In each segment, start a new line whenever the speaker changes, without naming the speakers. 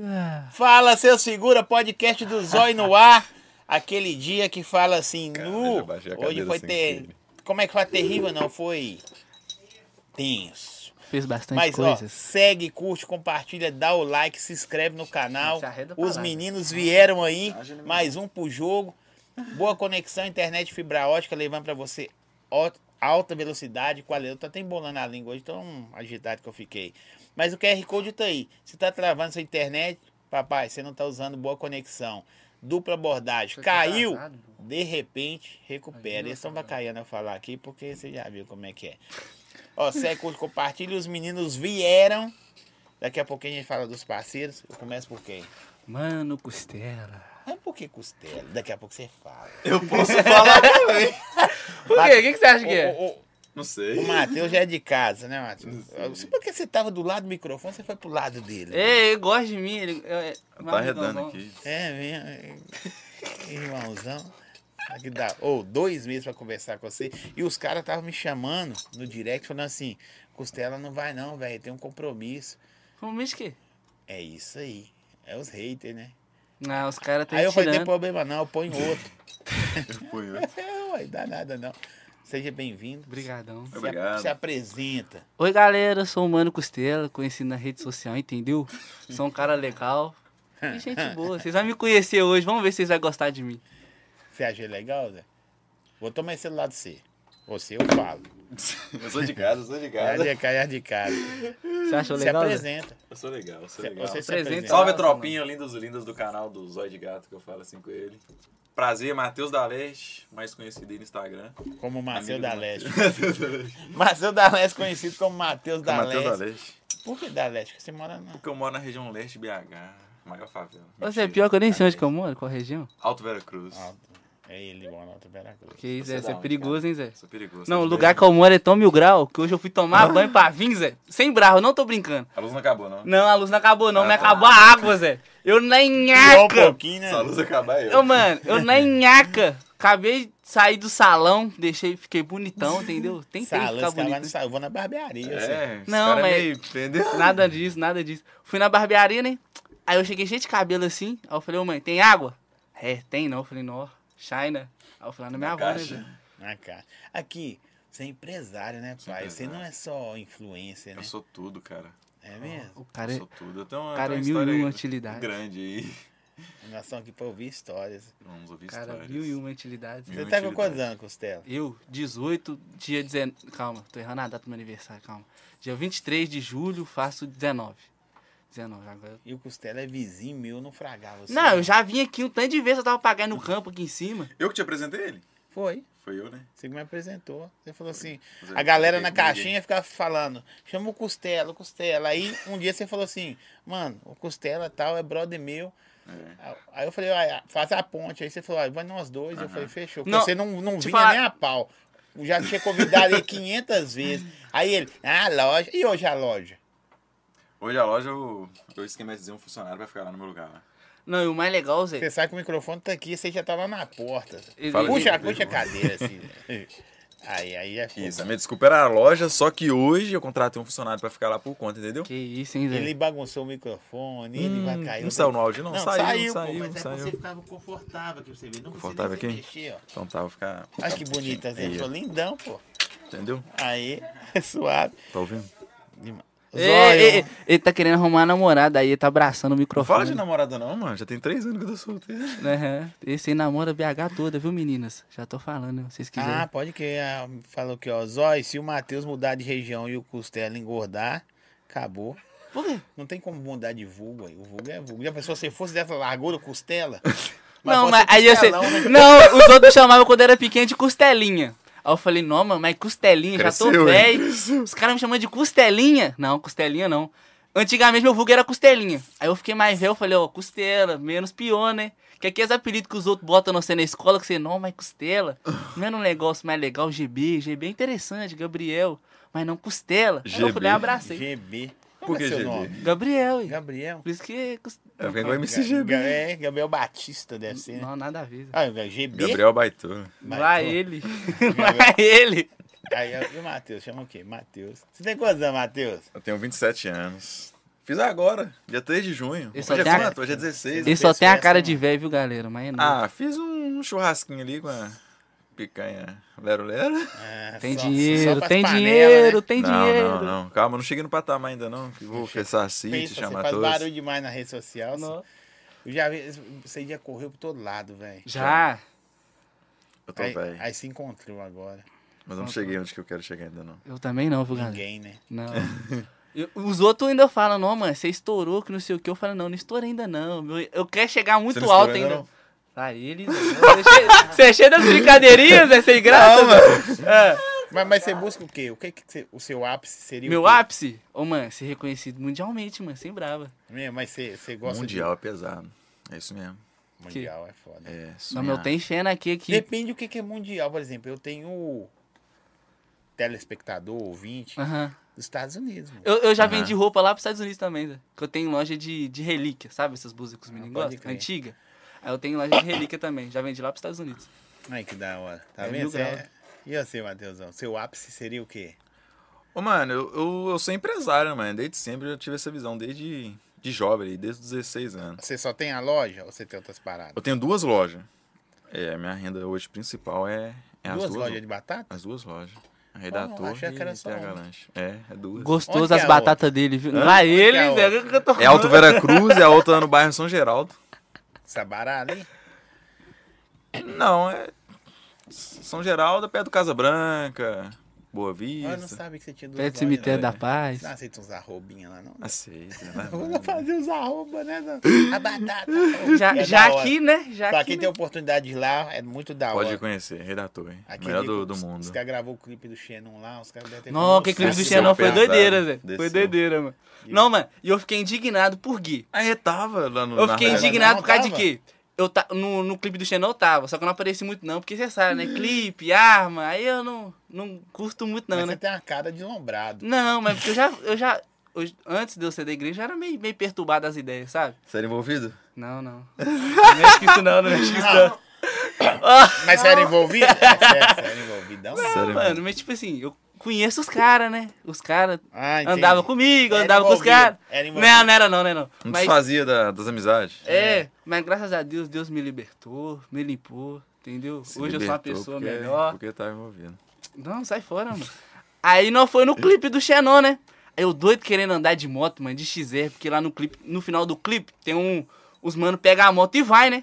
Ah.
Fala, seu segura, podcast do Zói no ar. Aquele dia que fala assim,
Caralho, eu
nu.
baixei a
Hoje
cabeça
foi
sem
ter.
querer.
Como é que foi terrível? Não, foi tenso.
Fez bastante
Mas ó,
coisas.
segue, curte, compartilha, dá o like, se inscreve no canal.
Se arreda pra
Os
lá,
meninos vieram aí, mais um pro jogo. Boa conexão, internet fibra ótica, levando pra você ó- alta velocidade. Qual é? Eu tô até embolando a língua hoje, tão agitado que eu fiquei. Mas o QR Code tá aí. Se tá travando sua internet, papai, você não tá usando boa conexão. Dupla abordagem.
Foi
Caiu,
atrasado, pô.
de repente, recupera.
Imagina,
Eles estão
cara.
bacaiando eu falar aqui, porque você já viu como é que é. Ó, segue, curte, compartilha. Os meninos vieram. Daqui a pouquinho a gente fala dos parceiros. Eu começo por quem?
Mano, costela.
Ah, por que costela? Daqui a pouco você fala.
Eu posso falar também.
Por quê? O que, que você acha que é?
O, o,
Não
o
sei.
Matheus já é de casa, né, Matheus? Você- Por que você tava do lado do microfone, você foi pro lado dele.
É, ele gosta de mim. Ele, eu, é,
Tá arredando aqui.
É, minha. Irmãozão. Aqui dá, ou dois meses pra conversar com você. E os caras estavam me chamando no direct, falando assim: Costela não vai, não, velho, tem um compromisso.
Como isso que?
É isso aí. É os haters, né?
Não, os tá caras estão
aí eu falei: tem
tirando.
problema não, eu ponho outro.
Eu fui.
não vai dar nada, não. Seja bem-vindo.
Obrigadão.
Se a-
Obrigado.
Se apresenta.
Oi, galera. Eu sou o Mano Costela, conhecido na rede social, entendeu? Sou um cara legal. E gente boa. Vocês vão me conhecer hoje. Vamos ver se vocês vão gostar de mim.
Você acha legal, Zé? Vou tomar esse lado C. Você eu falo.
Eu sou de casa, eu sou de
Cara
casa.
de cara, de cara.
Você achou
Se
legal? Zé?
apresenta.
Eu sou legal, eu sou
Você-
legal.
você se
Apresenta.
apresenta.
Salve, tropinha, lindas e lindas do canal do Zóio de Gato, que eu falo assim com ele. Prazer, Matheus da Leste, mais conhecido aí no Instagram.
Como Marcel
Amigo
da
do
Leste.
Matheus da Leste.
Marcel da Leste, conhecido como Matheus da
É Matheus da
Leste.
Leste.
Por que da Leste? Porque você mora na.
Porque eu moro na região leste de BH, maior favela.
Você é
Mentira.
pior que eu nem sei onde que eu moro, qual região.
Alto Vera Cruz.
Alto. É ele, mora na Alta Veracruz.
Que isso,
Você
Zé,
é
você é
da onde,
perigoso,
cara?
hein, Zé?
Sou perigoso.
Não, o
sou de
lugar
BH.
que eu moro é tão mil grau que hoje eu fui tomar banho pra vir, Zé. Sem bravo, não tô brincando.
A luz não acabou, não.
Não, a luz não acabou, não.
Ah,
me
tá.
acabou a água, Zé. Eu na
Só um
nhaca.
pouquinho, né?
Se a luz acabar, eu.
Ô, mano, eu na nhaca. Acabei de sair do salão, deixei, fiquei bonitão, entendeu? Tem que
Salão,
ficar
esse cara lá não
bonito. né?
saiu. Eu vou na barbearia. assim.
É, esse
Não,
cara é
mas-
meio- Entendeu?
Nada disso, nada disso. Fui na barbearia, né? Aí eu cheguei cheio de cabelo assim. Aí eu falei, ô mãe, tem água? É, tem não. Eu falei, não, China. Aí eu falei, na minha avó, né,
Caixa.
Zé?
Na cara. Aqui, você é empresário, né, pai? Você não é só influencer, né?
Eu sou tudo, cara.
É mesmo?
O cara é
Eu sou tudo. Eu tenho uma,
cara, é
tenho uma
mil e
história
uma utilidades.
grande aí.
Nós estamos aqui pra ouvir histórias.
Vamos ouvir
cara,
histórias.
mil e
um.
uma utilidades.
Você
Minha
tá com
utilidade.
quantos anos, Costela?
Eu, 18, dia 19. Calma, tô errando a data do meu aniversário, calma. Dia 23 de julho, faço 19. 19, agora. eu-
E o Costela é vizinho meu, não fragava.
Não, eu já vim aqui um tanto de vezes, eu tava pagando no campo aqui em cima.
Eu que te apresentei ele?
Foi.
Foi eu, né?
Você que me apresentou. Você falou assim,
Mas eu
a galera na
fiquei com ninguém.
caixinha ficava falando, chama o Costela, o Costela. Aí um dia você falou assim, mano, o Costela tal é brother meu.
É.
Aí eu falei, "Ah, faz a ponte. Aí você falou, ah, vai nós dois. Eu
Aham.
falei, fechou.
Não,
você não, não
te
vinha
falar-
nem a pau. Eu Já tinha convidado ele 500 vezes. Aí ele, ah, loja. E hoje a loja?
Hoje a loja eu, eu esquematizei um funcionário pra ficar lá no meu lugar. Né?
Não, e o mais legal,
Você
Zé.
sai que o microfone tá aqui, você já tá lá na porta.
ele-
Fala é aí.
Puxa,
Puxa, puxa a cadeira assim. Aí, aí já ficou.
Isso, a minha desculpa era a loja, só que hoje eu contratei um funcionário pra ficar lá por conta, entendeu? Hum,
Que isso, hein, Zé?
né?
Ele bagunçou o microfone, ele
Hum,
vai cair.
Não saiu no áudio, não.
Não,
saiu,
saiu, pô,
saiu, saiu.
mas é que você ficava confortável aqui pra você ver. Não
Confortável
precisa nem
aqui?
se mexer, ó.
Então tá, vou ficar.
Olha que bonita, né? Zé. Achou
Aí,
lindão, pô.
Entendeu?
Aí, é suave.
Tá ouvindo?
Demais.
Ei,
Zóio.
ei, ei, ele tá querendo arrumar uma namorada aí, ele tá abraçando o
Não fala de
microfone.
namorada, não, mano. Já tem três anos que eu tô solteiro.
Aham. Esse aí namora BH toda, viu, meninas? Já tô falando, né? Vocês quiserem.
Ah, pode que. ah, Falou que, ó, Zói, se o Matheus mudar de região e o Costela engordar, acabou.
Por quê?
Não tem como mudar de vulgo aí. O vulgo é vulgo. Já pensou se fosse dessa largura, Costela?
não,
pode
mas
ser
aí eu sei.
costelão, né?
Não, os outros chamavam quando era pequeno de costelinha. Aí eu falei, não, mano, mas costelinha, já tô
Cresceu, hein?
velho. Os caras me chamam de costelinha. Não, costelinha não. Antigamente meu vulgo era costelinha. Aí eu fiquei mais velho, eu falei, ó, costela, menos pior, né? Que aqui é apelidos que os outros botam você na escola, que você, não, mas costela. Não era um negócio mais legal, GB, GB é interessante, Gabriel. Mas não costela. Aí eu
GB.
falei, abracei.
GB. Como
Por
é
que
seu
GB?
nome?
Gabriel, ué.
Gabriel.
por isso que é costela.
Eu fiquei com o
Ga-
MCGB.
Ga- É, Gabriel Batista deve ser, né?
Não, nada a ver. Zé.
Ah, GB.
Gabriel Baitu.
Vai,
Lá
pô.
ele. Lá ele.
Aí, e o Matheus? Chama o quê? Matheus. Você tem quantos anos, Matheus?
Eu tenho 27 anos. Fiz agora, dia 3 de junho.
Ele
Hoje
só
é
tem a-
quanto? Hoje é 16.
Ele só
fez
tem a
festa,
cara
não.
de velho, viu, galera? Mas é novo.
Ah, fiz um churrasquinho ali com a picanha lero-lero.
É,
tem
só-
dinheiro,
só pras
tem
panelas,
dinheiro,
né?
tem
não,
dinheiro.
não, não. Calma, não cheguei no patamar ainda não, que vou fechar sítio,
Pensa, você
chamar
faz
todos.
barulho demais na rede social.
Não.
Eu já vi, você já correu por todo lado, velho.
Já.
Eu tô
Aí,
velho,
aí se encontrou agora.
mas eu não cheguei onde que eu quero chegar ainda não.
Eu também não, viu, galera?
Ninguém, né?
Não. E Os outros ainda falam, não, mano, você estourou, que não sei o que. Eu falo, não, não estourei ainda não. meu- Eu quero chegar muito
Você não
alto
estourou
ainda.
ainda
Tá, eles. Você é cheio- Você é cheio das brincadeirinhas, é sem graça. mano. Ah,
Mas, mas você busca o quê? O que, que você- o seu ápice seria? o
meu
quê?
ápice? Ô, mano, ser reconhecido mundialmente, mano, sem brava.
Meu, Mas você, você gosta
Mundial é pesado. É isso mesmo.
de... Mundial é foda.
É,
Não,
sonhar.
meu, tem fé aqui, aqui.
Depende do que, que é mundial. Por exemplo, eu tenho telespectador, ouvinte,
Aham.
dos Estados Unidos. mano.
Eu, eu já
Aham.
vendi roupa lá pros Estados Unidos também, né? Que eu tenho loja de, de relíquia, sabe? Essas blusas que os meninos
Ah, pode
gostam,
crer.
antiga. Aí eu tenho loja de relíquia também, já vendi lá pros Estados Unidos.
Ai, que da hora. Tá
É mil
vendo? Cê é-
graus.
E você, Matheusão? Seu ápice seria o quê?
Ô, mano, eu, eu, eu sou empresário, mano. Desde sempre eu já tive essa visão, desde de jovem, ali, desde os 16 anos.
Você só tem a loja ou você tem outras paradas?
Eu tenho duas lojas. É, a minha renda hoje principal é, é
duas
as duas
lojas de batata?
As duas lojas. A Rei da
não,
Torre
achei que era
e
só
TH
uma.
Lanche. É, é duas.
Gostoso
Onde
as
é a
batatas dele, viu? Lá
Onde
ele,
é a
velho.
outra?
que eu tô
É Alto Vera Cruz e a outra no bairro São Geraldo.
Sabará ali?
Não, é. São Geraldo, é perto do Casa Branca, Boa
Ah, Eu não
Vista.
sabia que você tinha duas
Perto do
lojas.
cemitério da
não.
Ah, paz.
Você não aceita uns arrobinha lá, não?
Aceita, né?
Vamos fazer os arroba, né? Dan? A batata.
Já,
É
já
da hora.
aqui, né? Já
Pra
aqui.
quem
né?
tem oportunidade de ir lá, é muito da hora.
Pode conhecer, Rei da Torre.
Aquele-
melhor do, do
os-
mundo.
Os caras gravou o clipe do Xenon lá, os caras devem ter...
Não, que clipe do
Desceu
é
Xenon foi
pesado,
doideira, Zé. Foi
desceu.
doideira, mano. Não, mano, e eu fiquei indignado por Gui.
Aí tava lá no.
Eu
na
fiquei
Rei da-
indignado
não,
por causa de
tava?
quê? Eu ta... no, no clipe do Xenon eu tava, só que eu não apareci muito não, porque você sabe, né? Clipe, arma, aí eu não, não curto muito não,
Mas você
né?
tem uma cara de lombrado.
Não, mas porque eu já... Eu já eu- antes de eu ser da igreja, eu era meio, meio perturbado as ideias, sabe?
Você era envolvido?
Não, não. Não mexe com isso não, não mexe com isso não.
Mas você era envolvido? É, você era- você era envolvidão?
Não,
Sério,
mano, mas tipo assim, eu conheço os caras, né? Os caras
Ah, entendi.
andavam comigo,
Era
andavam com os
envolvido,
caras.
Era envolvido. Um
Não, não era não, não era não.
Não
Mas-
desfazia da- das amizades.
É, mas graças a Deus, Deus me libertou, me limpou, entendeu?
Se
Hoje eu sou uma
libertou
pessoa
porque-
melhor.
Porque tava envolvido.
Não, sai fora, mano. Aí nós foi no clipe do Xenon, né? Aí Eu doido querendo andar de moto, mano, de XR, porque lá no clipe, no final do clipe, tem um. Os mano pegam a moto e vai, né?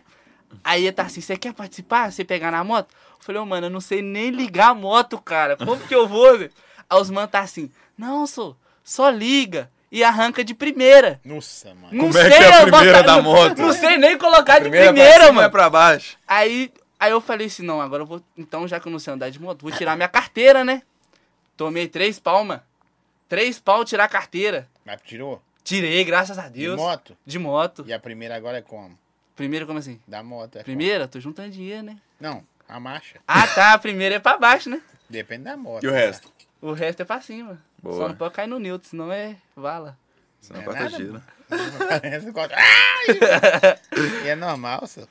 Aí ele tá assim, você quer participar? Você pegar na moto? Eu falei, ô mano, eu não sei nem ligar a moto, cara. Como que eu vou? Zé? Aí os mano tá assim, não, só, só liga e arranca de primeira.
Nossa, mano.
Não
Como é que é a
eu botar-
primeira da
não-
moto?
Não sei nem colocar de
Primeira
primeira,
pra cima,
mano.
é pra baixo.
Aí, aí eu falei assim, não, agora eu vou. Então, já que eu não sei andar de moto, vou tirar minha carteira, né? Tomei três palmas. Três pau tirar a carteira.
Mas tirou?
Tirei, graças a
De
Deus.
moto?
De moto.
E a primeira agora é como?
Primeiro, como assim?
Da moto é
Primeira, tô juntando dinheiro, né?
como? Não, a marcha.
Ah tá, a primeira é pra baixo, né?
Depende da moto. né?
E o resto?
O resto é pra cima.
Boa.
Só não pode cair no neutro, senão é vala.
Senão
É
corta
nada,
giro.
Você corta. Ai! e é normal, só.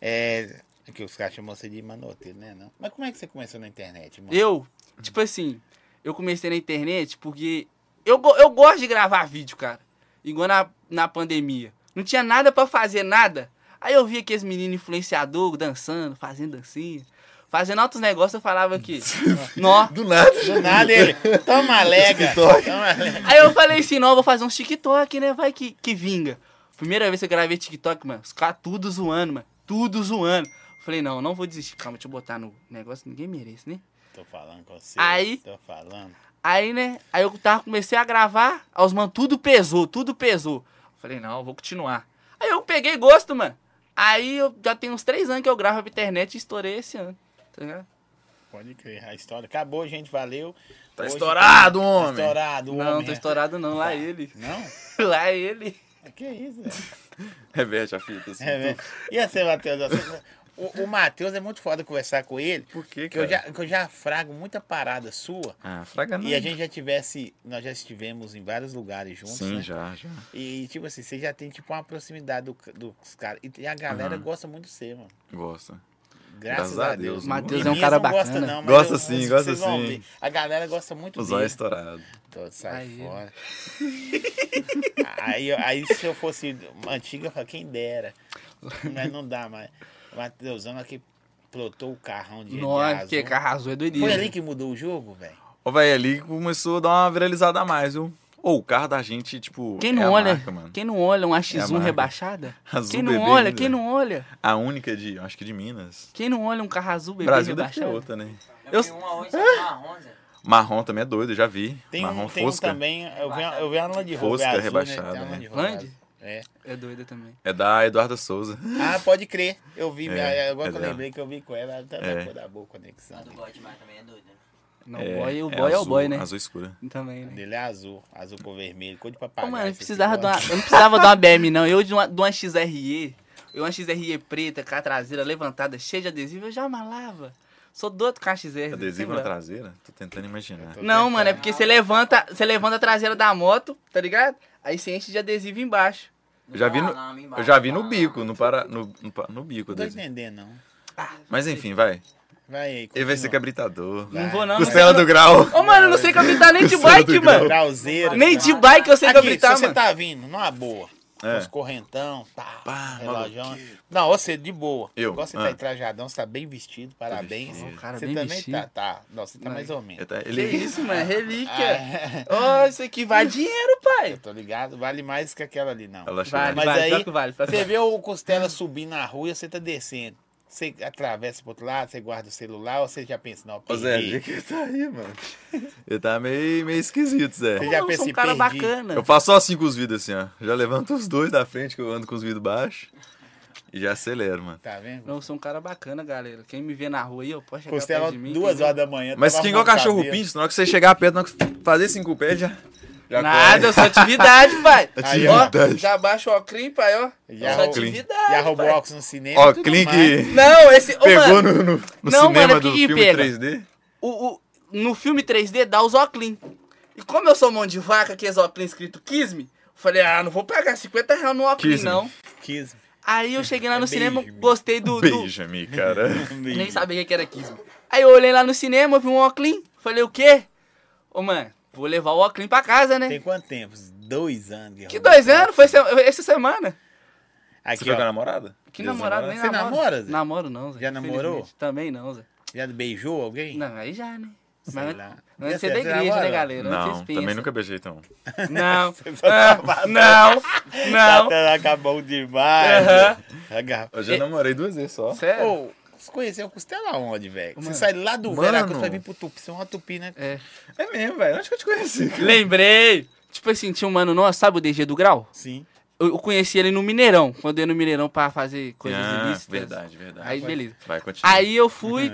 É... é que os caras chamam você de manoteiro, né? Não? Mas como é que você começou na internet, mano?
Eu, tipo assim, eu comecei na internet porque eu, go- eu gosto de gravar vídeo, cara. Igual na, na pandemia. Não tinha nada pra fazer, nada. Aí eu via aqueles meninos influenciador dançando, fazendo dancinha, fazendo altos negócios, eu falava que. Nó.
Do nada.
Do é nada ele. Toma lega. Toma lega.
Aí eu falei assim, não, eu vou fazer uns TikTok, né? Vai que, que vinga. Primeira vez que eu gravei TikTok, mano, os caras tudo zoando, mano. Tudo zoando. Falei, não, não vou desistir. Calma, deixa eu botar no negócio, ninguém merece, né?
Tô falando com você.
Aí-
Tô falando.
Aí, né? Aí eu tava, comecei a gravar, aí os mano, tudo pesou, tudo pesou. Falei, não, eu vou continuar. Aí eu peguei gosto, mano. Aí eu já tem uns três anos que eu gravo pra internet e estourei esse ano. Tá ligado?
Pode crer. A história acabou, gente. Valeu.
Tá
Hoje-
estourado,
Tá
homem.
estourado, homem.
Não, tô estourado não,
Tá.
lá ele.
Não?
Lá ele.
É, Que isso, velho?
Reverte a fita. Assim.
É, velho. E você, Matheus? Você- O, o Matheus é muito foda conversar com ele.
Por que,
Que eu,
cara?
já, que eu já frago muita parada sua.
Ah, fraga não.
E a gente já tivesse. Nós já estivemos em vários lugares juntos.
Sim,
né?
já, já.
E, tipo assim, você já tem, tipo, uma proximidade do, dos caras. E a galera gosta muito de você, mano.
Gosta.
Graças,
Graças
a
a
Deus.
Deus,
mano.
Matheus
E
é um
minhas
cara
não gosta,
bacana.
não, mas
Gosta
eu-
sim,
vocês
gosta
vão
sim.
ver. A galera gosta muito
O
dele.
zóio estourado.
todo, sai
Aí.
fora. aí, eu- aí se eu fosse uma antiga, eu falava, quem dera. Mas não dá mais. Mateusão aqui plotou o carrão de de
Nossa,
azul.
que carro azul é doideira.
Foi ali que mudou o jogo, velho.
Ô, velho, ali começou a dar uma viralizada a mais, viu? Ou o carro da gente, tipo.
Quem
é
não
a
olha,
marca, mano.
quem não olha um
É a
AX1
marca.
rebaixada?
Azul
quem não
bebê,
olha,
né,
quem
velho?
não olha?
A única de. Acho que de Minas.
Quem não olha um carro azul bebê
Brasil deve ter
rebaixado?
outra, né?
Eu-
Eu vi uma hoje, sabe? Uma Honda.
Marrom também é doido, eu já vi.
Tem
Marrom
um, tem um
Fosca.
também, eu vi, eu vi a Land Rover
Fosca
azul,
rebaixada,
né? Tem uma
né?
Land Rover
Land?
azul. É.
É doida também.
É da Eduarda Souza.
Ah, pode crer. Eu vi,
É,
agora
é
que eu
dela.
lembrei que eu vi com ela, ela até
É.
na cor da boa conexão.
A do bode mais também é doida. né?
Não, o boy, o boy é, o
azul,
boy, né?
Azul escura.
Também, né?
Dele é azul, azul com vermelho, cor de
Ô,
papagaio.
mano, eu
esse
precisava de uma,
bigode.
eu não precisava de uma BM, não. Eu de uma, de uma XRE, eu uma XRE preta, com a traseira levantada, cheia de adesivo, eu já malava. Sou doido com a XR.
Adesivo
sei
na
lá.
traseira? Tô tentando imaginar.
Eu tô
Não,
tentando.
mano, é porque você levanta, você levanta a traseira da moto, tá ligado? Aí você enche de adesivo embaixo.
No
Eu já vi no,
Paraná, lá embaixo,
eu já vi no
Paraná.
bico, no, para, no, no, pa- no bico.
Não tô
Adesivo.
entendendo, não.
Mas enfim, vai.
Vai aí.
Ele vai ser
continua.
cabritador.
Vai.
Não vou, não.
Costela do grau.
Ô, mano, eu não sei cabritar nem de bike,
grau.
mano.
Grauzeiro.
Nem de bike eu sei
Aqui, se
cabritar,
você
mano.
tá vindo, numa boa.
É.
Os correntão, pá,
Pá,
relojão. Não, você de boa.
Eu,
Igual você
ah.
tá entrajadão, você tá bem vestido, parabéns.
vestido.
Ô, cara,
você
bem
também
vestido.
tá, tá. Não, você tá
Não.
mais ou menos.
Ele tá-
Que
Ele
isso, mano, é relíquia.
Ah,
Ó, isso aqui vai dinheiro,
eu
pai.
tô ligado, vale mais que aquela ali, não.
Ela chegou.
Vale,
Mas
vale,
aí,
pior que vale. pior que
Você
vale.
vê o Costela subir na rua e você tá descendo. Você atravessa pro outro lado, você guarda o celular ou você já pensa, não,
Ô, Zé,
perdi.
o que ele tá aí, mano? Ele tá meio, meio esquisito, Zé.
Você
Pô,
já
eu sou
pensa
um
em
cara
perdi.
bacana.
Eu faço só assim com os vidros, assim, ó. Já levanto os dois da frente, que eu ando com os vidros baixos. E já acelero, mano.
Tá vendo?
Não, eu sou um cara bacana, galera. Quem me vê na rua aí, eu posso chegar
Costela
perto de mim.
duas
entendeu?
horas da manhã.
Mas
tava
fica igual
arrumando
cachorro
cabelo.
pinto, na hora que você chegar perto, na hora que você fazer cinco pés, já... já
Nada, eu
corre.
sou atividade, pai.
Aí,
ó,
atividade.
já baixa o Oclean, pai, ó.
Já
Eu sou
o Oclean.
atividade,
Já roubou
pai.
óculos no cinema.
Ó,
tudo mais.
Klink
Não, esse... Ô,
pegou
mano,
no, no- no
Não,
cinema
mano, é
do
que
filme
pega.
3D.
o, o- no filme 3D dá os Oclean. E como eu sou mão de vaca, que é Oclean escrito Kisme, eu falei, ah, não vou pagar 50 reais no Oclean,
Kiss me.
não.
Quis.
Aí eu cheguei lá no
É
cinema,
beijo,
gostei do... do...
Beija-me, cara.
Nem sabia o que era Kisme. Aí eu olhei lá no cinema, vi um Oclean, falei, o quê? Ô, mano, vou levar o Oclean pra casa, né?
Tem quanto tempo? Dois anos.
Que dois anos? Foi se- essa semana.
Você
Aqui,
foi com a
ó,
namorada?
Que né?
Deus
namorado nem
namorada?
Você
namoro.
namora, Zé?
Namoro não, Zé.
Já namorou?
Infelizmente. Também não, Zé.
já beijou alguém?
Não, aí já, né?
Sei
mas
lá. assim,
mas
Já
você é da
sei, você
igreja,
namora?
né, galera?
Não,
Vocês pensam.
também nunca beijei, então.
É. Não,
foi
ah, não, não.
Tá acabou demais.
Aham.
Agarra-
Eu já
E-
namorei duas vezes só.
Sério?
Ô, você conheceu Costela onde, velho? Você
Mano.
sai lá do
Mano.
Veracruz pra vir pro Tupi. Você é uma Tupi, né?
É.
É mesmo, velho. Onde que eu te conheci?
Lembrei. Tipo assim, tinha um mano nosso, sabe o DG do Grau?
Sim.
Eu, eu conheci ele no Mineirão, quando eu ia no Mineirão pra fazer coisas ilícitas.
Ah, verdade, verdade.
Aí, beleza.
Vai, continua.
Aí eu fui.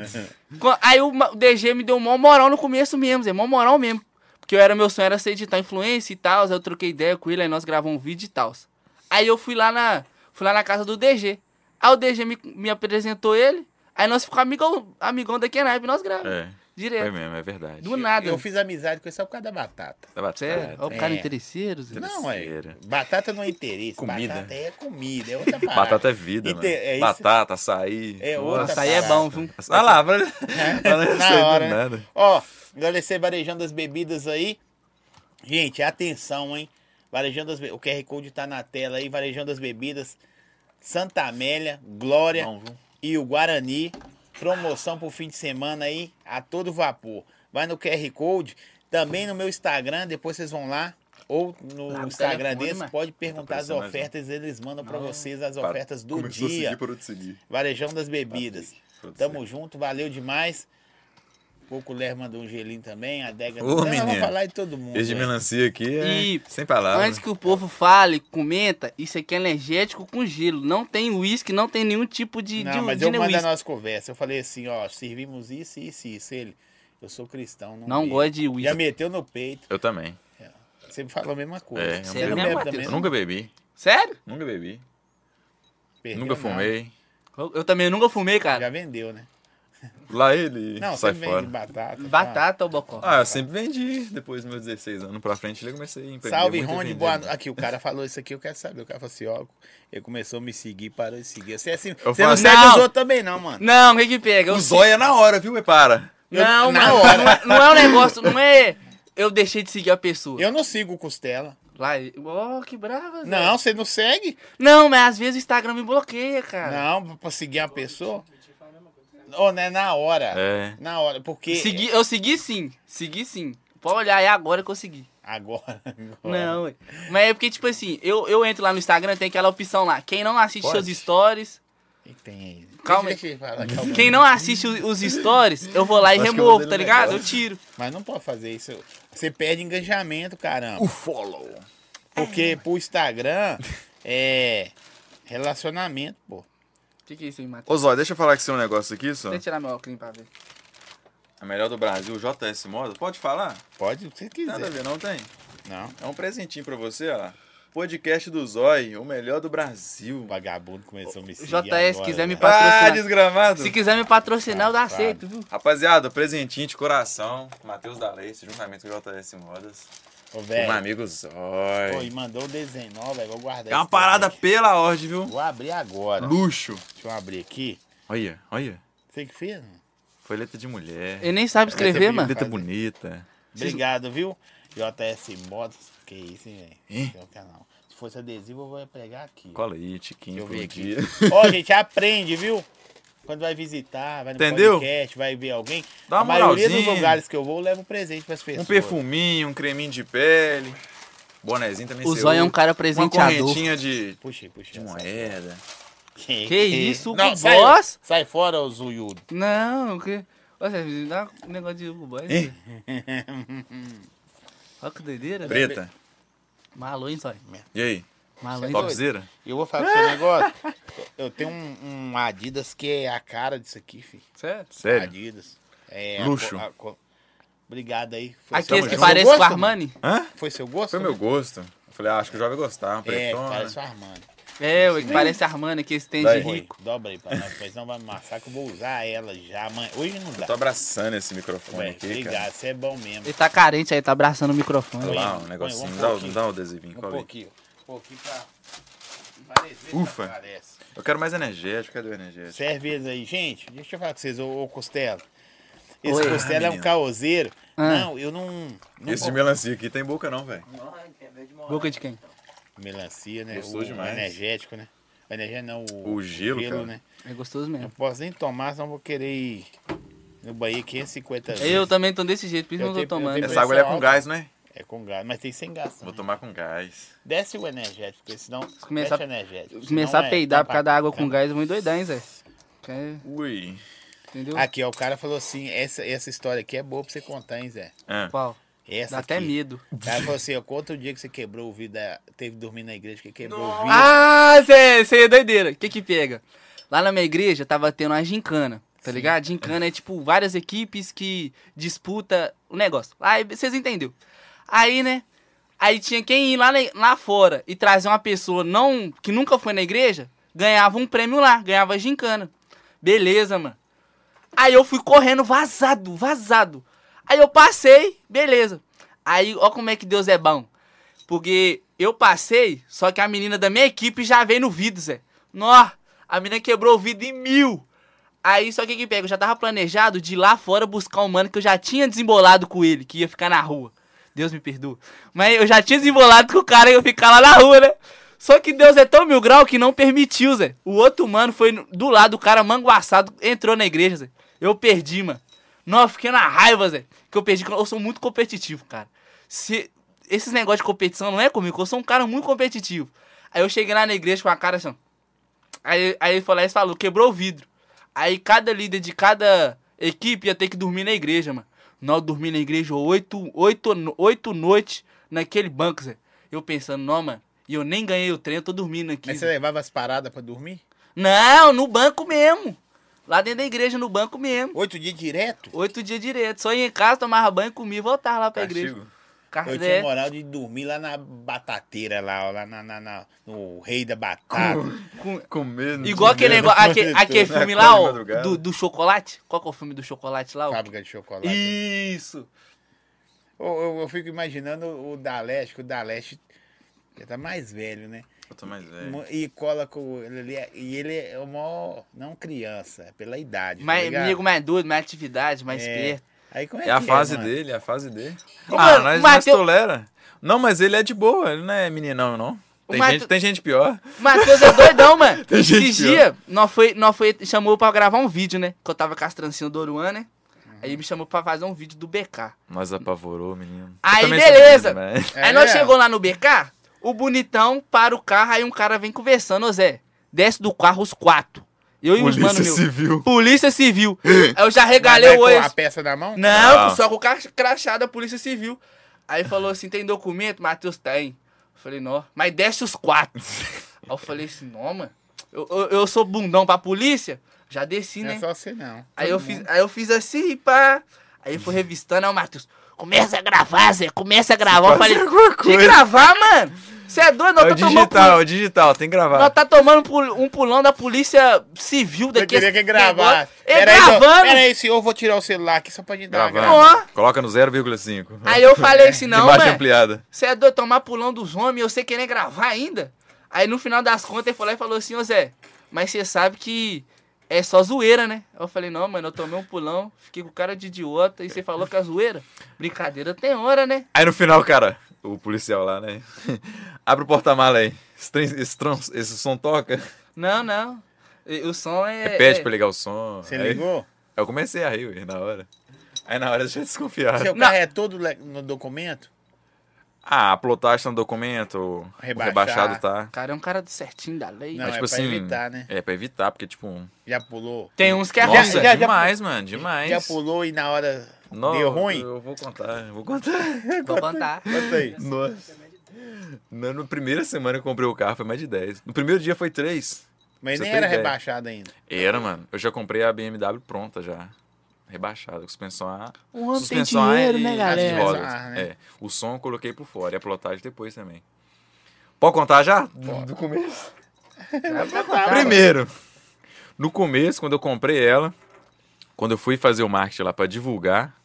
Quan- aí o ma- o DG me deu mó moral no começo mesmo, Zé. Mó moral mesmo. Porque eu era, meu sonho era ser editar influência e tal. Eu troquei ideia com ele, aí nós gravamos um vídeo e tal. Aí eu fui lá na. Fui lá na casa do DG. Aí o DG me, me apresentou ele. Aí nós ficamos amigão, amigão daqui na nós gravamos.
É, foi
direto.
mesmo, é verdade.
Do nada.
Eu fiz amizade com ele só por causa da batata.
Tá batata.
Sério? Ó, o cara
É.
interesseiro, Zé.
Não, é.
Terceira.
Batata não é interesse.
Comida.
Batata é comida, é outra parada.
Batata é vida,
E
mano.
tem- é isso-
Batata, açaí.
É
Nossa.
outra
Nossa, aí é
parada.
bom, viu?
Olha lá, pra... pra não
É. Na
sair do
hora, né?
nada.
Ó, agradecer Varejão das Bebidas aí. Gente, atenção, hein? Varejão das Be- O QR Code tá na tela aí. Varejão das Bebidas, Santa Amélia, Glória
Bom, viu?
e o Guarani. Promoção pro fim de semana aí, a todo vapor. Vai no QR Code, também no meu Instagram, depois vocês vão lá. Ou no
Lá no
Instagram
telefone,
deles,
mano.
pode perguntar as
aparecendo mais um.
ofertas, eles mandam pra
Não.
vocês as ofertas do
Começou a
dia.
seguir por onde seguir.
Varejão das Bebidas.
Pode
Tamo junto, valeu demais. Pouco Ler mandou um gelinho também, a Dega
Ô,
Vamos
menino.
falar de todo mundo. né?
Desde
velho.
melancia aqui é
E-
sem palavras.
Antes que o povo fale, comenta, isso aqui é energético com gelo. Não tem uísque, não tem nenhum tipo de,
Não,
de,
mas
de
eu mando a
uísque.
nossa conversa. Eu falei assim, ó, servimos isso, isso, isso. Ele, eu sou cristão, não,
Não
bebo.
gosto de
Já
uísque.
meteu no peito.
Eu também.
Você me falou a mesma coisa.
É, eu
Você
bebo.
bebe
Matheus?
também?
Eu
Eu nunca bebi,
Sério?
nunca bebi,
Perdeu
nunca
nada.
fumei.
Eu, eu também nunca fumei, cara.
Já vendeu, né?
Lá ele
Não,
sai
você vende
fora.
batata. tá?
Batata ou bocó?
Ah, eu sempre vendi. Depois dos meus 16 anos pra frente, eu comecei a empreender.
Salve,
muito
Rony,
vendendo.
boa noite. Aqui, o cara falou isso aqui, eu quero saber. O cara falou assim, ó, ele começou a me seguir, parou de seguir. Você, é assim,
Eu
você
falo
não
assim,
segue
não.
os outros também, não, mano.
Não, o que que pega? Eu
O zóia na Um hora, viu, repara?
Eu-
Não,
na
mano,
hora.
não é, não é um negócio, não é. eu deixei de seguir a pessoa.
Eu não sigo o Costela.
Lá, ó, que brava, Zé.
Não, você não segue?
Não, mas às vezes o Instagram me bloqueia, cara.
Não, pra seguir uma pessoa. Ou né, na hora.
É.
Na hora, porque.
Segui, eu segui sim, segui sim. Pode olhar, é agora que eu segui.
Agora. agora.
Não, ué. mas é porque, tipo assim, eu, eu entro lá no Instagram, tem aquela opção lá. Quem não assiste
Pode.
seus stories,
O que que tem aí?
Calma aí.
Deixa eu falar, calma.
quem não assiste o- os stories, eu vou lá e
Acho que eu
removo,
mandei
tá
no
ligado? Eu
negócio.
tiro.
Mas não pode fazer isso. Você perde engajamento, caramba.
Uhum.
O follow.
Porque pro Instagram é relacionamento, pô.
O que, que é isso aí, Matheus?
Ô, Zóia, deixa eu falar com você um negócio aqui, só.
Deixa eu tirar meu óculos pra ver.
A É melhor do Brasil, JS Moda. Pode falar?
Pode o que você
Nada a
quiser.
ver, não tem?
Não,
É um presentinho pra você, ó. Podcast do Zói, o melhor do Brasil.
o vagabundo começou a me seguir.
JS,
agora,
quiser me
né?
pa-
Ah,
Patrocinar.
desgramado.
Se quiser me patrocinar, eu
Safado.
aceito, viu?
Rapaziada, presentinho de coração. Matheus da Lace, juntamente com o JS Modas.
Ô,
Com
velho.
amigo
Pô,
Zói.
e mandou o desenho, não, velho. Vou guardar
É uma
esse
parada
também.
pela ordem, viu?
Vou abrir agora.
Luxo.
Deixa eu abrir aqui.
Olha, olha.
Você que fez? mano?
Foi letra de mulher.
Ele nem
é
sabe escrever,
Recebi-
mano.
Letra
Fazer.
bonita.
Obrigado, viu? JS Motos. Que isso, hein, velho? Tem um canal. Se fosse adesivo, eu vou pregar aqui.
Cola aí,
Deixa
Tiquinho.
eu ver aqui.
dia.
Ó, gente, aprende, viu? Quando vai visitar, vai no
Entendeu?
podcast, vai ver alguém.
Dá uma
a maioria dos
moralzinha.
lugares que eu vou, eu levo presente pras pessoas.
Um perfuminho, um creminho de pele. Bonezinho também
O
você
Zóio é um
usa.
cara
Uma
presenteador.
correntinha de,
Puxei, puxei.
de
essa.
moeda.
Que,
isso, o Big
sai,
Boss?
sai fora, ô Zuyudo.
Não, que. Ô, Zé, me dá um negócio de Hugo Boss.
Ih.
Olha que doideira.
Preta.
Malu, hein, Zóio?
E aí?
Malu, hein, Zóio?
Topzera?
Eu vou falar pra você um negócio. Eu tenho um, um Adidas que é a cara disso aqui, filho.
Sério?
Ah,
Sério?
Adidas. É, a
Luxo.
co- a co- Obrigado aí. Foi
Aqueles
seu-
que
foi seu
parecem com
gosto,
Armani?
Hã?
mano? Foi seu gosto?
Foi meu
mano?
gosto. Eu falei, ah, acho que o jovem vai gostar. Um
É,
pretona.
parece o Armani.
É, o que parece Armani, que esse tem de
Vai.
rico.
Foi, Dobra aí pra nós, pois não vai me amassar que eu vou usar ela já amanhã. Hoje não dá.
Tô abraçando esse microfone
Véi,
Tá aqui,
obrigado, você é bom mesmo.
Ele tá carente aí, tá abraçando o
cara.
microfone.
Olha lá,
Põe,
um negocinho.
põe,
Me
um
dá, o-
pouquinho.
me dá o adesivinho,
Um
cola aí.
pouquinho. Um pouquinho pra. parecer
Ufa.
que Parece.
Eu quero mais energético. Cadê o energético?
Serve eles aí. Gente, deixa eu falar com vocês, ô, ô Costela. Esse
Oi.
Costela é um
Ah,
caoseiro.
Ah.
Não, eu não. não
Esse de
gosto
melancia aqui tem boca não, velho.
Não, tem vez de morar.
Boca de quem?
de melancia, né?
Gostoso
o
demais.
energético, né? O energético não, o,
O gelo, cara.
né?
É gostoso
Não
mesmo.
posso nem tomar, senão vou querer ir no banheiro 550 vezes.
Eu também tô desse jeito, por isso
Eu
não tô
tenho- eu
tomando.
tenho
Essa água ali é com
alta.
gás, né?
É com gás, mas tem sem gás.
Vou
também.
tomar com gás.
Desce o energético, porque senão.
começar-
Começar, energético, senão
Começar a
é
peidar por causa da água
tabaco.
com gás, eu vou endoidar, hein, Zé? É,
Ui.
Entendeu?
Aqui, ó, o cara falou assim: essa, essa história aqui é boa pra você contar, hein, Zé?
Ah,
Qual?
Essa
Dá até
aqui.
medo.
O cara falou assim: ó, conta o dia que você quebrou o vidro, da- teve que dormir na igreja, que quebrou o vidro.
Ah, Zé, isso aí é doideira. O que que pega? Lá na minha igreja tava tendo uma gincana, tá ligado? Gincana é tipo várias equipes que disputa o negócio. Aí vocês entenderam. Aí, né? Aí tinha quem ir lá, na- lá fora e trazer uma pessoa não que nunca foi na igreja, ganhava um prêmio lá, ganhava gincana. Beleza, mano. Aí eu fui correndo vazado, vazado. Aí eu passei, beleza. Aí, ó como é que Deus é bom. Porque eu passei, só que a menina da minha equipe já veio no vidro, Zé. Nó, a menina quebrou o vidro em mil. Aí, só que o que pega? Eu já tava planejado de ir lá fora buscar um mano que eu já tinha desembolado com ele, que ia ficar na rua. Deus me perdoa. Mas eu já tinha desembolado com o cara e eu ficar lá na rua, né? Só que Deus é tão mil grau que não permitiu, Zé. O outro mano foi no- do lado, o cara manguaçado entrou na igreja, Zé. Eu perdi, mano. Nossa, fiquei na raiva, Zé. Que eu perdi, que eu sou muito competitivo, cara. Se, esses negócios de competição não é comigo, eu sou um cara muito competitivo. Aí eu cheguei lá na igreja com a cara assim. ó. Aí, aí ele falou, aí ele falou, quebrou o vidro. Aí cada líder de cada equipe ia ter que dormir na igreja, mano. Nós dormi na igreja oito, oito, no- oito noites naquele banco, Zé. Eu pensando, não, mano, e eu nem ganhei o trem, eu tô dormindo aqui.
Mas
Zé."
você levava as paradas pra dormir?
Não, no banco mesmo. Lá dentro da igreja, no banco mesmo.
Oito dias direto?
Oito dias direto. Só ia em casa, tomava banho, comia e voltava lá pra igreja. é.
castigo.
Eu
Café.
tinha moral de dormir lá na batateira, lá, ó, lá na, na- na- no rei da batata.
com-
Comendo.
Igual aquele negócio, aquele, aquele
Né?
filme
Come
lá,
de
ó,
madrugada.
do, do chocolate. Qual que é o filme do chocolate lá? ó?
Fábrica de chocolate.
Isso.
Eu, eu- eu fico imaginando o Daleste, que o Daleste já tá mais velho, né?
Eu tô mais velho.
Mo- E cola com ele, ali, é- e ele é o maior, não criança, é pela idade. tá
Mais,
ligado?
amigo mais doido, mais atividade, mais
É.
esperto.
Aí como é,
É a
que
fase
mano?
dele, é a fase dele.
Como
ah,
é?
nós,
O
nós
Mateu-
tolera. Não, mas ele é de boa, ele não é meninão, não.
O
Tem,
Mateu-
gente, tem gente pior.
Matheus é doidão, mano.
Tem gente
Esses
pior.
dias, nós foi, nós foi, chamou pra gravar um vídeo, né? Que eu tava com as trancinhas do Oruan, né? Aí ele me chamou pra fazer um vídeo do BK.
Mas apavorou o menino.
Aí,
Eu também sou
beleza.
menino, mas-
É
aí nós
mesmo?
chegou lá no BK, o bonitão para o carro, aí um cara vem conversando, ô Zé, desce do carro os quatro. Eu e os mano
Polícia
meu.
Civil.
Polícia Civil. aí eu já
Mas
regalei
vai
o
é com
olho.
a peça da mão?
Não,
Não.
só com o ca- crachá da Polícia Civil. Aí falou assim: tem documento? Matheus tem. Eu falei, não, mas desce os quatro. Aí eu falei assim: não, mano, eu, eu, eu sou bundão pra polícia? Já desci,
Não
né?
é só você, não.
Aí eu, fiz, aí eu fiz assim e pá. Aí foi revistando, aí o Matheus. Começa a gravar, Zé, começa a gravar. Eu falei, de gravar, mano? Você é doido?
É
Nós
o
tá tomando,
digital, é
pul-
o digital, tem que
nós
gravar.
tá tomando pul- um pulão da polícia civil
Eu
daqui.
queria que gravasse.
É
Peraí, só-
gravando.
Peraí, senhor, eu vou tirar o celular aqui só pra gente dar uma
Gravando.
gravada.
Ó.
Coloca no 0,5.
tá Aí eu falei assim, não,
Imagem
mano.
ampliada.
Você é doido tomar pulão dos homens e você querer gravar ainda? Aí no final das contas ele falou e falou assim, ô Zé, mas você sabe que é só zoeira, né? Eu falei, não, mano, eu tomei um pulão, fiquei com cara de idiota e você falou que é zoeira? Brincadeira tem hora, né?
Aí no final, cara, o policial lá, né? Abre o porta-mala aí. Esse, trem- esse, tron- esse som toca.
Não, não. E- O som é.
Aí pede
é-
pra ligar o som.
Você
Aí-
ligou?
Aí Eu comecei a rir ué, na hora. Aí na hora eu já desconfiado.
Seu
Não.
carro é todo le- no documento?
Ah, a plotagem tá no documento, o
Rebaixar.
rebaixado tá.
O cara é um cara certinho da lei.
Não,
Mas,
é
tipo
pra
assim,
evitar, né?
É, pra evitar, porque, tipo. um-
Já pulou?
Tem uns que é
Nossa,
já-
ruim.
já-
demais, mano, demais.
Já pulou e na hora
No-
deu ruim?
Eu vou contar, eu vou contar.
Vou contar.
Conta aí.
Nossa. Na, na primeira semana que eu comprei o carro foi mais de 10. No primeiro dia foi 3.
Mas
Você
nem
tem
era
ideia.
rebaixado ainda.
Era, mano. Eu já comprei a BMW pronta já. Rebaixada, com suspensão a.
O Um homem tem
suspensão a
dinheiro,
e-
né,
as
galera?
rodas.
Ah, né?
É. O som eu coloquei por fora e a plotagem depois também. Pode contar já? Do, do começo?
Tá,
Primeiro, no começo, quando eu comprei ela, quando eu fui fazer o marketing lá pra divulgar,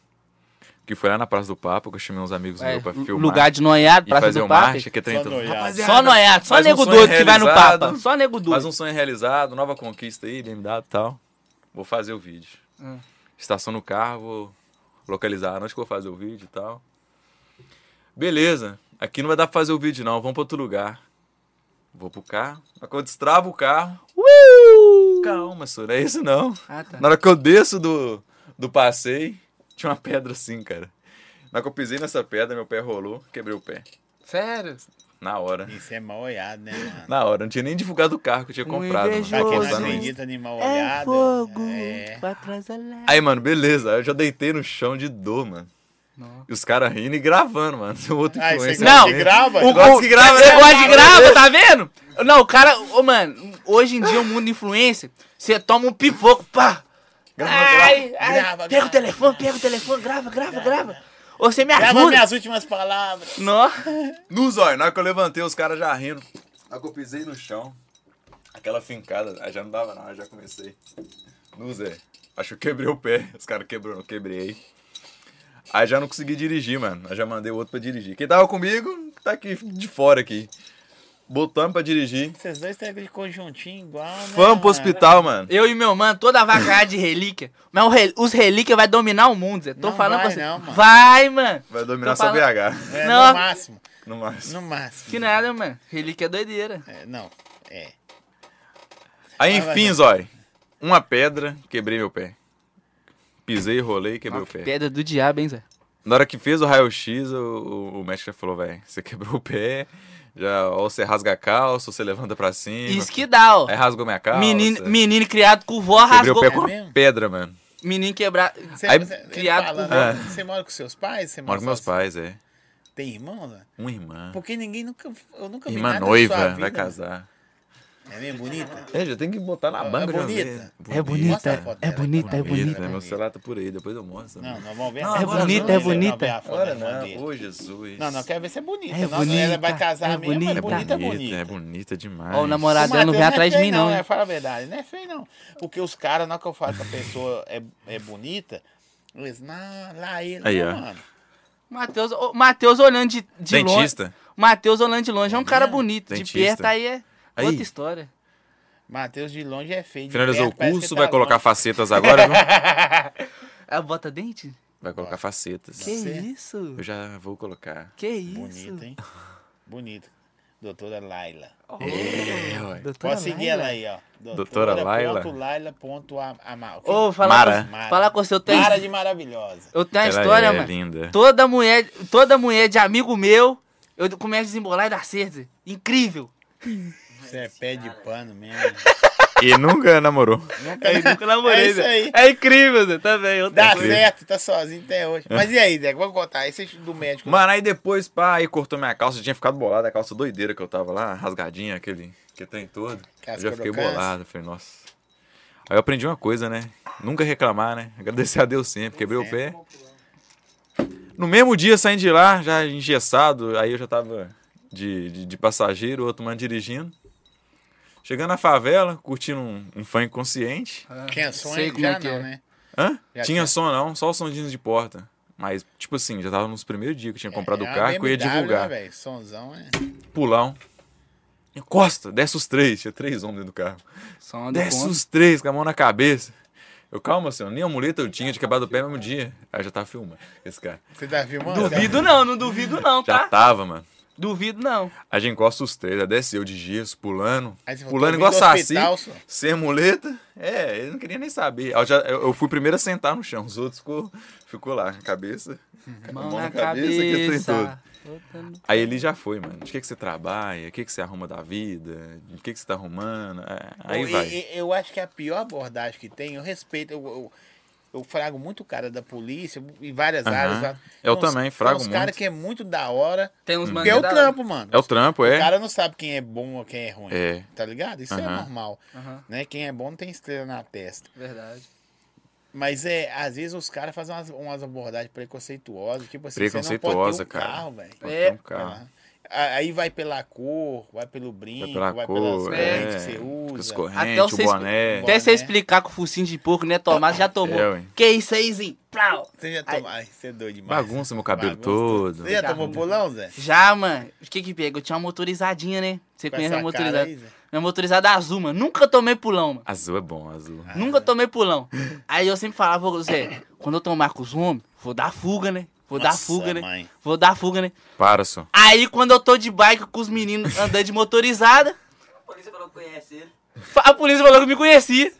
que foi lá na Praça do Papo, que eu chamei uns amigos meus pra
É,
filmar.
Lugar de noiado,
e
praça
fazer
do
o
papo.
marketing, que é trem
Só
todo.
noiado.
Só noiado, só
mais um
nego
sonho
doido que vai no
realizado.
papa. Só nego
Mais um
doido.
sonho realizado, nova conquista aí, BMW e tal. Vou fazer o vídeo.
Hum.
Estação no carro, vou localizar onde que eu vou fazer o vídeo e tal. Beleza, aqui não vai dar pra fazer o vídeo não, vamos pra outro lugar. Vou pro carro, na hora que eu destravo o carro. Calma, senhor, não é isso não.
Ah, tá.
Na hora que eu desço do, do passeio, tinha uma pedra assim, cara. Na hora que eu pisei nessa pedra, meu pé rolou, quebrei o pé.
Sério?
Na hora.
Isso é mal olhado, né, mano?
Na hora, não tinha nem divulgado o carro que eu tinha
Um
comprado. mano.
Pra quem
Jogo,
não
Lá no
né?
acredita em mal
É
olhado.
fogo.
é.
Vai atrás lá.
Aí, mano, beleza. Eu já deitei no chão de dor, mano.
Não.
E os caras rindo e gravando, mano. Seu outro
Ah,
influencer.
você
Não,
gosta de grava?
é o- Gosta que grava,
Você
né?
gosta de grava, tá vendo? Não, o cara, ô, mano, hoje em dia o mundo influência, você toma um pipoco, pá. Ai, ai,
grava,
pega o
grava.
telefone, pega o telefone, grava, grava, grava. Ô, Você me
Grava
ajuda.
minhas últimas palavras.
Nó.
No zóio, na hora que eu levantei, os caras já rindo. Na hora que eu pisei no chão, aquela fincada, aí já não dava não, aí já comecei. No Zé, acho que eu quebrei o pé. Os caras quebrou, não quebrei. Aí já não consegui dirigir, mano. Aí já mandei o outro pra dirigir. Quem tava comigo, tá aqui de fora aqui. Botamos pra dirigir.
Vocês dois têm aquele conjuntinho igual, né?
Vamos pro
mano?
hospital, mano.
Eu e meu mano, toda vaca de relíquia. Mas o rel- os relíquias vai dominar o mundo, Zé. Tô
Não
falando
vai
pra você.
não, mano.
Vai, mano.
Vai dominar
Tô falando-
só BH.
É,
Não.
No máximo.
No máximo.
No máximo.
Que nada, mano. Relíquia é doideira.
É, não. É.
Aí,
Vai, vai,
enfim,
vai.
Zói. Uma pedra, quebrei meu pé. Pisei, rolei, quebrei o pé.
Pedra do diabo, hein, Zé.
Na hora que fez o raio-x, o, o- o médico já falou, velho, você quebrou o pé, já, ou você rasga a calça, ou você levanta pra cima.
Isso que dá,
É.
ó.
Aí rasgou minha calça.
Menino, menino criado com vó
Quebrei
rasgou.
o pé com
É mesmo?
uma pedra, mano.
Menino quebrar.
Você,
Aí,
você, ele
criado
fala,
com-
né? Você mora com seus pais? Você
Moro com
mora
meus
sozinho?
pais, é.
Tem irmão, né?
Uma irmã.
Porque ninguém nunca. Eu nunca vi
Irmã
nada da sua
noiva,
vida,
vai casar.
mano. É bem bonita.
É, já tem que botar na
É
banca. de uma
bonita.
vez.
É
Mostra a
bonita,
foto
é
dela,
bonita, é
Bonita,
bonita.
né? Meu celular tá por aí, depois eu mostro.
Não,
Não,
nós vamos ver.
Não,
a
É
foto
bonita,
dela.
é
Nós vamos
bonita.
ver a foto da
Agora
irmã dele.
não, ô Jesus.
Não, não, quero ver se é bonita.
É
Nossa, ela vai
bonita,
casar
é
mesmo, é bonita,
bonita.
é bonita.
É bonita demais.
Ó, o namorado-
O
dela não
Matheus
vem Tá atrás de
é
mim,
feio,
não, né?
né? Fala a verdade, não é feio, não. Porque os caras, na hora que eu falo que a pessoa é, é bonita, eles, não, lá ele,
Aí,
não,
ó.
mano.
Matheus, ô, Matheus olhando de, de longe.
Dentista.
Matheus olhando de longe é um cara
mesmo?
bonito. De
Dentista.
perto aí é
Aí.
outra história.
Matheus de longe é feio. de
Finalizou o
perto parece que
curso,
tá
vai colocar
longe.
facetas agora, viu?
Ah, bota dente?
Vai colocar facetas.
Que isso?
Eu já vou colocar.
Que isso?
Bonito, hein? Bonito. Doutora Laila.
Oh.
É, ué.
Doutora
Pode seguir
Laila.
ela aí, ó.
Doutora Laila?
ponto Laila ponto a- Amal.
Ô, fala
Mara.
com, fala com você, eu tenho,
Cara de maravilhosa.
eu tenho uma
Ela
história,
é
mano.
linda.
Toda mulher, toda mulher de amigo meu, eu começo a desembolar e dar certo. Incrível.
Você é pé de pano mesmo.
E nunca namorou.
Aí nunca namorei,
É isso
Zé.
aí.
É incrível, Zé. Tá bem. outra
Dá
coisa.
certo, tá sozinho até hoje. Mas e aí, Zé? Vamos contar. Esse é do médico.
Mano, aí depois, pá, aí cortou minha calça. Eu tinha ficado bolado, a calça doideira que eu tava lá, rasgadinha, aquele que tem todo. Eu
Casca
já fiquei
do câncer.
bolado, falei, nossa. Aí eu aprendi uma coisa, né? Nunca reclamar, né? Agradecer a Deus sempre. Quebrei o pé. No mesmo dia, saindo de lá, já engessado, aí eu já tava de, de, de passageiro, outro mano dirigindo. Chegando na favela, curtindo um, um funk consciente.
Tinha
Sei
sonho?
como
Já
é que
não,
é.
né?
Hã?
Já
tinha
tinha.
som não, só o somzinho de porta. Mas, tipo assim, já tava nos primeiros dias que eu tinha comprado
É
o
uma
carro, que eu ia
BMW,
divulgar.
Né, velho? Sonzão, é.
pulão. um. Encosta, desce os três. Tinha três homens dentro do carro.
Só uma do
Desce
conto.
os três, com a mão na cabeça. Eu, calma, senhor, nem a muleta eu tinha de quebrado o pé no mesmo dia. Aí já tava filmando esse cara.
Você tá filmando?
Duvido não, não duvido não,
Já
tá?
tava, mano.
Duvido não.
Aí já encosta os três, já desceu de gesso, pulando.
Aí você falou,
Pulando
tô
igual
vindo do
saci,
hospital, só.
sem muleta. É, ele não queria nem saber. Aí Eu, já, eu, eu fui primeiro a sentar no chão, os outros ficou, ficou lá, a cabeça.
É
com a
Mão na
que eu sei tudo.
cabeça.
Aí ele já foi, mano. De que, que você trabalha? O que, que você arruma da vida? O que, que você tá arrumando? É, aí
eu,
vai.
e- e- Eu acho que a pior abordagem que tem, eu respeito, eu, eu, eu frago muito o cara da polícia, em várias
Aham.
áreas. lá.
Eu
Tem uns-
também frago
Tem uns
muito.
caras que é muito da hora,
Tem uns
porque é o
maneiros.
trampo, mano.
É o trampo,
O
é.
cara não sabe quem é bom ou quem é ruim.
É.
Tá ligado? Isso é
Aham.
normal.
Aham,
Né? Quem é bom não tem estrela na testa.
verdade.
Mas é, às vezes os caras fazem umas, umas abordagens preconceituosas, tipo assim, você
Preconceituosa,
não pode ter um
cara.
carro, velho.
Pô,
É.
tem um carro.
Aham. A- Aí vai pela cor, vai pelo brinco,
pela
vai pelas
cor,
correntes que
é,
você
com as
usa.
correntes,
Até
o,
o seis-
boné.
Boné.
Até você explicar com o focinho de porco, né, Tomás? Já tomou.
É, ué.
que isso aí, Zinho? Plau.
Você já tomou. Ai, você é doido demais.
Bagunça meu cabelo
Bagunça tudo.
todo.
Você um já
né?
tomou pulão, Zé?
Já, mano. O que que pega? Eu tinha uma motorizadinha, né? Você
Com
conhece
essa
minha
cara
motorizada?
aí, Zé?
minha motorizada azul, mano. Nunca tomei pulão, mano.
Azul é bom, azul.
Ah.
Nunca tomei pulão. Aí eu sempre falava, ô, Zé, quando eu tomar com os homens, vou dar fuga, né? Vou dar
Nossa,
fuga, né?
mãe.
Vou dar fuga, né?
Para, só.
Aí quando eu tô de bike com os meninos andando de motorizada,
Por isso que eu não conheço ele.
a polícia falou que me conhecia.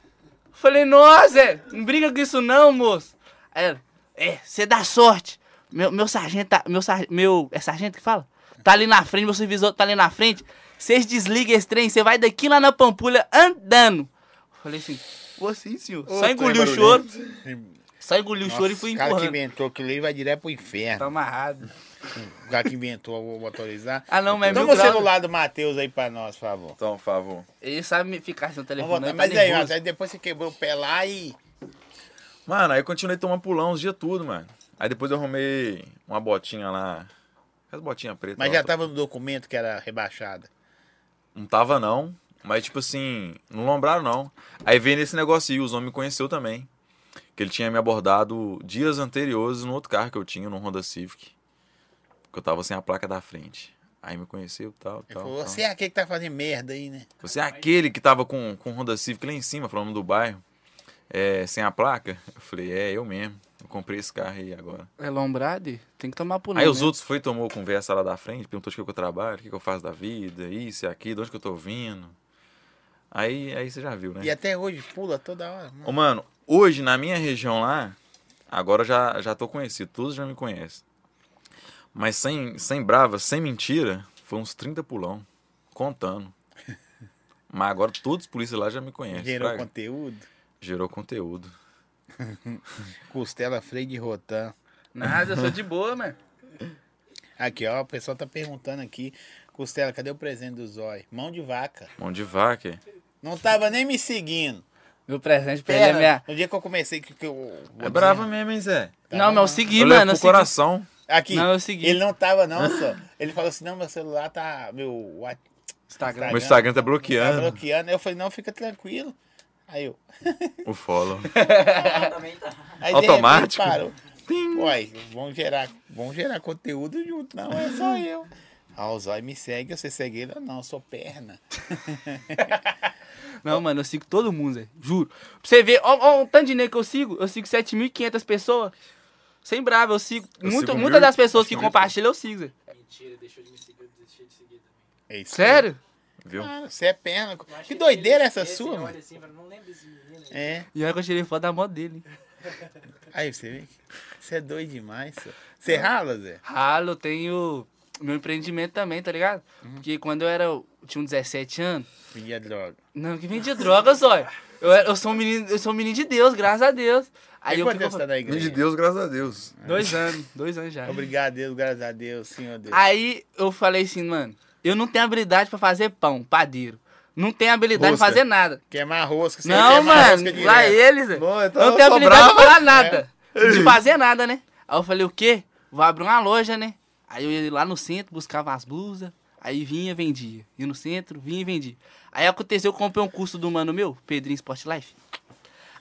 Falei, nossa, Zé, não briga com isso não, moço. Aí ela, é, você dá sorte. Meu, meu sargento tá. Meu, sar, meu. É sargento que fala? Tá ali na frente, meu supervisor tá ali na frente. Vocês desligam esse trem, você vai daqui lá na Pampulha andando. Falei assim, vou sim, senhor.
Ô,
Só
trem
engoliu o
barulhento.
choro. Só engoliu o choro e
Nossa,
fui
o cara que
empurrando.
inventou aquilo ali vai direto pro
Tá
inferno.
amarrado.
O cara que inventou o motorizar.
Ah, não, mas é
Toma o
mil graus.
celular do Matheus aí pra nós, por favor.
Então, por favor.
Ele sabe me ficar sem o
Vamos
telefone.
voltar.
ele
Mas
tá
aí,
nervoso.
Matheus, aí depois você quebrou o pé lá e.
Mano, aí eu continuei tomando pulão os dias tudo, mano. Aí depois eu arrumei uma botinha lá. As botinhas pretas.
Mas
lá,
já
tô-
tava no documento que era rebaixada.
Não tava, não. Mas, tipo assim, não lembraram, não. Aí veio nesse negócio aí, os homens me conheceu também. Que ele tinha me abordado dias anteriores no outro carro que eu tinha, no Honda Civic. Que eu tava sem a placa da frente. Aí me conheceu, tal,
Ele
tal.
falou,
tal.
você é aquele que tá fazendo merda aí, né?
Você é aquele que tava com, com o Honda Civic lá em cima, falando do bairro, é, sem a placa? Eu falei, é, eu mesmo. Eu comprei esse carro aí agora.
É lombrade? Tem que tomar pulão.
aí os
né?
outros foi, tomou conversa lá da frente, perguntou de que, que eu trabalho, o que, que eu faço da vida, isso e aquilo, de onde que eu tô vindo. Aí, aí você já viu, né?
E até hoje pula toda hora. mano.
Ô, mano, hoje na minha região lá, agora eu já, já tô conhecido, todos já me conhecem. Mas sem, sem brava, sem mentira, foi uns 30 pulão, contando. Mas agora todos os polícias lá já me conhecem.
Gerou
fraga.
conteúdo.
Gerou conteúdo.
Costela freio de rotan.
Nada, eu sou de boa, mano.
Aqui, ó, o pessoal tá perguntando aqui. Costela, cadê o presente do Zói? Mão de vaca.
Mão de vaca.
Não tava nem me seguindo.
Meu presente pra ele é
Pera,
minha.
no dia que eu comecei, que, que eu.
É brava mesmo, hein, Zé?
Tá
não,
bom,
mas eu
não.
segui,
Eu levo
mano. assim, Eu
pro
segui.
coração.
Aqui.
Não, eu segui.
Ele não tava, não, só. Ele falou assim: não, meu celular tá. Meu wa-
Instagram.
Meu Instagram tá
tá
bloqueando
bloqueando. Eu falei: não, fica tranquilo. Aí eu.
o follow.
Eu também tá.
Aí, de
Automático.
repente, parou. Uai, vão gerar, vão gerar conteúdo junto, não é só eu. Ah, o Zói me segue, você segue ele? Eu não, eu sou perna.
Não, mano, eu sigo um todo mundo, Zé. Juro. Pra você ver, ó, ó, o tanto de nego que eu sigo. Eu sigo 7.500 pessoas. Sem brava, eu sigo.
Eu
Muito,
sigo
muitas
mil-
das pessoas
acho
que
que mil-
compartilham, eu sigo. Zé.
Mentira, deixou de me seguir, eu deixei de seguir também.
É isso.
Sério?
Viu?
Cara, você é perna.
Eu acho
Que
ele-
doideira
é
essa
esse
sua,
olha
mano.
assim, fala, não lembro desse menino. aí.
É.
E olha que eu tirei foto da moto dele. hein?
Aí você vê. que Você é doido demais, só. Você
Ah.
rala, Zé?
Ralo, eu tenho meu empreendimento também, tá ligado? Porque quando eu era. eu tinha uns 17 anos.
Vendia droga.
Não, que vendia drogas, olha. Eu, era- eu sou um menino, eu sou um menino de Deus, graças a Deus. Aí
Aí
eu
quanto
fico
tempo você tá na
Menino
igreja?
de Deus, graças a Deus.
Dois anos, dois anos já.
Obrigado, a Deus, graças a Deus, Senhor Deus.
Aí eu falei assim, mano, eu não tenho habilidade pra fazer pão, padeiro. Não tenho habilidade
Rosca.
pra fazer nada.
Queimar rosca, você
não,
queima
mano,
rosca
lá é
direto.
eles. Zé.
Bom, então
Eu não
eu
tenho
sou
habilidade
bravo. É.
pra falar nada. De fazer nada, né? Aí eu falei, o quê? Vou abrir uma loja, né? Aí eu ia lá no centro, buscava as blusas, aí vinha, vendia. Ia no centro, vinha e vendia. Aí aconteceu, eu comprei um curso do mano meu, Pedrinho Sport Life.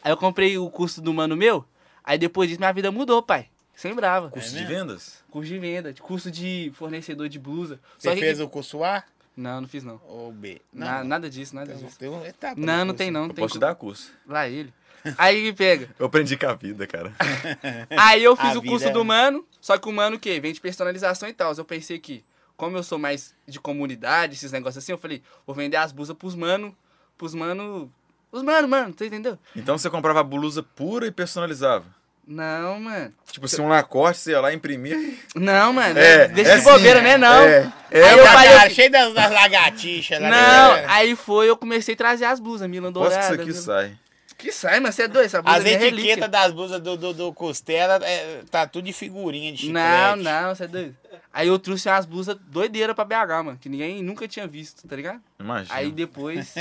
Aí eu comprei o curso do mano meu, aí depois disso minha vida mudou, pai. Sem brava.
Curso de
mesmo?
vendas?
Curso de venda, de curso de fornecedor de blusa.
Você fez o curso A
Não, não fiz não.
ou B?
Na-
Não,
nada disso, nada
Tá
tem- um-
disso.
tem uma etapa
Não,
do
não
curso.
tem não. não
Eu
tem
posso te dar curso.
cu- Lá ele. Aí me pega.
Eu aprendi com a vida, cara.
Aí eu
A
fiz o
vida
curso
é-
um-
do mano, só que o mano o quê? Vende personalização e tal. Eu pensei que, como eu sou mais de comunidade, esses negócios assim, eu falei, vou vender as blusas pros mano, pros mano... Os mano, mano, tu entendeu?
Então você comprava a blusa pura e personalizava.
Não, mano.
Tipo, se um lacorte, você ia lá imprimir.
Não, mano.
É,
deixa
é
de bobeira,
sim.
né? Não.
É, é,
aí eu
Tá,
falei,
cara,
assim,
cheio das, das lagartixas lá
não,
dentro. né?
aí foi, eu comecei a trazer as blusas, Milan
né, Posso
Dourada. né?
que isso aqui
Milan-
sai.
Que sai, mano, você é doido, essa blusa
As
minha é relíquia.
etiquetas das blusas do, do, do Costela é, tá tudo de figurinha de chiclete.
Não, não, você é doido. Aí eu trouxe umas blusas doideiras pra BH, mano, que ninguém nunca tinha visto, tá ligado?
Imagina.
Aí depois.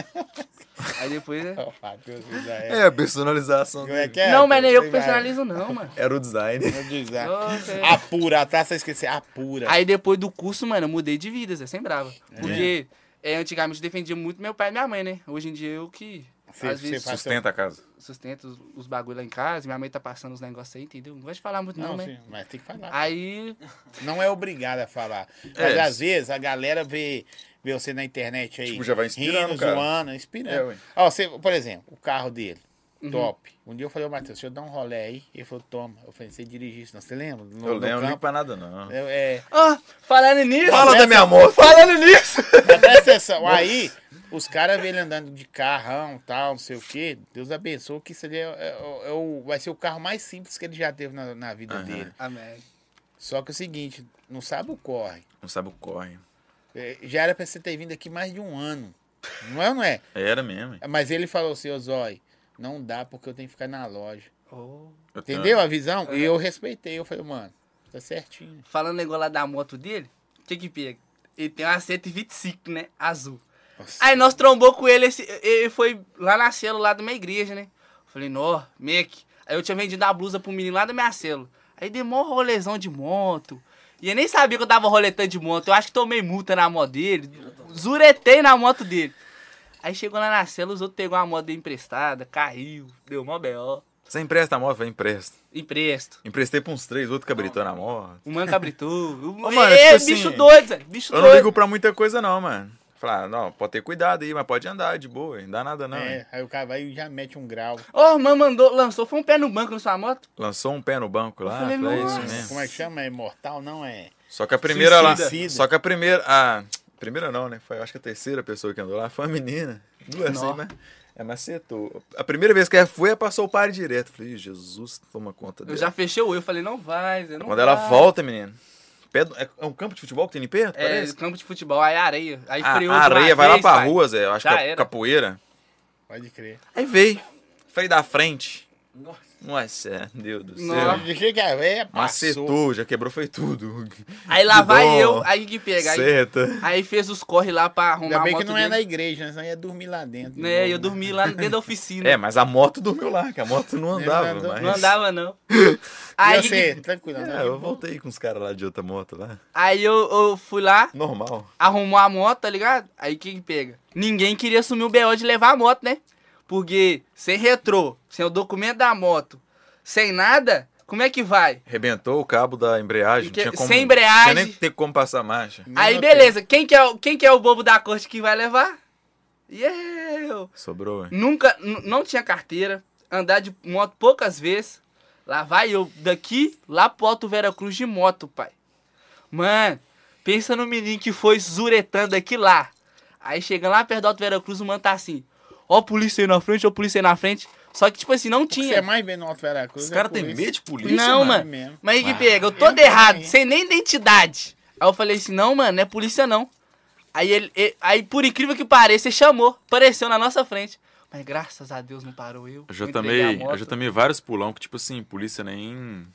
aí depois, né?
Ó, Matheus, isso aí
É, a personalização.
Como é
dele.
que é?
não, mas nem eu que
Sei lá.
personalizo, não, mano.
Era o design.
Vou dizer.
Nossa, é.
Apura, atrás você esquecer. Apura.
Aí depois do curso, mano, eu mudei de vida, Zé, sem brava. Porque é, antigamente eu defendia muito meu pai e minha mãe, né? Hoje em dia eu que
Cê-
às
cê
vezes
faz-
Sustenta a casa.
sustento os, os bagulho lá em casa, minha mãe tá passando os negócios aí, entendeu? Não gosto de falar muito, não, né?
sim, mas tem que falar.
Aí.
Não é obrigado a falar. Mas
É.
às vezes a galera vê, vê você na internet aí.
Tipo, já vai inspirando,
rindo,
cara.
zoando,
É,
inspirando.
ué.
Ó, você, por exemplo, o carro dele.
Uhum.
Top. Um dia eu falei, ô Matheus, deixa eu dar um rolê aí. Ele falou, toma. Eu falei, você dirigir isso, não? Você lembra? No- no
eu lembro, não ligo
campo.
pra nada, não.
Eu, é,
Ah, falando nisso. né?
Fala da minha moto.
Falando nisso!
Mas presta atenção. Aí, os caras vê ele andando de carrão, tal, não sei o quê. Deus abençoe que isso ali é, é- é o, vai ser o carro mais simples que ele já teve na, na vida
Aham.
dele.
Amém.
Só que é o seguinte, não sabe o corre.
Não sabe o corre.
É, Já era pra você ter vindo aqui mais de um ano. Não é ou não é?
Era mesmo. hein?
Mas ele falou assim, ô Zói, não dá porque eu tenho que ficar na loja.
Oh.
Eu tenho-
Entendeu a visão? E eu respeitei. Eu falei, mano, tá certinho.
Falando negócio lá da moto dele, o que que pega? Ele tem uma 125, né? Azul.
Nossa.
Aí nós trombou com ele, esse, ele foi lá na célula lá de uma igreja, né? Falei, nó, Mac. Aí eu tinha vendido a blusa pro menino lá da minha célula. Aí dei mó rolezão de moto. E eu nem sabia que eu tava roletando de moto. Eu acho que tomei multa na moto dele. Zuretei na moto dele. Aí chegou lá na célula, os outros pegou uma moto dele emprestada, caiu, deu mó B.O.
Você empresta a moto? Eu falei, empresto.
Empresto.
Emprestei pra uns três, outro cabritou na moto.
O mano cabritou.
Ô,
O...
mano,
é,
tipo
bicho
assim,
doido, Zé. Bicho
Eu
doido.
não ligo pra muita coisa, não, mano. Falar, "Ah, não, pode ter cuidado aí, mas pode andar de boa, não dá nada não.
É,
hein.
aí o cara vai e já mete um grau.
Ô, a irmã mandou, lançou, foi um pé no banco na sua moto?
Lançou um pé no banco lá,
falei,
falei, é
nossa.
isso mesmo.
Como é que chama? É imortal? Não é?
Só que a primeira lá.
Suicida.
Só que a primeira. A primeira não, né? Foi, acho que a terceira pessoa que andou lá foi uma menina. Duas
Nó.
assim, né? É, mas acertou. A primeira vez que ela foi, ela passou o par direto. Falei, "Ih, Jesus, toma conta dela.
Eu já fechei o eu, falei, não vai, Zé, não
Quando ela
vai.
volta, menino. pé do- É é um campo de futebol que tem ali perto?
É,
parece?
campo de futebol, aí areia. Aí
A,
freou.
a
de uma
areia vai lá
vez,
pra
pai.
rua, Zé. Eu acho
Já
que é
era.
capoeira.
Pode crer.
Aí veio. Freio da frente.
Nossa.
Nossa, meu Deus do
Nó.
céu.
De que que a véia passou?
Macetou, já quebrou, foi tudo.
Aí lá
Que
vai
bom.
eu, aí que pega. Aí,
Seta.
aí fez os corre lá pra arrumar
Ainda
a
bem
moto
que não é
dele.
na igreja, né? senão ia dormir lá dentro.
É, eu dormi lá dentro da oficina.
É, mas a moto dormiu lá, que a moto não andava
andou.
mais.
Não andava, não.
Aí
Aí, que-
você, tranquilo. né?
É, eu voltei com os caras lá de outra moto lá.
aí eu, eu fui lá,
Normal.
arrumou a moto, tá ligado? Aí o que que pega? Ninguém queria assumir o BO de levar a moto, né? Porque sem retrô, sem o documento da moto, sem nada, como é que vai?
Rebentou o cabo da embreagem.
E que-
tinha como,
sem embreagem.
Tinha nem ter como passar a marcha.
Aí beleza, quem que, é o, quem que é o bobo da corte que vai levar? E eu.
Sobrou, hein?
Nunca, n- não tinha carteira, andar de moto poucas vezes. Lá vai eu, daqui, lá pro Alto Vera Cruz de moto, pai. Mano, pensa no menino que foi zuretando aqui lá. Aí chegando lá perto do Alto Vera Cruz, o mano tá assim. Ó a polícia aí na frente, ó a polícia aí na frente. Só que, tipo assim, não
O que você é
tinha.
mais vê no Alto Veracruz.
Os
é
caras têm
polícia.
medo de polícia,
Não,
mano.
mano.
é mesmo.
Mas aí que
Ah,
pega, eu
eu
todo
também.
errado, sem nem identidade. Aí eu falei assim, não, mano, não é polícia não. Aí ele, ele- aí por incrível que pareça, ele chamou, apareceu na nossa frente. Mas graças a Deus não parou eu.
Eu já,
entreguei a
tomei, eu
moto.
já tomei vários pulão que, tipo assim, polícia nem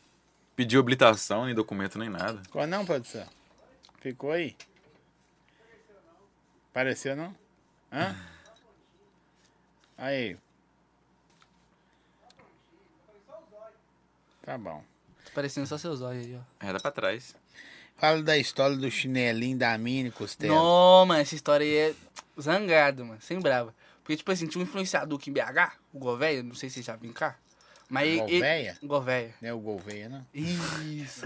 pediu habilitação, nem documento, nem nada.
Qual não, produção? Ficou aí? Apareceu não? Hã? Aí. Tá bom.
Tá parecendo só seus olhos aí, ó.
É, dá pra trás.
Fala da história do chinelinho da Mini Costela.
Não, mano, essa história aí é zangado, mano, sem brava. Porque, tipo assim, tinha um influenciador aqui em BH, o Gouveia, não sei se vocês já vêm cá. Mas ele-
É
Ele,
Gouveia?
Gouveia.
Não é o Gouveia, não?
Isso.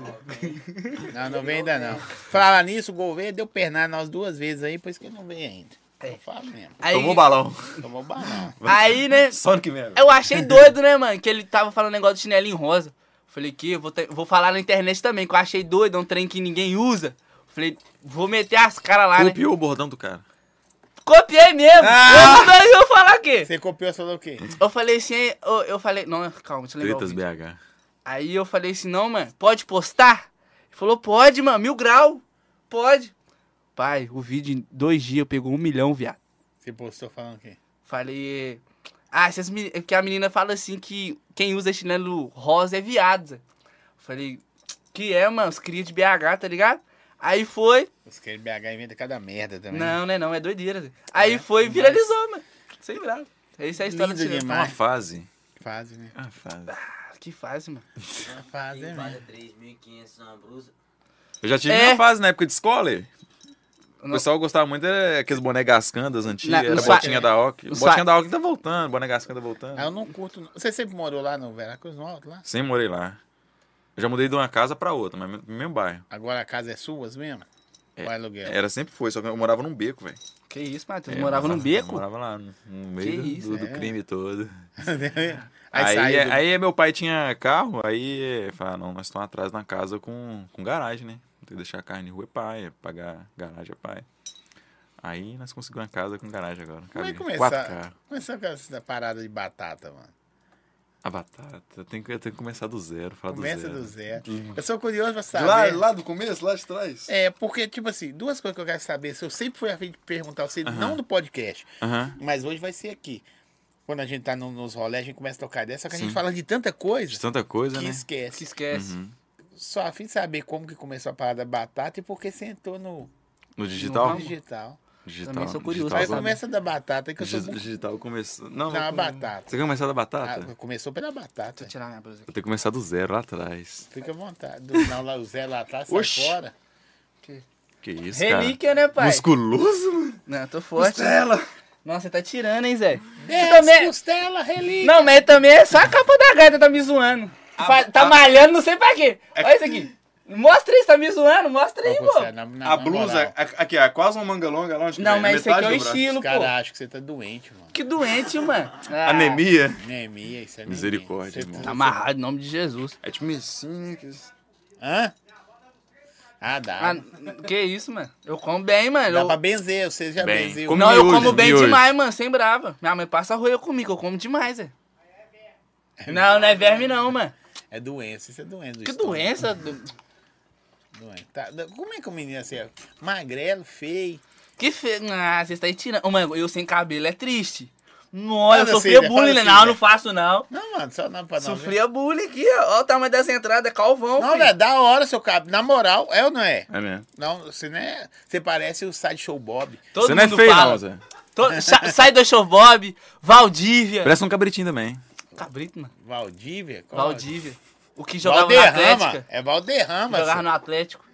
Não, não vem ainda não. Falar nisso, o Gouveia deu pernada nós duas vezes aí, por isso que ele não veio ainda.
É.
Eu falo mesmo.
Então
Aí,
Tomou balão.
Tomou balão.
aí, né,
Só no que
É
vem. agora.
Eu achei doido, né, mano? Que ele tava falando negócio de chinelinho rosa. Falei que eu vou, ter- vou falar na internet também, que eu achei doido, é um trem que ninguém usa. Falei, vou meter as caras lá, né?
Copiou Ah! o bordão do cara.
Copiei mesmo! Eu não sei o que eu vou falar o quê?
Você copiou, você falou o quê?
Eu falei assim, eu, eu falei, não, calma, deixa eu lembrar. o
Tretas
vídeo.
BH.
Aí eu falei assim, não, mano, pode postar? Ele falou, pode, mano, mil grau, pode. Pai, o vídeo em dois dias pegou um milhão, viado.
Você postou falando o quê?
Falei. Ah, essas meni- é porque a menina fala assim que quem usa chinelo rosa é viado. Falei, que é, mano? Os cria de BH, tá ligado? Aí foi.
Os que BH inventa cada merda também.
Não, né? Não, é doideira. Zé. Aí
É,
foi,
demais.
viralizou, mano. Sem bravo. Essa é a história do
Lindo
chinelo.
É uma
demais.
fase.
Fase, né?
É uma fase.
Ah, que fase, mano.
É fase, né?
Vale 3.500 na brusa.
Eu já tive
É.
minha fase na época de escola. e O
Não.
pessoal gostava muito era aqueles boné gascandas antigos,
Na-
era
os
botinha
fa-
da Ock.
os fa-
Botinha da Ock tá voltando, boné gascanda voltando.
Ah, eu não curto. não. Você sempre morou lá no Veracruz, no alto lá?
Sem morei lá. Eu já mudei de uma casa pra outra, mas no mesmo bairro.
Agora a casa é suas mesmo?
É.
Ou é aluguel?
Era, sempre foi, só que eu morava num beco, velho.
Que isso, Matheus?
É,
morava num
Eu
beco?
morava lá, no, no meio do-
isso,
do, do
é.
crime todo.
aí,
Aí, é- aí,
saiu. do-
meu pai tinha carro, aí fala, não, nós estamos atrás na casa com, com garagem, né? Tem que deixar a carne em rua é pai, é pagar garagem é pai. Aí nós conseguimos uma casa com garagem agora.
Como é
cabe
que
Quatro carros.
começou? Começou com essa parada de batata, mano.
A batata, tem que, tem que começar do zero, falar
Começa do
do zero.
zero. Eu sou curioso pra saber.
Lá, lá do começo, lá de trás.
É, porque, tipo assim, duas coisas que eu quero saber. Se eu sempre fui a fim de perguntar, você não no podcast,
Aham.
mas hoje vai ser aqui. Quando a gente tá no- nos rolés, a gente começa a tocar dessa, só que a gente fala de tanta coisa
De tanta coisa,
que
né?
esquece.
Que esquece.
Uhum.
Só a fim de saber como que começou a parada da batata e por que você entrou no
No digital?
Não,
digital.
Digital.
Também sou curioso.
Aí
Digital,
Sabe?
começa da batata, que eu sou
Digi-
muito...
digital começou. Não,
Não, a
vou-
batata.
Você quer começar da
Ah,
batata?
começou pela batata.
Deixa eu tirar minha blusa aqui.
Eu tenho que começar do zero lá atrás.
Fica à vontade. Do, não, lá, o Zé lá atrás, sai
Oxi.
fora.
Que isso, cara.
Relíquia, né, pai?
Musculoso, mano.
Não, eu tô forte. Nossa, você tá tirando, hein, Zé?
Desce,
é-
também-
É, costela, relíquia.
Não, mas também é só a capa da gaita tá me zoando. Fa- tá malhando, não sei pra quê. Olha isso aqui. Mostra isso, tá me zoando? Mostra aí,
Ô, Costela,
pô.
na- na-
A
na
blusa,
é
moral,
a- aqui, ó, quase uma manga longa lá onde que
Não,
vem,
mas isso aqui
metade
é o
do braço.
estilo,
Os
pô.
caras acham que você tá doente, mano.
Que doente, mano. Ah,
Anemia.
Anemia, isso é anemia.
Misericórdia,
Você-
irmão.
Tá amarrado em nome de Jesus.
É tipo assim, né?
Hã? Ah, dá.
Ah, que isso, mano. Eu como bem, mano.
dá pra
É, Eu...
benzer, você já
Bem,
benzeu.
como-
Não, eu
Miojo,
como bem
miojo.
demais, mano. Sem brava. Minha mãe passa roia comigo, eu como demais, Zé. Não, não é verme não, mano.
É doença, isso é doença. do
Que
estômago.
doença. do-
Doença. Tá, da- como é que o menino é assim, ó, magrelo, feio?
Que feio. Ah, vocês tá aí tirando. Ô, mano, eu sem cabelo é triste. Nossa, eu
Fala,
sofria
Cília,
bullying.
fala,
né? não,
Cília.
não faço não.
Não, mano, só não pra não. ver.
Sofria bullying aqui, ó. Olha o tamanho dessa entrada, é calvão.
Não,
filho.
é da hora seu cabelo. Na moral, é ou não é?
É mesmo.
Não, você não é. Você parece o Sideshow Bob.
Todo
você não é
mundo
feio,
fala.
não, Zé.
To- Sa- Sai do show Bob, Valdívia.
Parece um cabritinho também.
Cabrito, mano.
Valdívia? Qual é?
Valdívia. O que jogava no
Valderrama.
Atlético.
É Valderrama.
Jogava
seu.
no Atlético.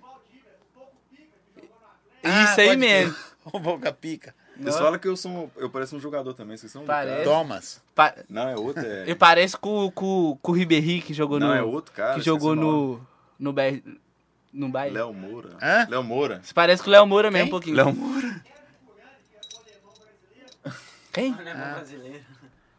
Ah,
Isso aí
pode crer.
mesmo.
O Boca Pica.
Eles falam que eu sou. Eu pareço um jogador também, vocês são. um
Parece.
cara.
Thomas.
Pa-
Não, é outro. É...
Eu pareço com, com, com o Ribéry que jogou
Não,
no.
é outro cara.
que
esqueci o
jogou
nome.
no. No Bayern. No Bayern.
Léo Moura.
Hã?
Léo Moura.
Você parece com o Léo Moura mesmo
Quem?
um pouquinho.
Léo Moura.
Quem?
Não é bom brasileiro.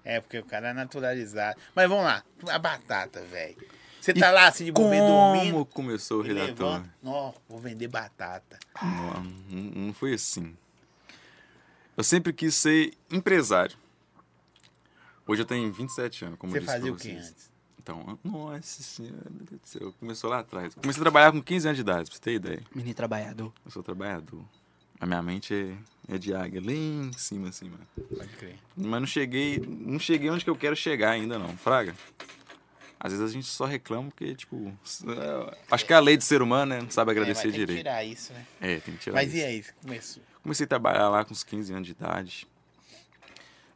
É, porque o cara é naturalizado. Mas vamos lá. A batata, velho. Você tá lá assim de bobeira dormindo.
Como começou o
Ele
redator?
levanta. Não, vou vender batata.
Não, não não foi assim. Eu sempre quis ser empresário. Hoje eu tenho 27 anos, como
Você
eu disse pra
fazia o que
vocês.
antes?
Então, an- nossa senhora, meu Deus do céu. Começou lá atrás. Eu Comecei a trabalhar com 15 anos de idade, pra você ter ideia.
Menino trabalhador.
Eu sou trabalhador. A minha mente é, é de águia, lá em cima, assim, mano.
Pode crer.
Mas não cheguei, não cheguei onde que eu quero chegar ainda não, fraga. Às vezes a gente só reclama porque, tipo, s- é, acho que é a lei do ser humano, né? Não sabe
É, mas
agradecer
tem que
direito.
tirar isso, né?
É, tem que tirar
Mas
isso.
e aí? Você Começou.
Comecei a trabalhar lá com uns 15 anos de idade.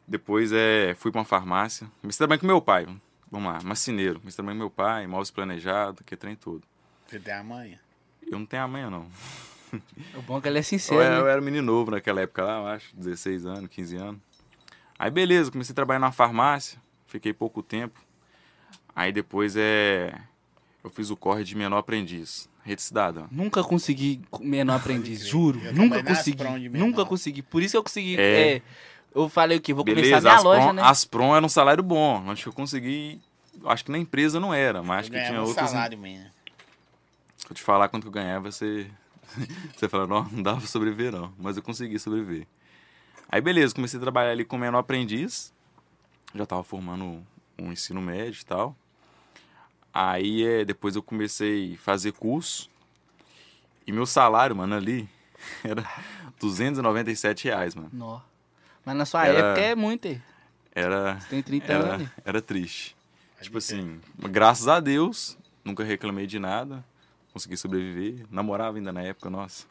Depois é, fui pra uma farmácia. Comecei a trabalhar com meu pai. Vamos lá, macineiro. Comecei a trabalhar com meu pai, móveis planejados, que é trem todo.
Você tem a manha?
Eu não tenho amanhã, não.
O bom é que ele é
Eu
sincero,
era,
né?
eu era um menino novo naquela época lá, eu acho, 16 anos, 15 anos. Aí beleza, comecei a trabalhar numa farmácia, fiquei pouco tempo. Aí depois é. Eu fiz o corre de menor aprendiz, rede cidadã.
Nunca consegui menor aprendiz,
crer.
juro.
Eu
nunca
também nasci
consegui.
pra onde menor.
Nunca consegui. Por isso que eu consegui.
É.
é, eu falei o quê? Vou começar
Beleza,
minha
as
loja,
Prom,
né?
as Prom era um salário bom. Acho que eu consegui. Acho que na empresa não era, mas acho
Eu
que
ganhava
tinha
um
outras.
salário mesmo.
Se eu te falar quanto que eu ganhava, você. você fala, não, não dava pra sobreviver, não. Mas eu consegui sobreviver. Aí beleza, comecei a trabalhar ali como menor aprendiz. Já tava formando um ensino médio e tal. Aí é, depois eu comecei a fazer curso. E meu salário, mano, ali era 297 reais, mano.
Nó. Mas na sua
Era-
época é muito, hein?
Era.
Você tem 30 anos.
era,
hein?
era triste.
Pode crer.
Tipo assim, graças a Deus, nunca reclamei de nada, consegui sobreviver, namorava ainda na época, nossa.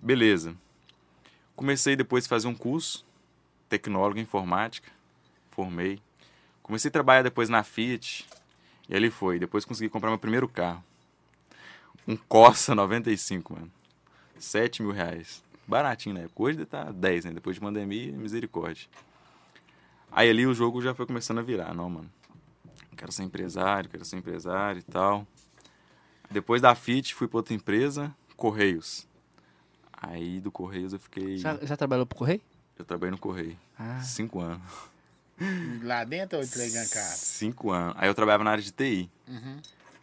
Beleza. Comecei depois a fazer um curso, tecnólogo em informática, formei. Comecei a trabalhar depois na Fiat, e ali foi. Depois consegui comprar meu primeiro carro. Um Corsa 95, mano. 7 mil reais. Baratinho na época. Hoje tá 10, né? Depois de pandemia, misericórdia. Aí ali o jogo já foi começando a virar, não, mano. Quero ser empresário, quero ser empresário e tal. Depois da FIT, fui pra outra empresa, Correios. Aí do Correios eu fiquei.
Já, já trabalhou pro Correio?
Eu trabalhei no Correio.
Ah.
Cinco anos.
Lá dentro ou
né,
entregando carro?
Cinco anos. Aí eu trabalhava na área de TI.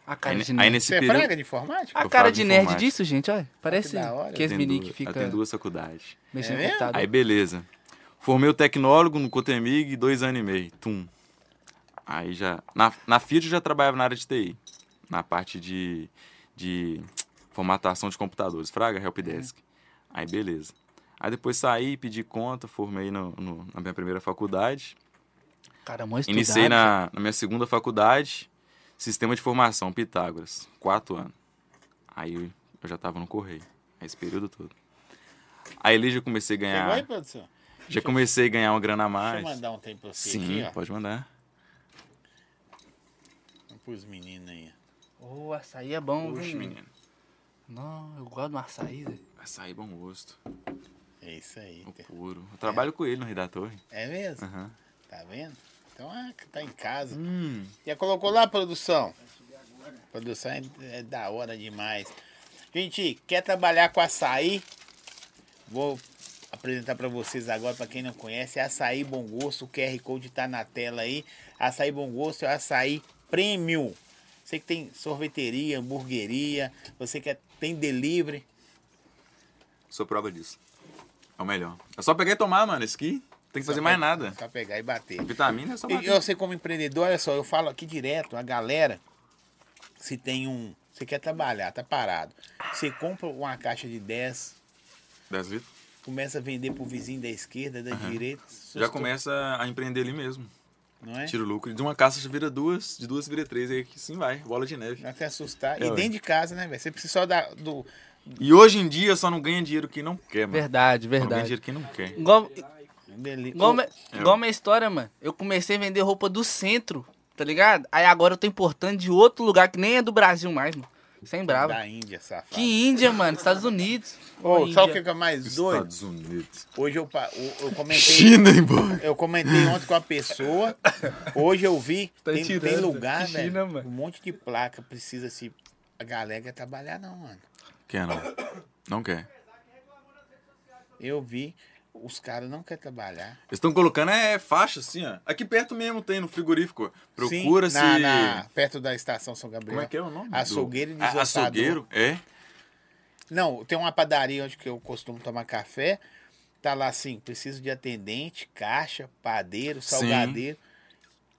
A
Aí,
cara de
aí
nerd.
nesse
Você é
período. Ah,
fraga de informática?
A
Eu
cara
falo
de
de
nerd
informática.
disso, gente, olha. Parece
da hora.
que
eu
esse
tenho
menino que
duas- Eu tenho
fica
duas faculdades.
mexendo
É
no
mesmo?
computador.
Aí beleza. Formei o tecnólogo no Cotemig, dois anos e meio. Tum. Aí já. Na, na Fiat eu já trabalhava na área de TI. Na parte de. de formatação de computadores. Fraga, helpdesk.
É.
Aí beleza. Aí depois saí, pedi conta, formei no- no- na minha primeira faculdade.
Cara, é mó estudado.
Iniciei na, na minha segunda faculdade, Sistema de Formação, Pitágoras, quatro anos. Aí eu, eu já tava no Correio, esse período todo. Aí ali já comecei a
Pegou aí,
ganhar,
produção?
já comecei a ganhar uma grana a
Deixa eu
mais.
mandar um tempo pra você
Sim,
aqui, ó.
pode mandar.
Pros meninos aí. ó.
Ô, açaí é bom,
Puxa,
viu?
menino,
Não, eu gosto de um açaí, Zé.
açaí bom gosto,
É isso aí.
o
Te-
puro. Eu trabalho com ele no Rio da Torre.
É mesmo?
Aham.
Tá vendo? Então, ah, que tá em casa.
Hum,
Já colocou lá, produção? Produção é, é da hora demais. Gente, quer trabalhar com açaí? Vou apresentar para vocês agora, para quem não conhece, é Açaí Bom Gosto. O QR Code tá na tela aí. Açaí Bom Gosto é o açaí premium. Você que tem sorveteria, hamburgueria, você que é- tem delivery.
sou prova disso. É o melhor. É só pegar e tomar, mano, esse aqui. Não Tem que fazer mais nada.
Só pegar e bater.
Vitamina é só
E
bater.
você como empreendedor, olha só, eu falo aqui direto, a galera, se tem um. Você quer trabalhar, tá parado. Você compra uma caixa de 10,
10 litros.
começa a vender pro vizinho da esquerda, da direita.
Já
susto,
começa a empreender ali mesmo.
Não é?
Tira o lucro. De uma caça já vira duas, de duas vira três, aí que sim vai, bola de neve.
Já se assustar.
É,
e
ué.
dentro de casa, né, velho? Você precisa só da, do.
E hoje em dia só não ganha dinheiro quem não quer, mano.
Verdade,
Só não ganha
verdade.
dinheiro quem não quer.
Igual,
Deli...
igual,
Ô,
me-
é.
igual minha história, mano. Eu comecei a vender roupa do centro, tá ligado? Aí agora eu tô importando de outro lugar que nem é do Brasil mais, mano. Sem brava.
Da Índia, safado.
Que Índia, mano. Estados Unidos.
Ô,
Índia.
sabe o que que é mais doido?
Estados Unidos.
Hoje eu, pa- eu, eu comentei.
China, hein, boy?
Eu comentei ontem com a pessoa. Hoje eu vi.
Tá
tem, tem
tirando.
lugar,
China,
velho.
mano.
Um monte de placa precisa se. A galera quer trabalhar, não, mano.
Quer não? Não quer.
Eu vi. Os caras não querem trabalhar.
Eles estão colocando é faixa assim, ó. Aqui perto mesmo tem no frigorífico. Procura-se.
Sim, na- na- perto da estação São Gabriel.
Como é que é o nome? do-
Açougueiro e
A-
desossador.
Açougueiro, é.
Não, tem uma padaria onde que eu costumo tomar café. Tá lá assim, preciso de atendente, caixa, padeiro,
Sim.
salgadeiro.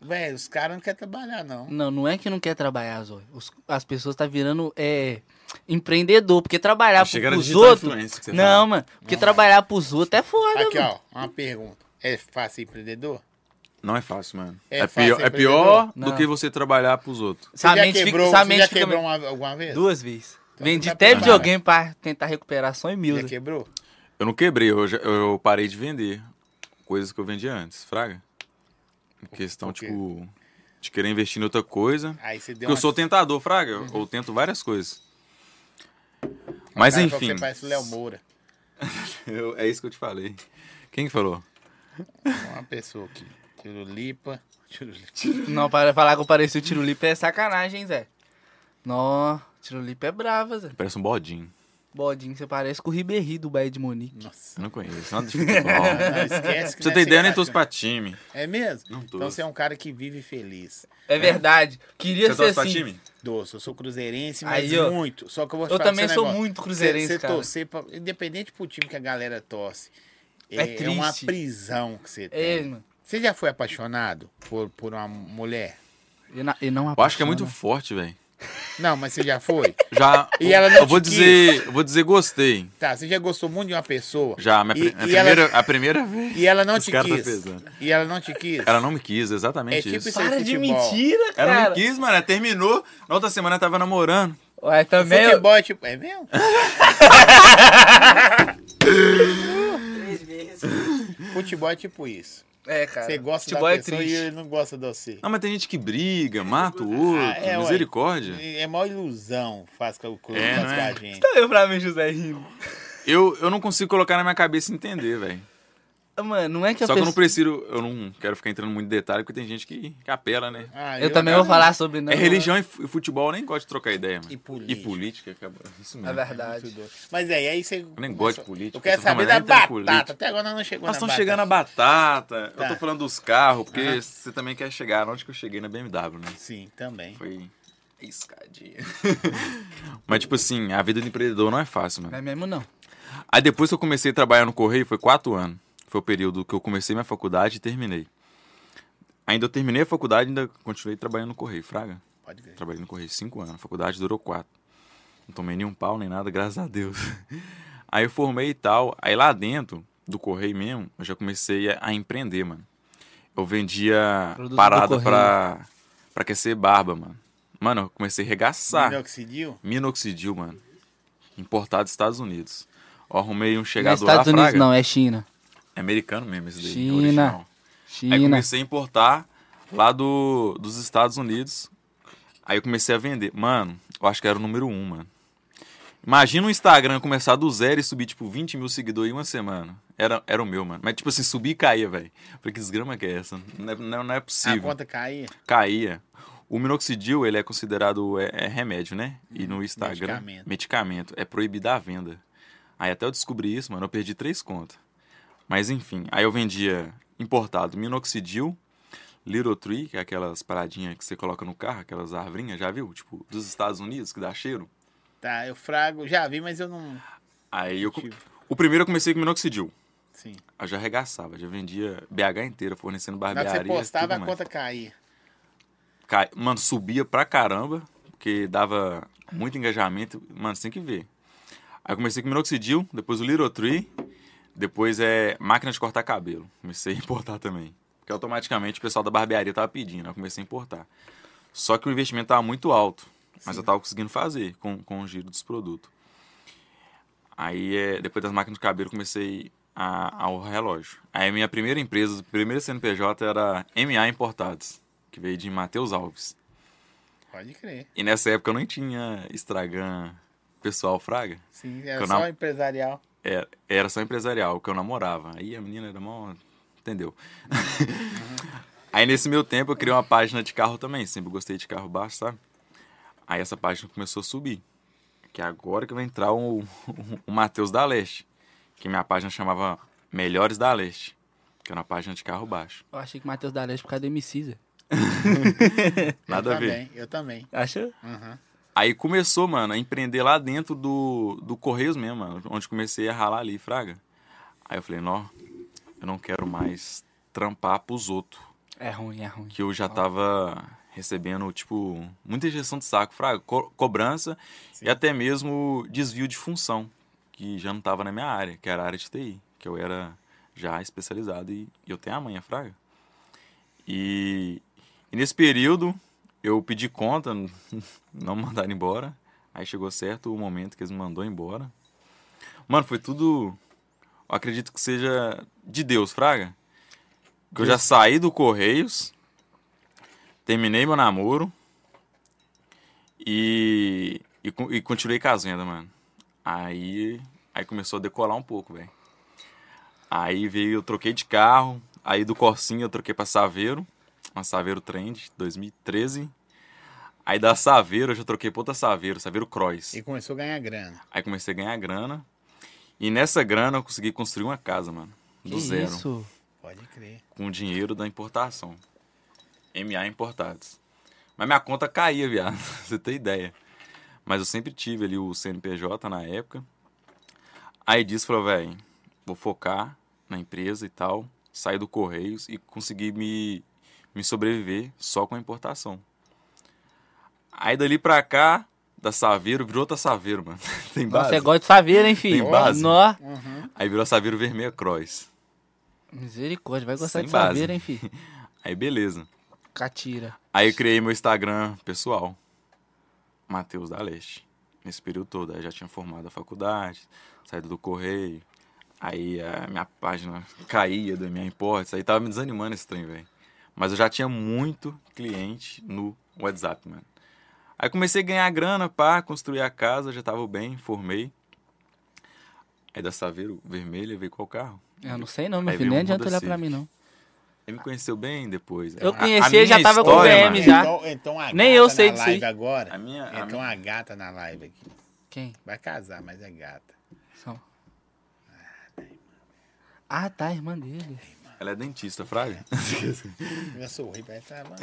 Velho, os caras não querem trabalhar, não.
Não, não é que não quer trabalhar, Zóio. Os- As pessoas tá virando é, empreendedor, porque trabalhar pro,
Tá Chegando
pros
digital
outros.
influencer que você
Não, mano, porque trabalhar pros outros é foda,
Aqui,
mano.
ó, uma pergunta. É fácil empreendedor?
Não é fácil, mano.
É
É,
fácil
pior,
ser
é pior
empreendedor?
do que você trabalhar pros outros.
Você
Sua
já
mente fica-
quebrou, um-
sua
você
mente
já
fica-
quebrou uma- alguma vez?
Duas vezes.
Então
Vendi
tá
até
preparado.
videogame pra tentar recuperar só em
Já
mil. né?
quebrou?
Eu não quebrei, eu, já- eu parei de vender coisas que eu vendia antes, fraga. Em questão,
por quê?
tipo, de querer investir em outra coisa.
Aí você deu
Porque eu
uma... Uhum.
sou tentador, fraga. Eu- Eu tento várias coisas.
O
Mas
cara falou que
enfim.
Você parece o Léo Moura.
Eu- é isso que eu te falei. Quem que falou?
Uma pessoa aqui. Tirulipa. Tirulipa.
Não, para falar que eu pareci o Tirulipa é sacanagem, hein, Zé. Nó, Tirulipa é brava, Zé.
Parece um bodinho.
Bodinho, você parece com o Ribéry do Bahia de Munique.
Nossa.
Eu não conheço. Nada de futebol. né? Pra
Não, esquece que
você
não é
ter ideia, eu nem
simpático.
torço pra time.
É mesmo?
Não torço.
Então você é um cara que vive feliz.
É verdade. Queria
Você
ser
torce pra
assim.
time?
Doce, eu sou cruzeirense, mas
Aí, ó.
muito. Só que eu vou te
Eu
falar
também
esse
sou
negócio.
muito cruzeirense,
Você- você
cara.
torcer pra- independente pro time que a galera torce. É,
É
é uma
triste.
prisão que você
É,
tem.
mano.
Você já foi apaixonado por, por uma mulher?
E na- e não
Eu acho que é muito
apaixona.
forte, velho.
Não, mas você já foi?
Já.
E ela não
eu vou
te
dizer. Eu vou dizer gostei.
Tá, você já gostou muito de uma pessoa
Já. a Minha,
E-
pri- a
e ela-
primeira, a primeira vez.
e ela não
Os
te
caras tá
quis.
pesando.
e ela não te quis.
Ela não me quis,
É
exatamente
tipo
isso.
isso aí.
Para de
futebol.
mentira,
Ela não
cara.
me quis, um mano. Ela terminou. Na outra semana ela tava namorando.
Ué, também. eu-
Futebol é tipo. É mesmo?
Três vezes.
Futebol é tipo isso.
É, cara.
Você gosta
Futebol
da
é
pessoa e
triste.
ele não gosta de você.
Não, mas tem gente que briga, mata o outro.
Ah, é, ué.
misericórdia.
É maior ilusão faz com, com,
É,
faz
não
com
é?
a gente.
Tá eu pra mim, José rindo.
Eu, eu não consigo colocar na minha cabeça e entender, velho.
Mano, não é que a
Só que eu não
pessoa-
prefiro, eu não quero ficar entrando muito em detalhe, porque tem gente que, que apela, né?
Ah,
Eu também vou falar sobre não.
é religião e fu- e futebol, eu nem gosto de trocar ideia, mano.
E política.
E política, acabou. Isso
É
mesmo.
verdade.
Muito doido. Mas é, e aí você. Eu
nem gosto de política,
Eu quero
essas
saber da
coisas, mas
batata.
nem entendo política.
Até agora nós não chegou na
Nós estamos
batata.
chegando na batata.
Tá.
Eu tô falando dos carros, porque
Aham.
você também quer chegar onde que eu cheguei na BMW, né?
Sim, também.
Foi escadinha. Mas, tipo assim, a vida do empreendedor não é fácil, mano.
Não é mesmo, não.
Aí depois que eu comecei a trabalhar no correio, foi quatro anos. Foi o período que eu comecei minha faculdade e terminei. Ainda eu terminei a faculdade e ainda continuei trabalhando no correio, fraga.
Pode crer.
Trabalhei no correio cinco anos, a faculdade durou quatro. Não tomei nenhum pau nem nada, graças a Deus. Aí eu formei e tal. Aí lá dentro do correio mesmo, eu já comecei a, a empreender, mano. Eu vendia
Produto do
parada
correio.
pra, pra aquecer barba, mano. Mano, eu comecei a arregaçar.
Minoxidil?
Minoxidil, mano. Importado dos Estados Unidos. Eu arrumei um
Não é
chegador
Estados
lá,
Unidos,
fraga.
não, é China.
É americano mesmo esse daí,
China.
original. Aí
China.
comecei a importar lá do, dos Estados Unidos. Aí eu comecei a vender. Mano, eu acho que era o número um, mano. Imagina o Instagram começar do zero e subir, tipo, 20 mil seguidores em uma semana. Era, era o meu, mano. Mas, tipo assim, subir e caía, velho. Falei, que desgrama que é essa? Não é, não é- não é
A
possível
conta cair?
caía. O minoxidil, ele é considerado é, é remédio, né? E no Instagram,
medicamento.
medicamento. É proibida a venda. Aí até eu descobri isso, mano, eu perdi três contas. Mas enfim, aí eu vendia importado minoxidil, Little Tree, que é aquelas paradinhas que você coloca no carro, aquelas arvrinhas, já viu? Tipo, dos Estados Unidos, que dá cheiro.
Tá, eu frago. Já vi, mas eu não.
Aí eu... co-
Tipo.
O primeiro eu comecei com minoxidil.
Sim.
Eu já arregaçava, já vendia BH inteira, fornecendo
Na hora
barbearia.
que você postava,
tudo
a
mais.
conta caía.
Ca- Mano, subia pra caramba, porque dava muito engajamento. Mano, você tem que ver. Aí eu comecei com minoxidil, depois o Little Tree, depois é máquina de cortar cabelo. Comecei a importar também. Porque automaticamente o pessoal da barbearia tava pedindo, aí eu comecei a importar. Só que o investimento tava muito alto, mas eu tava conseguindo fazer com, com o giro dos produtos. Aí, é, depois das máquinas de cabelo, eu comecei a, ao relógio. Aí, minha primeira empresa, o primeiro CNPJ era MA Importados, que veio de Matheus Alves.
Pode crer.
E nessa época eu nem tinha Instagram pessoal fraga.
Sim, era
Que eu
só
não-
empresarial.
Era, era só empresarial, que eu namorava. Aí a menina era mó... Entendeu? Aí nesse meu tempo eu criei uma página de carro também. Sempre gostei de carro baixo, sabe? Aí essa página começou a subir. Que é agora que vai entrar o, o Matheus da Leste. Que minha página chamava Melhores da Leste, que é na página de carro baixo.
Eu achei que Matheus da Leste por causa do MC, Zé.
Nada
eu
a ver.
Também, eu também.
Achou?
Aham.
Aí começou, mano, a empreender lá dentro do, do Correios mesmo, mano, onde comecei a ralar ali, fraga. Aí eu falei, nó, eu não quero mais trampar pros outros.
É ruim, é ruim.
Que eu já tava recebendo, tipo, muita injeção de saco, fraga, co- cobrança e até mesmo desvio de função, que já não tava na minha área, que era a área de TI, que eu era já especializado e, e eu tenho a manha, fraga. E, e nesse período eu pedi conta, não me mandaram embora. Aí chegou certo o momento que eles me mandou embora. Mano, foi tudo. Eu acredito que seja de Deus, Fraga. Que eu já saí do Correios, terminei meu namoro e, e, co- e continuei com as vendas, mano. Aí, aí começou a decolar um pouco, velho. Aí veio, eu troquei de carro. Aí do Corsinha eu troquei pra Saveiro, uma Saveiro Trend 2013. Aí da Saveiro eu já troquei pra outra Saveiro, Saveiro Cross.
E começou a ganhar grana.
Aí comecei a ganhar grana. E nessa grana eu consegui construir uma casa, mano. Do
Que
zero.
Isso.
Pode crer.
Com o dinheiro da importação. MA Importados. Mas minha conta caía, viado. pra Você tem ideia. Mas eu sempre tive ali o CNPJ na época. Aí disso falou, velho, vou focar na empresa e tal. Saí do Correios e consegui me, me sobreviver só com a importação. Aí dali pra cá, da Saveiro, virou outra Saveiro, mano. Tem base?
Nossa, é igual de saveiro, hein, filho?
Tem base?
Nó.
Uhum.
Aí virou Saveiro Vermelha Cross.
Misericórdia, vai gostar
Sem
de
base.
saveiro, hein, filho?
Aí beleza.
Catira.
Aí eu criei meu Instagram pessoal, Matheus da Leste. Nesse período todo, aí eu já tinha formado a faculdade, saído do correio. Aí a minha página caía da minha importa, aí tava me desanimando esse trem, velho. Mas eu já tinha muito cliente no WhatsApp, mano. Aí comecei a ganhar grana, pá, construir a casa, já tava bem, formei. Aí da Saveiro Vermelha veio qual carro?
Eu não sei não, meu
Aí
filho.
veio
Nem
um
adianta
Honda
olhar pra
Civic.
mim, não.
Ele me conheceu bem depois.
Eu
A- a
conheci, ele já
minha
tava com
história,
VM
mano,
já.
Então, então a
Nem
gata
eu sei
na
disso
live
aí.
agora.
A minha- a
Então a gata na live aqui.
Quem?
Vai casar, mas é gata.
São. Ah, tá, a irmã dele.
Ela é dentista, Fraga.
Eu sorri pra ela. tá, mano.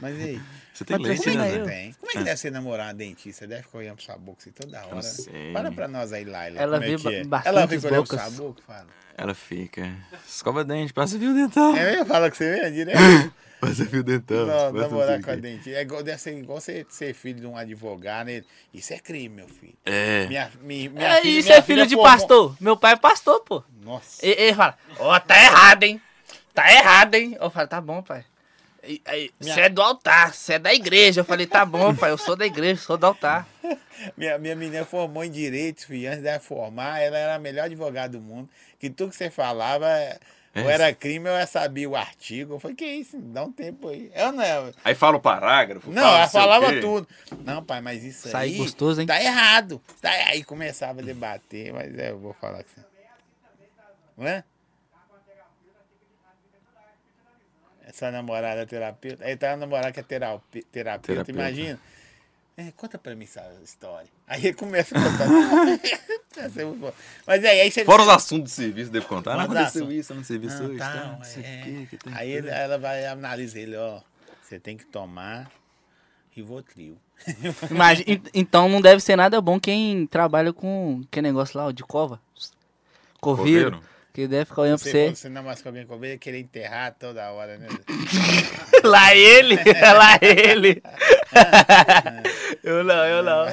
Mas e aí?
Você tem
Mas
leite,
como é
né?
que
Zé?
Eu?
Tem. Como é que deve ser namorar uma dentista? Deve ficar olhando pra sua boca assim toda hora. né?
sei.
Fala pra nós aí, Laila.
Ela
como é
vê
que é?
ba-
Ela
bastantes
fica olhando pra
bocas.
sua boca e fala.
Ela fica. Escova dente, passa fio dental.
É, eu falo que você vê direto.
Passa fio dental.
Não,
passa
namorar
Tá, sei
com a
o quê.
dentista. É igual, deve ser igual você ser filho de um advogado. né? Isso é crime, meu filho.
É.
Minha, mi- minha
É,
filha-
isso
minha
é filho
filha
de
formou-
pastor. Meu pai é pastor, pô.
Nossa.
E- Ele fala, ó, tá errado, hein? Tá errado, hein? Eu falo, tá bom, pai. E- aí, Você é do altar, você é da igreja. Eu falei, tá bom, pai, eu sou da igreja, sou do altar.
Minha, minha menina formou em direito, filho. Antes dela formar, ela era a melhor advogada do mundo. Que tudo que você falava, ou era crime, ou eu sabia o artigo. Eu falei, que isso? Dá um tempo aí. Eu não.
Aí fala o parágrafo.
Não,
fala
ela
sei o
falava
quê.
tudo. Não, pai, mas isso
Sai
aí.
gostoso, hein?
Tá errado. Tá, aí começava a debater, mas é, eu vou falar que você. Não é? Essa namorada é terapeuta. Aí tá uma namorada que é teraupe- terapeuta,
Terapeuta.
imagina. É, conta pra mim essa história. Aí ele começa a contar. Essa é muito boa. mas aí, aí você.
Fora os assuntos de serviço, devo contar. Não
Fora os
aconteceu
assuntos.
isso, não serviço
Não,
isso.
tá,
tá, não sei o
é.
quê, que tem
Aí ele- ela vai analisar ele, ó. Você tem que tomar Rivotril.
Imagina, en- então não deve ser nada bom quem trabalha com que negócio lá, ó, de cova. Coveiro.
Coveiro?
Que deve ficar olhando pra
Você,
você. é.
você namora com alguém com ovelha, querer enterrar toda hora, né?
lá é ele, lá é ele. eu não, eu não.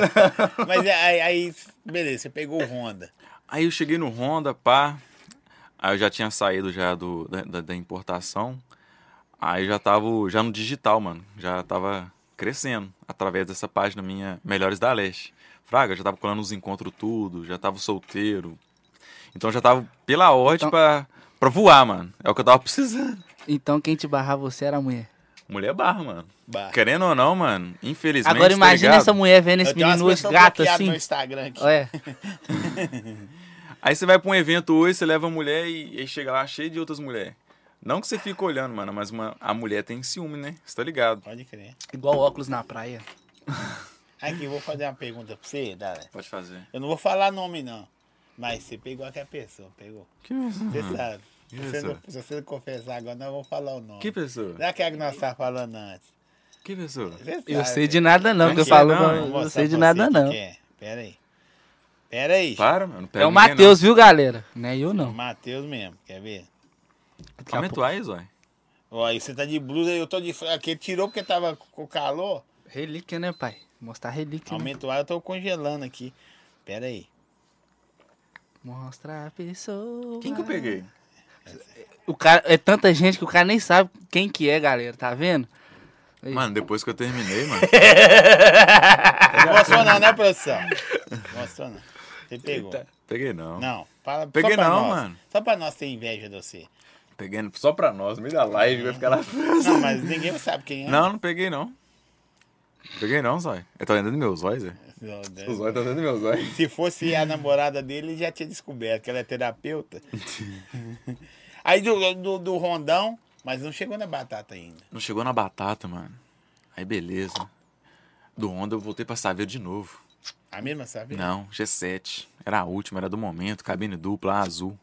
Mas é, aí, aí, beleza, você pegou o Honda.
Aí eu cheguei no Honda, pá. Aí eu já tinha saído já do, da, da- da importação. Aí eu já tava já no digital, mano. Já tava crescendo através dessa página minha Melhores da Leste. Fraga, eu já tava colando os encontros tudo, já tava solteiro. Então eu já tava pela ordem
Então-
pra, pra voar, mano. É o que eu tava precisando.
Então quem te barrar você era a mulher.
Mulher barra, mano.
Barra.
Querendo ou não, mano, infelizmente.
Agora
tá
imagina
ligado?
essa mulher vendo esse
Eu tenho umas
menino hoje
pessoas
gato
bloqueadas
assim.
no Instagram aqui.
Olha,
Aí você vai pra um evento hoje, você leva a mulher e, e chega lá cheio de outras mulheres. Não que você fica olhando, mano, mas uma- a mulher tem ciúme, né? Você tá ligado?
Pode crer.
igual óculos na praia.
Aqui, eu vou fazer uma pergunta pra você, Dara.
Pode fazer.
Eu não vou falar nome, não. Mas você pegou aquela pessoa, pegou.
Que pessoa?
Você
Uhum.
sabe. Se você,
pessoa?
não, se você não confessar agora, não vou falar o nome.
Que pessoa?
Não é aquela que nós estávamos falando antes.
Que pessoa?
Você sabe. né?
Eu sei de nada não, que eu
Aqui,
falo,
não,
não,
vou
eu
mostrar
sei de
pra
nada
você
não.
quem é. Pera aí. Pera aí.
Para, mano. não pega
É o
ninguém,
Matheus, viu, galera? Não é eu não.
Matheus mesmo, quer ver?
não. Aumenta o Ais, ué.
Ó, aí você tá de blusa e eu tô de fraco. Aqui tirou porque tava com calor.
Relíquia, né, pai? Mostrar relíquia. Né?
Aumenta o ar, eu tô congelando aqui. Pera aí.
Mostra a pessoa.
Quem que eu peguei?
O cara, é tanta gente que o cara nem sabe quem que é, galera, tá vendo?
Mano, depois que eu terminei, mano.
Não mostrou não, né, produção? Não Mostrou não. Você pegou.
Peguei não.
Não, fala
Peguei
só pra
não,
nós.
mano.
Só pra nós ter inveja de você.
Peguei não.
Só pra nós, no meio da live, vai ficar lá.
Não, mas ninguém sabe quem é.
Não, não peguei não. Peguei não, Zói. É, Eu tô lembrando meus olhos, Zé.
Meu
É.
Deus.
Os olhos tá dentro dos meus olhos.
Se fosse a namorada dele, ele já tinha descoberto que ela é terapeuta. Aí do, do, do rondão, mas não chegou na batata ainda.
Não chegou na batata, mano. Aí beleza. Do Honda eu voltei pra Saveiro de novo.
A mesma, sabe?
Não, G7. Era a última, era do momento, cabine dupla, azul.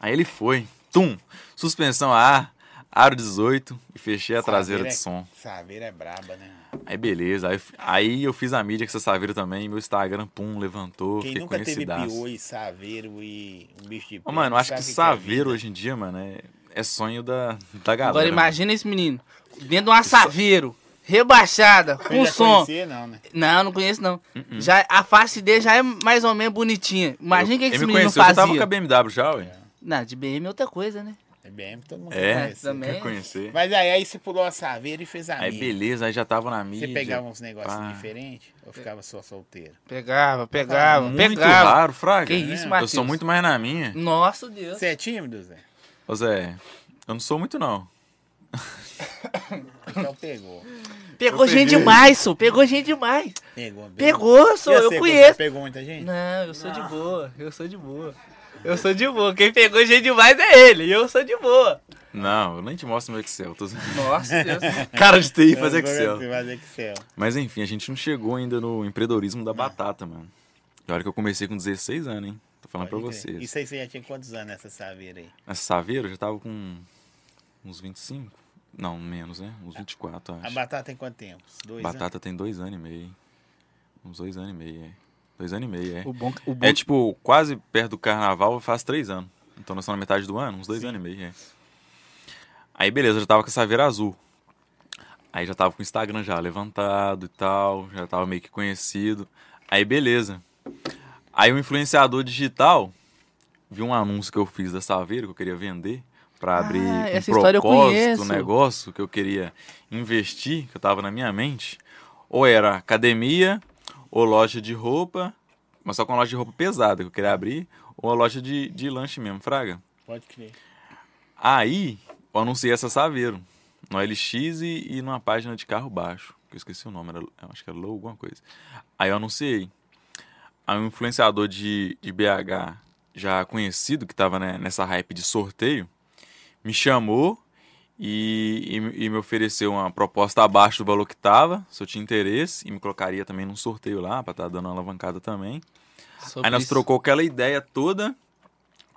Aí ele foi. Tum! Suspensão a ar, aro 18 e fechei a é traseira de som.
Saveira é braba, né?
Aí beleza, aí, aí eu fiz a mídia com essa Saveiro também, meu Instagram, pum, levantou,
Quem
fiquei
nunca teve
conhecidaço.
piô e saveiro e um bicho de
Ô,
pé,
mano, eu acho
sabe
que
o é
Saveiro
vida.
hoje em dia, mano, é, é sonho da, da galera.
Agora imagina esse menino, dentro de um assaveiro, rebaixada, com
Não ia
som.
conhecer, não, né?
Não, não conheço não.
Uh-uh.
Já, a face dele já é mais ou menos bonitinha. Imagina o que
Ele
que esse
me
menino
conheceu, eu tava com a
fazia.
BMW já, ué.
Não, de BM é outra coisa, né?
É bem, todo mundo
É,
conhece.
também.
quer conhecer.
Mas aí, aí você pulou a saveira e fez a
Aí
mídia.
beleza, Ah. aí já tava na mídia.
Você pegava um uns negócios
pá.
diferentes ou ficava só solteiro?
Pegava, pegava,
Muito
pegava.
raro, Fraga.
Que isso,
Eu
Matheus.
sou muito mais na minha.
Nossa Deus.
Você é tímido, Zé?
Ô Zé, eu não sou muito não.
Então pegou.
Pegou gente demais, sou. Pegou gente demais.
Pegou.
Pegou, sou.
E
Eu
você,
conheço.
você Pegou muita gente?
Não, eu sou de boa. Eu sou de boa. Eu sou de boa. Quem pegou gente demais é ele. e Eu sou de boa.
Não, eu nem te mostro meu Excel. Tô... zoando.
Nossa Deus.
Cara de TI
É, Eu
fazer
sou
Excel.
Fazer Excel.
Mas enfim, a gente não chegou ainda no empreendedorismo
É.
da batata, mano. E olha que eu comecei com 16 anos, hein? Tô falando pra
Pode crer.
vocês.
Isso aí você já tinha quantos anos nessa saveira aí?
Essa saveira eu já tava com uns 25? Não, menos, né? Uns 24, eu
A
acho.
batata tem quanto tempo? Uns Dois né? anos?
Batata tem dois anos e meio. hein? Uns dois anos e meio, é. Dois anos e meio, é.
O bom, o bom
É tipo, quase perto do carnaval faz três anos. Então nós estamos na metade do ano, uns dois anos e meio, é. Aí beleza, eu já tava com essa veira azul. Aí já tava com o Instagram já levantado e tal, já tava meio que conhecido. Aí beleza. Aí o influenciador digital viu um anúncio que eu fiz da Saveiro que eu queria vender pra abrir um
Ah, essa história eu
propósito,
conheço.
um negócio que eu queria investir, que eu tava na minha mente. Ou era academia, ou loja de roupa, mas só com uma loja de roupa pesada que eu queria abrir, ou uma loja de, de lanche mesmo, fraga.
Pode crer.
Aí, eu anunciei essa Saveiro. No LX e, e numa página de carro baixo. Que eu esqueci o nome, era, eu acho que era Low alguma coisa. Aí eu anunciei. Aí um influenciador de, de BH, já conhecido, que tava né, nessa hype de sorteio, me chamou e, e, e me ofereceu uma proposta abaixo do valor que tava, se eu tinha interesse, e me colocaria também num sorteio lá, pra estar dando uma alavancada também.
sobre
Aí nós
isso.
trocou aquela ideia toda.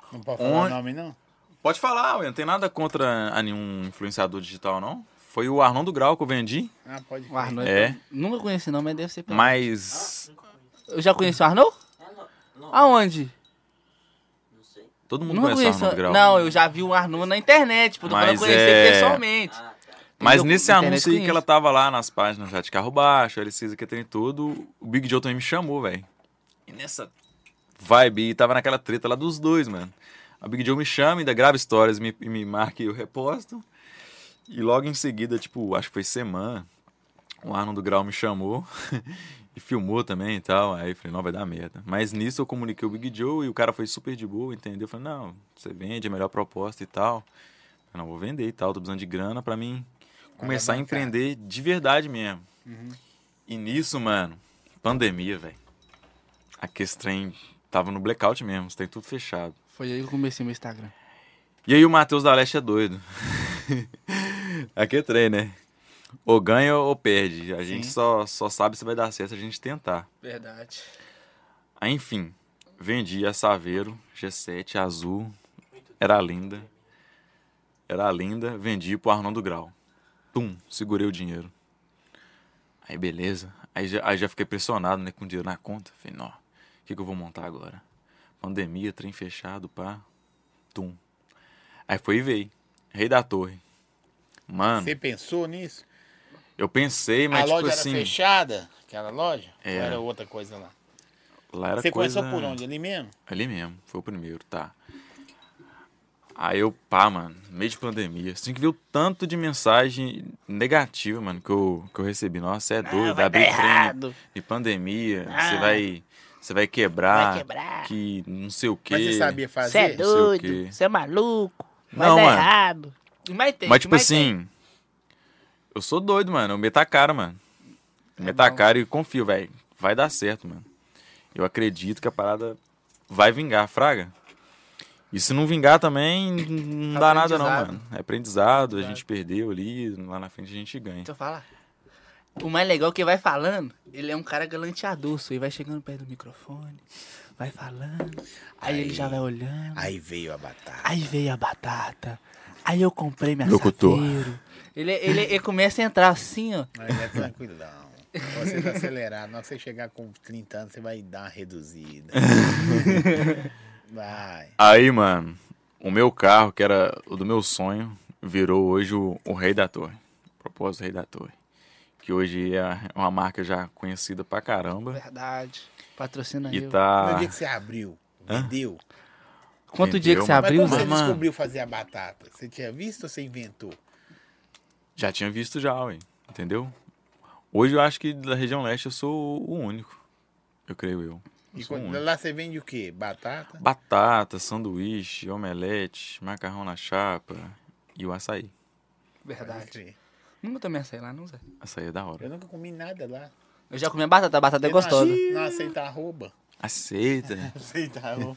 Não pode falar
Onde-
o nome, não?
Pode falar, ué, não tem nada contra a nenhum influenciador digital, não. Foi o Arnon do Grau que eu vendi,
Ah, pode
O
crer.
Arnold.
É.
Nunca conheci não, mas deve ser pelo-
mas
Eu já conheci o Arnold?
Ah, não. Não,
Aonde? um-
não sei.
todo mundo
Nunca
conhece o
conheci.
Arnon do Grau.
Não, eu já vi o Arnold na internet, tipo, tô falando
Mas
conhecer
é-
pessoalmente.
Ah, tá.
Mas
Entendeu?
nesse
Internet
anúncio aí
conhece.
que ela tava lá nas páginas já de carro baixo, LCs que tem tudo, o Big Joe também me chamou, velho. E nessa vibe aí, tava naquela treta lá dos dois, mano. A Big Joe me chama, ainda grava histórias, me, me marca e eu reposto. E logo em seguida, tipo, acho que foi semana, o Arnon do Grau me chamou e filmou também e tal. Aí eu falei, não, vai dar merda. Mas nisso eu comuniquei o Big Joe e o cara foi super de boa, entendeu? Eu falei, não, você vende, é a melhor proposta e tal. Eu não vou vender e tal, tô precisando de grana pra mim começar a
Alavancar.
empreender de verdade mesmo. E nisso, mano, pandemia, velho. Aqui esse trem tava no blackout mesmo, esse trem tudo fechado.
Foi aí que eu comecei meu Instagram.
E aí o Matheus da Leste é doido. Aqui é trem, né? Ou ganha ou perde. A gente só, só sabe se vai dar certo se a gente tentar.
Verdade.
Aí, Ah, enfim, Vendi a Saveiro, G7, azul. Era linda. Era linda, vendi pro Arnaldo Grau. Tum, segurei o dinheiro. Aí beleza. Aí já, aí já fiquei pressionado, né, com o dinheiro na conta. Falei, não, o que, que eu vou montar agora? Pandemia, trem fechado, pá. Tum. Aí foi e veio. Rei da Torre. Mano,
Você pensou nisso?
eu pensei, mas
a
tipo
loja
assim.
era fechada? Aquela loja? Ou
Era.
era outra coisa lá?
Lá era
Você
coisa...
começou por onde? Ali mesmo?
Ali mesmo, foi o primeiro, tá. Aí eu, pá, mano, meio de pandemia. Você tem que ver o tanto de mensagem negativa, mano, que eu, que eu recebi. Nossa, você é doido,
Ah,
Ah,
vai
abrir
dar
treino
errado.
de pandemia,
Ah.
você vai. Você vai quebrar,
Vai quebrar.
Ah, que não sei o quê.
Mas você sabia fazer?
Você é
Não sei o
doido,
quê.
você é maluco, vai
Não,
dar
mano.
errado. Mas, tem,
Mas, tipo
tem.
assim, eu sou doido, mano. Eu meto a cara, mano. Eu meto a cara e confio, velho. Vai dar certo, mano. Eu acredito que a parada vai vingar, fraga. E se não vingar também, não dá nada não,
Aprendizado.
mano. É aprendizado, a gente perdeu ali, lá na frente a gente ganha.
Deixa eu falar. O mais legal é que vai falando, ele é um cara galanteador, só ele vai chegando perto do microfone, vai falando, aí, ele já vai olhando,
Aí veio a batalha.
aí veio a batata, aí eu comprei minha
Locutor.
Safiro. Ele, ele, ele começa a entrar assim, ó.
Aí é tranquilão. Você tá acelerado. Na hora que você chegar com 30 anos, você vai dar uma reduzida. Vai.
Aí, mano, o meu carro, que era o do meu sonho, virou hoje o, o Rei da Torre. Propósito Rei da Torre. Que hoje é uma marca já conhecida pra caramba.
Verdade. Patrocina
E
eu.
No
tá.
dia que você abriu,
Hã?
vendeu.
Quanto dia que
Entendeu,
você
Mas
mano?
abriu,
como
Zé?
você
mano.
descobriu fazer a batata? Você tinha visto ou você inventou?
Já tinha visto já, ué. Entendeu? Hoje eu acho que da região leste eu sou o único. Eu creio eu. Eu
E
sou o
quando-
único.
lá você vende o quê? Batata?
Batata, sanduíche, omelete, macarrão na chapa e o açaí.
Pode
Verdade.
crer.
Nunca tomei açaí lá, não, Zé?
Açaí é da
Eu
hora.
nunca comi nada lá.
Eu já comi a batata, a batata é
Eu
gostosa.
Não, ace- não aceita tá arroba.
Aceita.
Aceita arroba.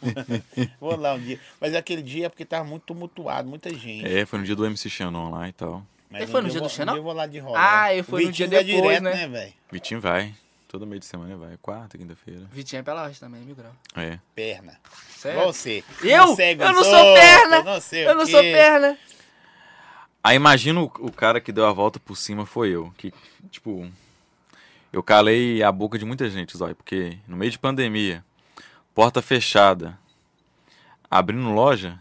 Vou lá um dia. Mas aquele dia é porque tava muito tumultuado, muita gente.
é, foi no dia do MC Xanon lá e tal.
Mas
Você foi
um
no dia
eu
do
vou-
Xanão?
um dia Eu vou lá de rola.
Ah, eu fui no
Vitinho
dia
vai
depois,
direto,
né?
né, velho?
Vitinho vai. Todo meio de semana vai. Quarta, quinta-feira.
Vitinho é pela rocha também, mil graus.
É.
Perna.
Sério?
Igual você.
Eu?
Não segue
Eu não
os
sou
outros,
perna.
não sei
Eu
o
não
quê.
sou perna.
Aí imagina o, o cara que deu a volta por cima foi eu. Que, tipo, eu calei a boca de muita gente, Zói, porque no meio de pandemia, porta fechada, abrindo loja,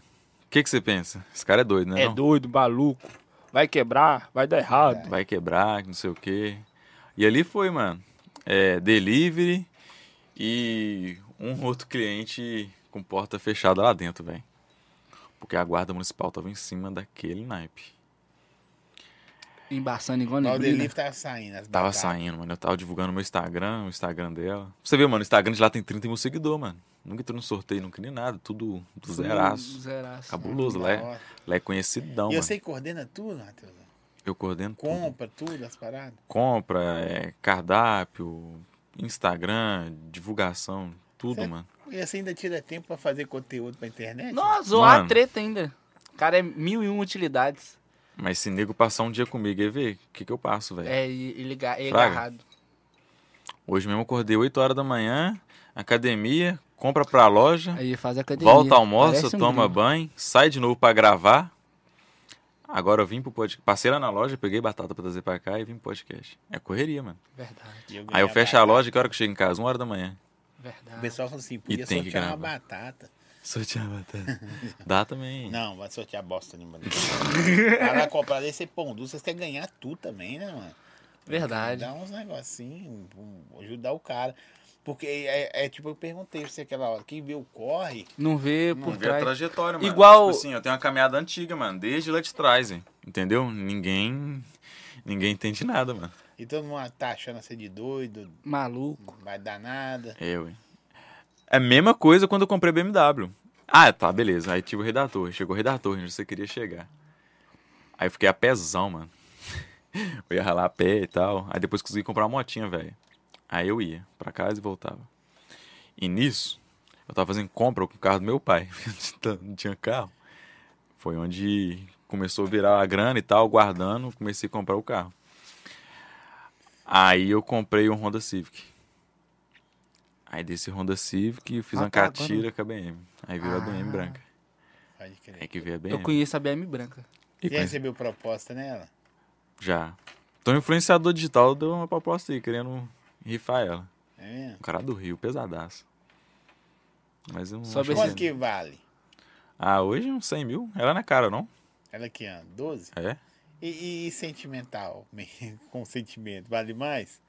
o que, que você pensa? Esse cara é doido, né? não? É.
doido, maluco. Vai quebrar, vai dar errado.
Vai quebrar, que não sei o quê. E ali foi, mano. É, delivery e um outro cliente com porta fechada lá dentro, velho. Porque a guarda municipal tava em cima daquele naipe.
Embaçando igual
Mas O
neblina.
delivery tava saindo. as
Tava
batatas.
saindo, mano. Eu tava divulgando meu Instagram, o Instagram dela. Pra Você vê, mano, o Instagram de lá tem 30 mil seguidores, mano. Nunca entrou no sorteio, nunca nem nada. Tudo do zeraço.
Zeraço.
Cabuloso, lá
Da
é,
hora.
lá é conhecidão,
E assim,
mano.
eu sei que coordena tudo, Matheus.
Eu coordeno tudo.
Compra tudo, as paradas.
Compra, é, cardápio, Instagram, divulgação, tudo,
Certo.
mano.
E você ainda tira tempo pra fazer conteúdo pra internet?
Nossa, zoar
Mano.
a treta ainda. O cara é mil e um utilidades.
Mas se nego passar um dia comigo e ver, o que que eu passo, velho?
É, e, e, ligar, e
Fraga.
agarrado.
Hoje mesmo eu acordei 8 horas da manhã, academia, compra pra loja.
Aí faz academia.
Volta, almoça,
Parece um
toma
grilo.
banho, sai de novo pra gravar. Agora eu vim pro podcast. Passei lá na loja, peguei batata pra trazer pra cá e vim pro podcast. É correria, mano.
Verdade,
E
Aí eu
ganhava
fecho a
batata.
loja, que hora que eu chego em casa? Uma hora da manhã.
O
verdade.
pessoal falou assim, podia
tem que
sortear uma
gravar.
batata.
Sortear batata. Dá também.
Não, vai sortear bosta nenhuma. Vai lá comprar desse pão duro, vocês querem ganhar tudo também, né, mano?
Verdade.
Dá uns negocinhos, um- ajudar o cara. Porque é, é tipo, eu perguntei pra você aquela hora, quem vê o corre,
Não vê por
Vamos ver a
trás.
trajetória, mano.
Igual-
Tipo assim, eu tenho uma caminhada antiga, mano. Desde lá de trás, hein. Entendeu? Ninguém. Ninguém entende nada, mano.
e todo mundo tá achando você de doido,
Maluco.
não vai dar nada.
Eu, hein. É a mesma coisa quando eu comprei BMW. Ah, tá, beleza. Aí tive o redator. Chegou o redator, onde você queria chegar. Aí eu fiquei a pezão, mano. Eu ia ralar a pé e tal. Aí depois consegui comprar uma motinha, velho. Aí eu ia pra casa e voltava. E nisso, eu tava fazendo compra com o carro do meu pai. Não tinha carro. Foi onde começou a virar a grana e tal, guardando. Comecei a comprar o carro. Aí eu comprei um Honda Civic. Aí desse Honda Civic e fiz
Ah,
uma
tá,
catira com a BM. Aí virou a BM branca.
Pode
Aí
crer.
que veio a BM.
Ah. Eu conheço a BM branca.
E
Já
conheci-
recebeu proposta nela?
Já. Então, influenciador digital deu uma proposta aí, querendo rifar ela.
É mesmo?
Um cara do Rio, pesadaço. Mas eu não
Sobe
acho
esse-
Quanto
que-
que vale?
Ah, hoje uns 100 mil. Ela é na cara, não?
Ela que anda, 12?
É?
E, e sentimental, meio com sentimento, vale mais?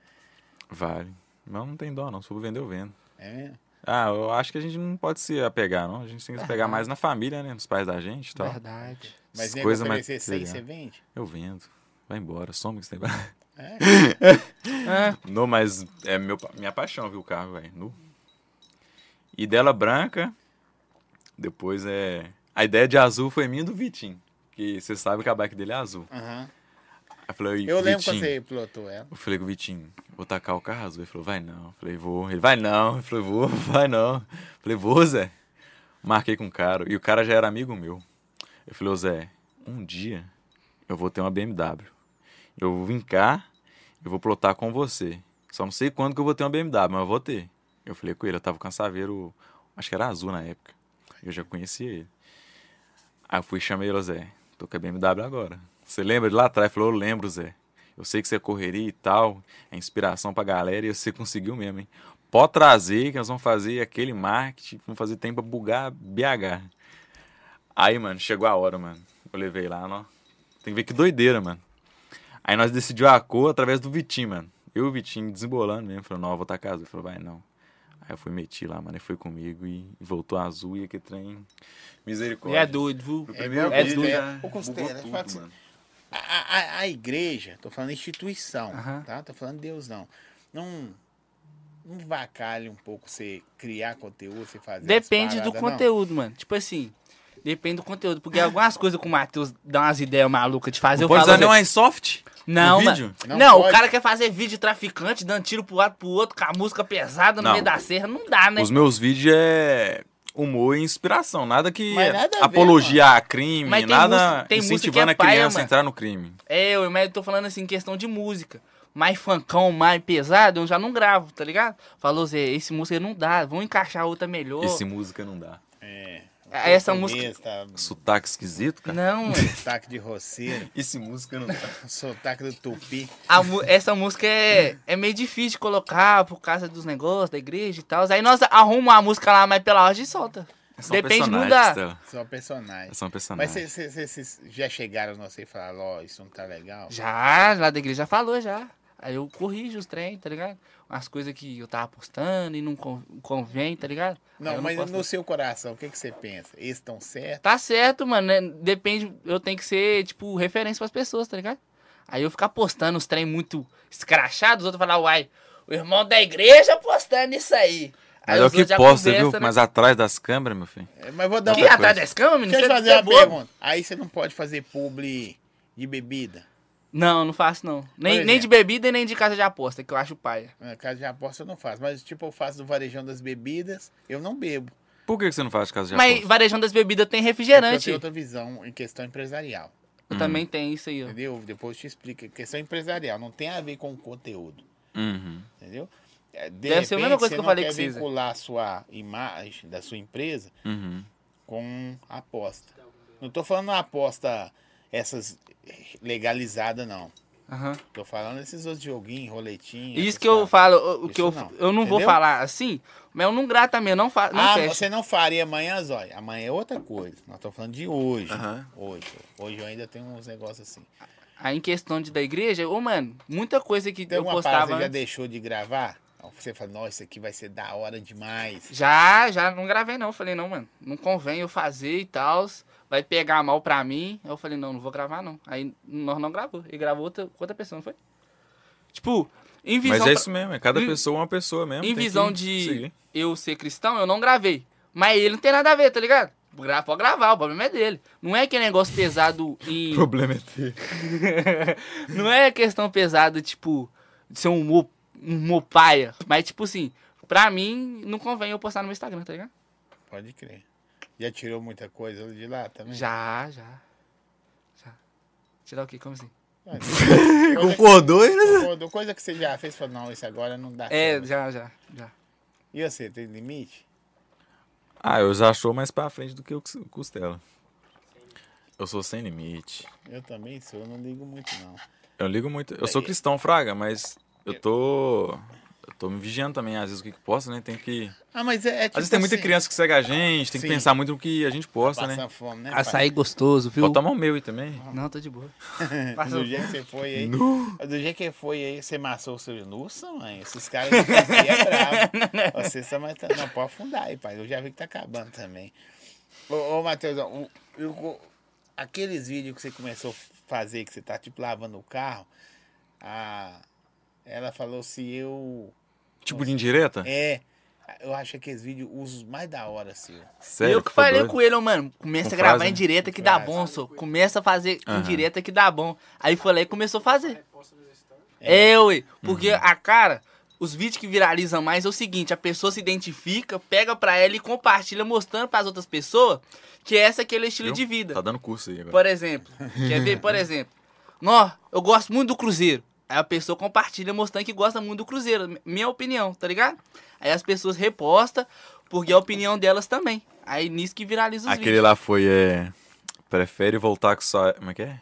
Vale. Mas não tem dó, não. Se for vender, eu vendo.
É mesmo?
Ah, eu acho que a gente não pode se apegar, não. A gente tem que se apegar mais na família, né? Nos pais da gente e tal.
É. Verdade.
Mas
Essas
nem
coisas mais
oferecer 100,
legal.
você vende?
Eu vendo. Vai embora, some que você tem.
É.
Não, mas é meu, pa- minha paixão, viu, o carro, velho. Nu. E dela branca. Depois é. A ideia de azul foi minha e do Vitinho. Que você sabe que a bike dele é azul.
Aham.
Aí eu falei,
Eu é, lembro
Vitinho.
quando você pilotou ela.
Eu falei com o Vitinho, vou tacar o carro azul. Ele falou, vai não. Eu falei, vou. Ele, vai não. Eu falei, vou, vai não. Eu falei, vou, Zé. Marquei com o cara. E o cara já era amigo meu. Eu falei, ô Zé, um dia eu vou ter uma BMW. Eu vou vir cá, eu vou plotar com você. Só não sei quando que eu vou ter uma BMW, mas eu vou ter. Eu falei com ele, eu tava com a Saveiro, acho que era azul na época. Eu já conhecia ele. Aí eu fui e chamei ele, ô Zé, tô com a BMW agora. Você lembra de lá atrás? Ele falou, eu lembro, Zé. Eu sei que você é correria e tal, é inspiração pra galera e você conseguiu mesmo, hein? Pode trazer que nós vamos fazer aquele marketing, vamos fazer tempo pra bugar BH. Aí, mano, chegou a hora, mano. Eu levei lá, ó. Tem que ver que doideira, mano. Aí nós decidimos a cor através do Vitinho, mano. Eu e o Vitinho desembolando mesmo. Falou, não, eu vou tacar azul. Ele falou, vai, não. Aí eu fui meti lá, mano. Ele foi comigo e voltou azul e aquele trem.
E
Misericórdia.
é doido, viu?
No
É
primeiro
bom,
é
vídeo
doido.
já
Ô, Costeira,
bugou tudo,
fala assim,
mano.
A, a- a igreja, tô falando instituição,
Aham.
tá? Tô falando Deus, não. Não, não vacalhe um pouco você criar conteúdo, você fazer. as
Depende do
paradas, não.
conteúdo, mano. Tipo assim, depende do conteúdo. Porque algumas coisas que o Matheus dá umas ideias malucas de fazer,
Não
eu
pode
falo. assim,
usar nem
velho,
um iSoft?
Não,
no
mano.
vídeo?
Não
Não,
pode.
o cara quer fazer vídeo traficante, dando tiro pro lado pro outro, com a música pesada no
Não.
meio da serra. Não dá, né?
Os meus vídeos é humor e inspiração. Nada que
Mas nada a ver,
apologia a crime,
Mas tem
nada
música- tem música
incentivando
que é
a criança
paia,
a entrar no crime.
É, eu, mas eu tô falando assim, questão de música. Mais funkão, mais pesado, eu já não gravo, tá ligado? Falou, Zé, esse música não dá, vamos encaixar outra melhor.
Esse música não dá.
É,
Ah, essa
português, Tá,
Sotaque esquisito, cara.
Não, mano.
sotaque de roceiro,
Esse música não dá.
sotaque do tupi.
A mu- essa música é, é meio difícil de colocar por causa dos negócios, da igreja e tal. Aí nós arrumamos a música lá, mas pela hora e solta.
É só um
Depende, não
personagem,
dá.
Stella.
Só personagem.
É só um personagem.
Mas vocês já chegaram no você e falaram, ó, isso não tá legal?
Já, lá da igreja já falou, já. Aí eu corrijo os trem, tá ligado? As coisas que eu tava postando e não con- convém, tá ligado? Aí
Não,
eu
mas
posto
no seu coração, o que que você pensa? Eles estão certos?
Tá certo, mano. né? Depende. Eu tenho que ser, tipo, referência pras pessoas, tá ligado? Aí eu ficar postando os trem muito escrachados, os outros falar, uai, o irmão da igreja postando isso aí. Aí
Melhor
os outros
é que
já
posta, viu?
conversam, né?
Mas atrás das câmeras, meu filho.
É, Mas vou dar
Que
uma...
atrás das câmeras, menino?
Deixa eu te
Você-
fazer
você é
uma
bobo?
pergunta. Aí você não pode fazer publi de bebida?
Não, não faço não. Nem,
Por
nem
exemplo.
de bebida e nem de casa de aposta, que eu acho paia.
Na casa de aposta eu não faço, mas tipo, eu faço do varejão das bebidas, eu não bebo. É
Por que que você não faz de casa de
Mas
aposta?
varejão das bebidas tem
É Eu
refrigerante. Eu,
tenho Hum. outra visão em questão empresarial,
também tenho isso aí, ó.
entendeu? Depois eu te explico. é Questão empresarial, não tem a ver com o conteúdo,
Uhum.
entendeu? É, De
Deve ser a mesma coisa que eu
não
falei
quer
com vocês, né?
vincular a sua imagem da sua empresa
Uhum.
com aposta. Não tô falando uma aposta essas legalizada não.
Aham.
Tô falando esses outros joguinhos, roletinhos.
Isso que eu falo, o
Isso
que eu,
não,
eu não vou
entendeu?
falar assim, mas eu não grato também, eu não, fa, não
ah,
fecho.
você não faria amanhã, Zóia. Amanhã é outra coisa. Nós estamos falando de hoje.
Aham.
Hoje. Hoje eu ainda tenho uns negócios assim.
Aí em questão de, da igreja, ô mano, muita coisa que
Tem
eu
alguma parada que
postava
você já
antes,
deixou de gravar? Aí Você fala, nossa, isso aqui vai ser da hora demais.
já, já não gravei não, falei não, mano, não convém eu fazer e tal, vai pegar mal pra mim. Aí eu falei não, não vou gravar não. Aí nós não gravou, e gravou outra, outra pessoa, não foi? Tipo, em visão
Mas é
pra-
isso mesmo, é cada
Em-
pessoa é uma pessoa mesmo.
em
tem
visão
que
de
seguir.
eu ser cristão, eu não gravei. Mas ele não tem nada a ver, tá ligado? Gra- Pode gravar, o problema é dele. Não é que negócio pesado
O
em.
problema é ter.
não é questão pesada, tipo, de ser um humor, um humor paia. Mas, tipo assim, pra mim, não convém eu postar no meu Instagram, tá ligado?
Pode crer. Já tirou muita coisa de lá também?
Já, já. Já. Tirar o quê? Como assim?
Ah, coisa,
Concordou, hein?
coisa que você já fez, falou, não, isso agora não dá.
É,
certo.
já, já, já.
E você, tem limite?
Ah, eu já sou mais pra frente do que o cus- Costela. Eu sou sem limite.
Eu também sou, eu não ligo muito, não.
Eu ligo muito. Eu
É,
sou cristão, Fraga, mas eu tô. Eu tô me vigiando também, às vezes, o que, que posso, né? Tem que.
Tipo
Ah, mas é, é
Às vezes tem
assim,
muita criança que segue a gente, tem que
Sim.
pensar muito no que a gente posta,
Passa
né?
fome, né?
Açaí gostoso, viu?
Vou tomar o meu aí também.
um- Não, tô de boa.
pai?
passa
Do
fome.
jeito que você foi aí. Do jeito que foi aí, você massou o seu. Nossa, mãe, esses caras aqui é bravo. Você só mas tá- não pode afundar aí, pai. Eu já vi que tá acabando também. Ô, ô Matheus, ó, o- eu co- aqueles vídeos que você começou a fazer, que você tá tipo lavando o carro, a, ela falou se eu.
Tipo de indireta?
É. Eu acho aqueles vídeos os mais da hora, seu.
Sério?
eu que
ficou
falei
doido?
com ele, ô, mano, começa
Com
a gravar
frase,
em direta que
Com
dá
frase.
bom, só. Começa a fazer
Aham.
em direta que dá bom. Aí foi lá e começou a fazer.
Posta nos stories.
É, ué. Porque
Uhum.
a cara, os vídeos que viralizam mais é o seguinte: a pessoa se identifica, pega pra ela e compartilha, mostrando pras outras pessoas que essa é aquele estilo
Viu?
de vida.
Tá dando curso aí agora.
É. Por exemplo, quer ver? Por exemplo, nó, eu gosto muito do Cruzeiro. Aí a pessoa compartilha mostrando que gosta muito do Cruzeiro. m- Minha opinião, tá ligado? Aí as pessoas repostam, porque é a opinião delas também. Aí nisso que viraliza os
Aquele
vídeos.
lá foi, é. Prefere voltar com sua. Como é que é?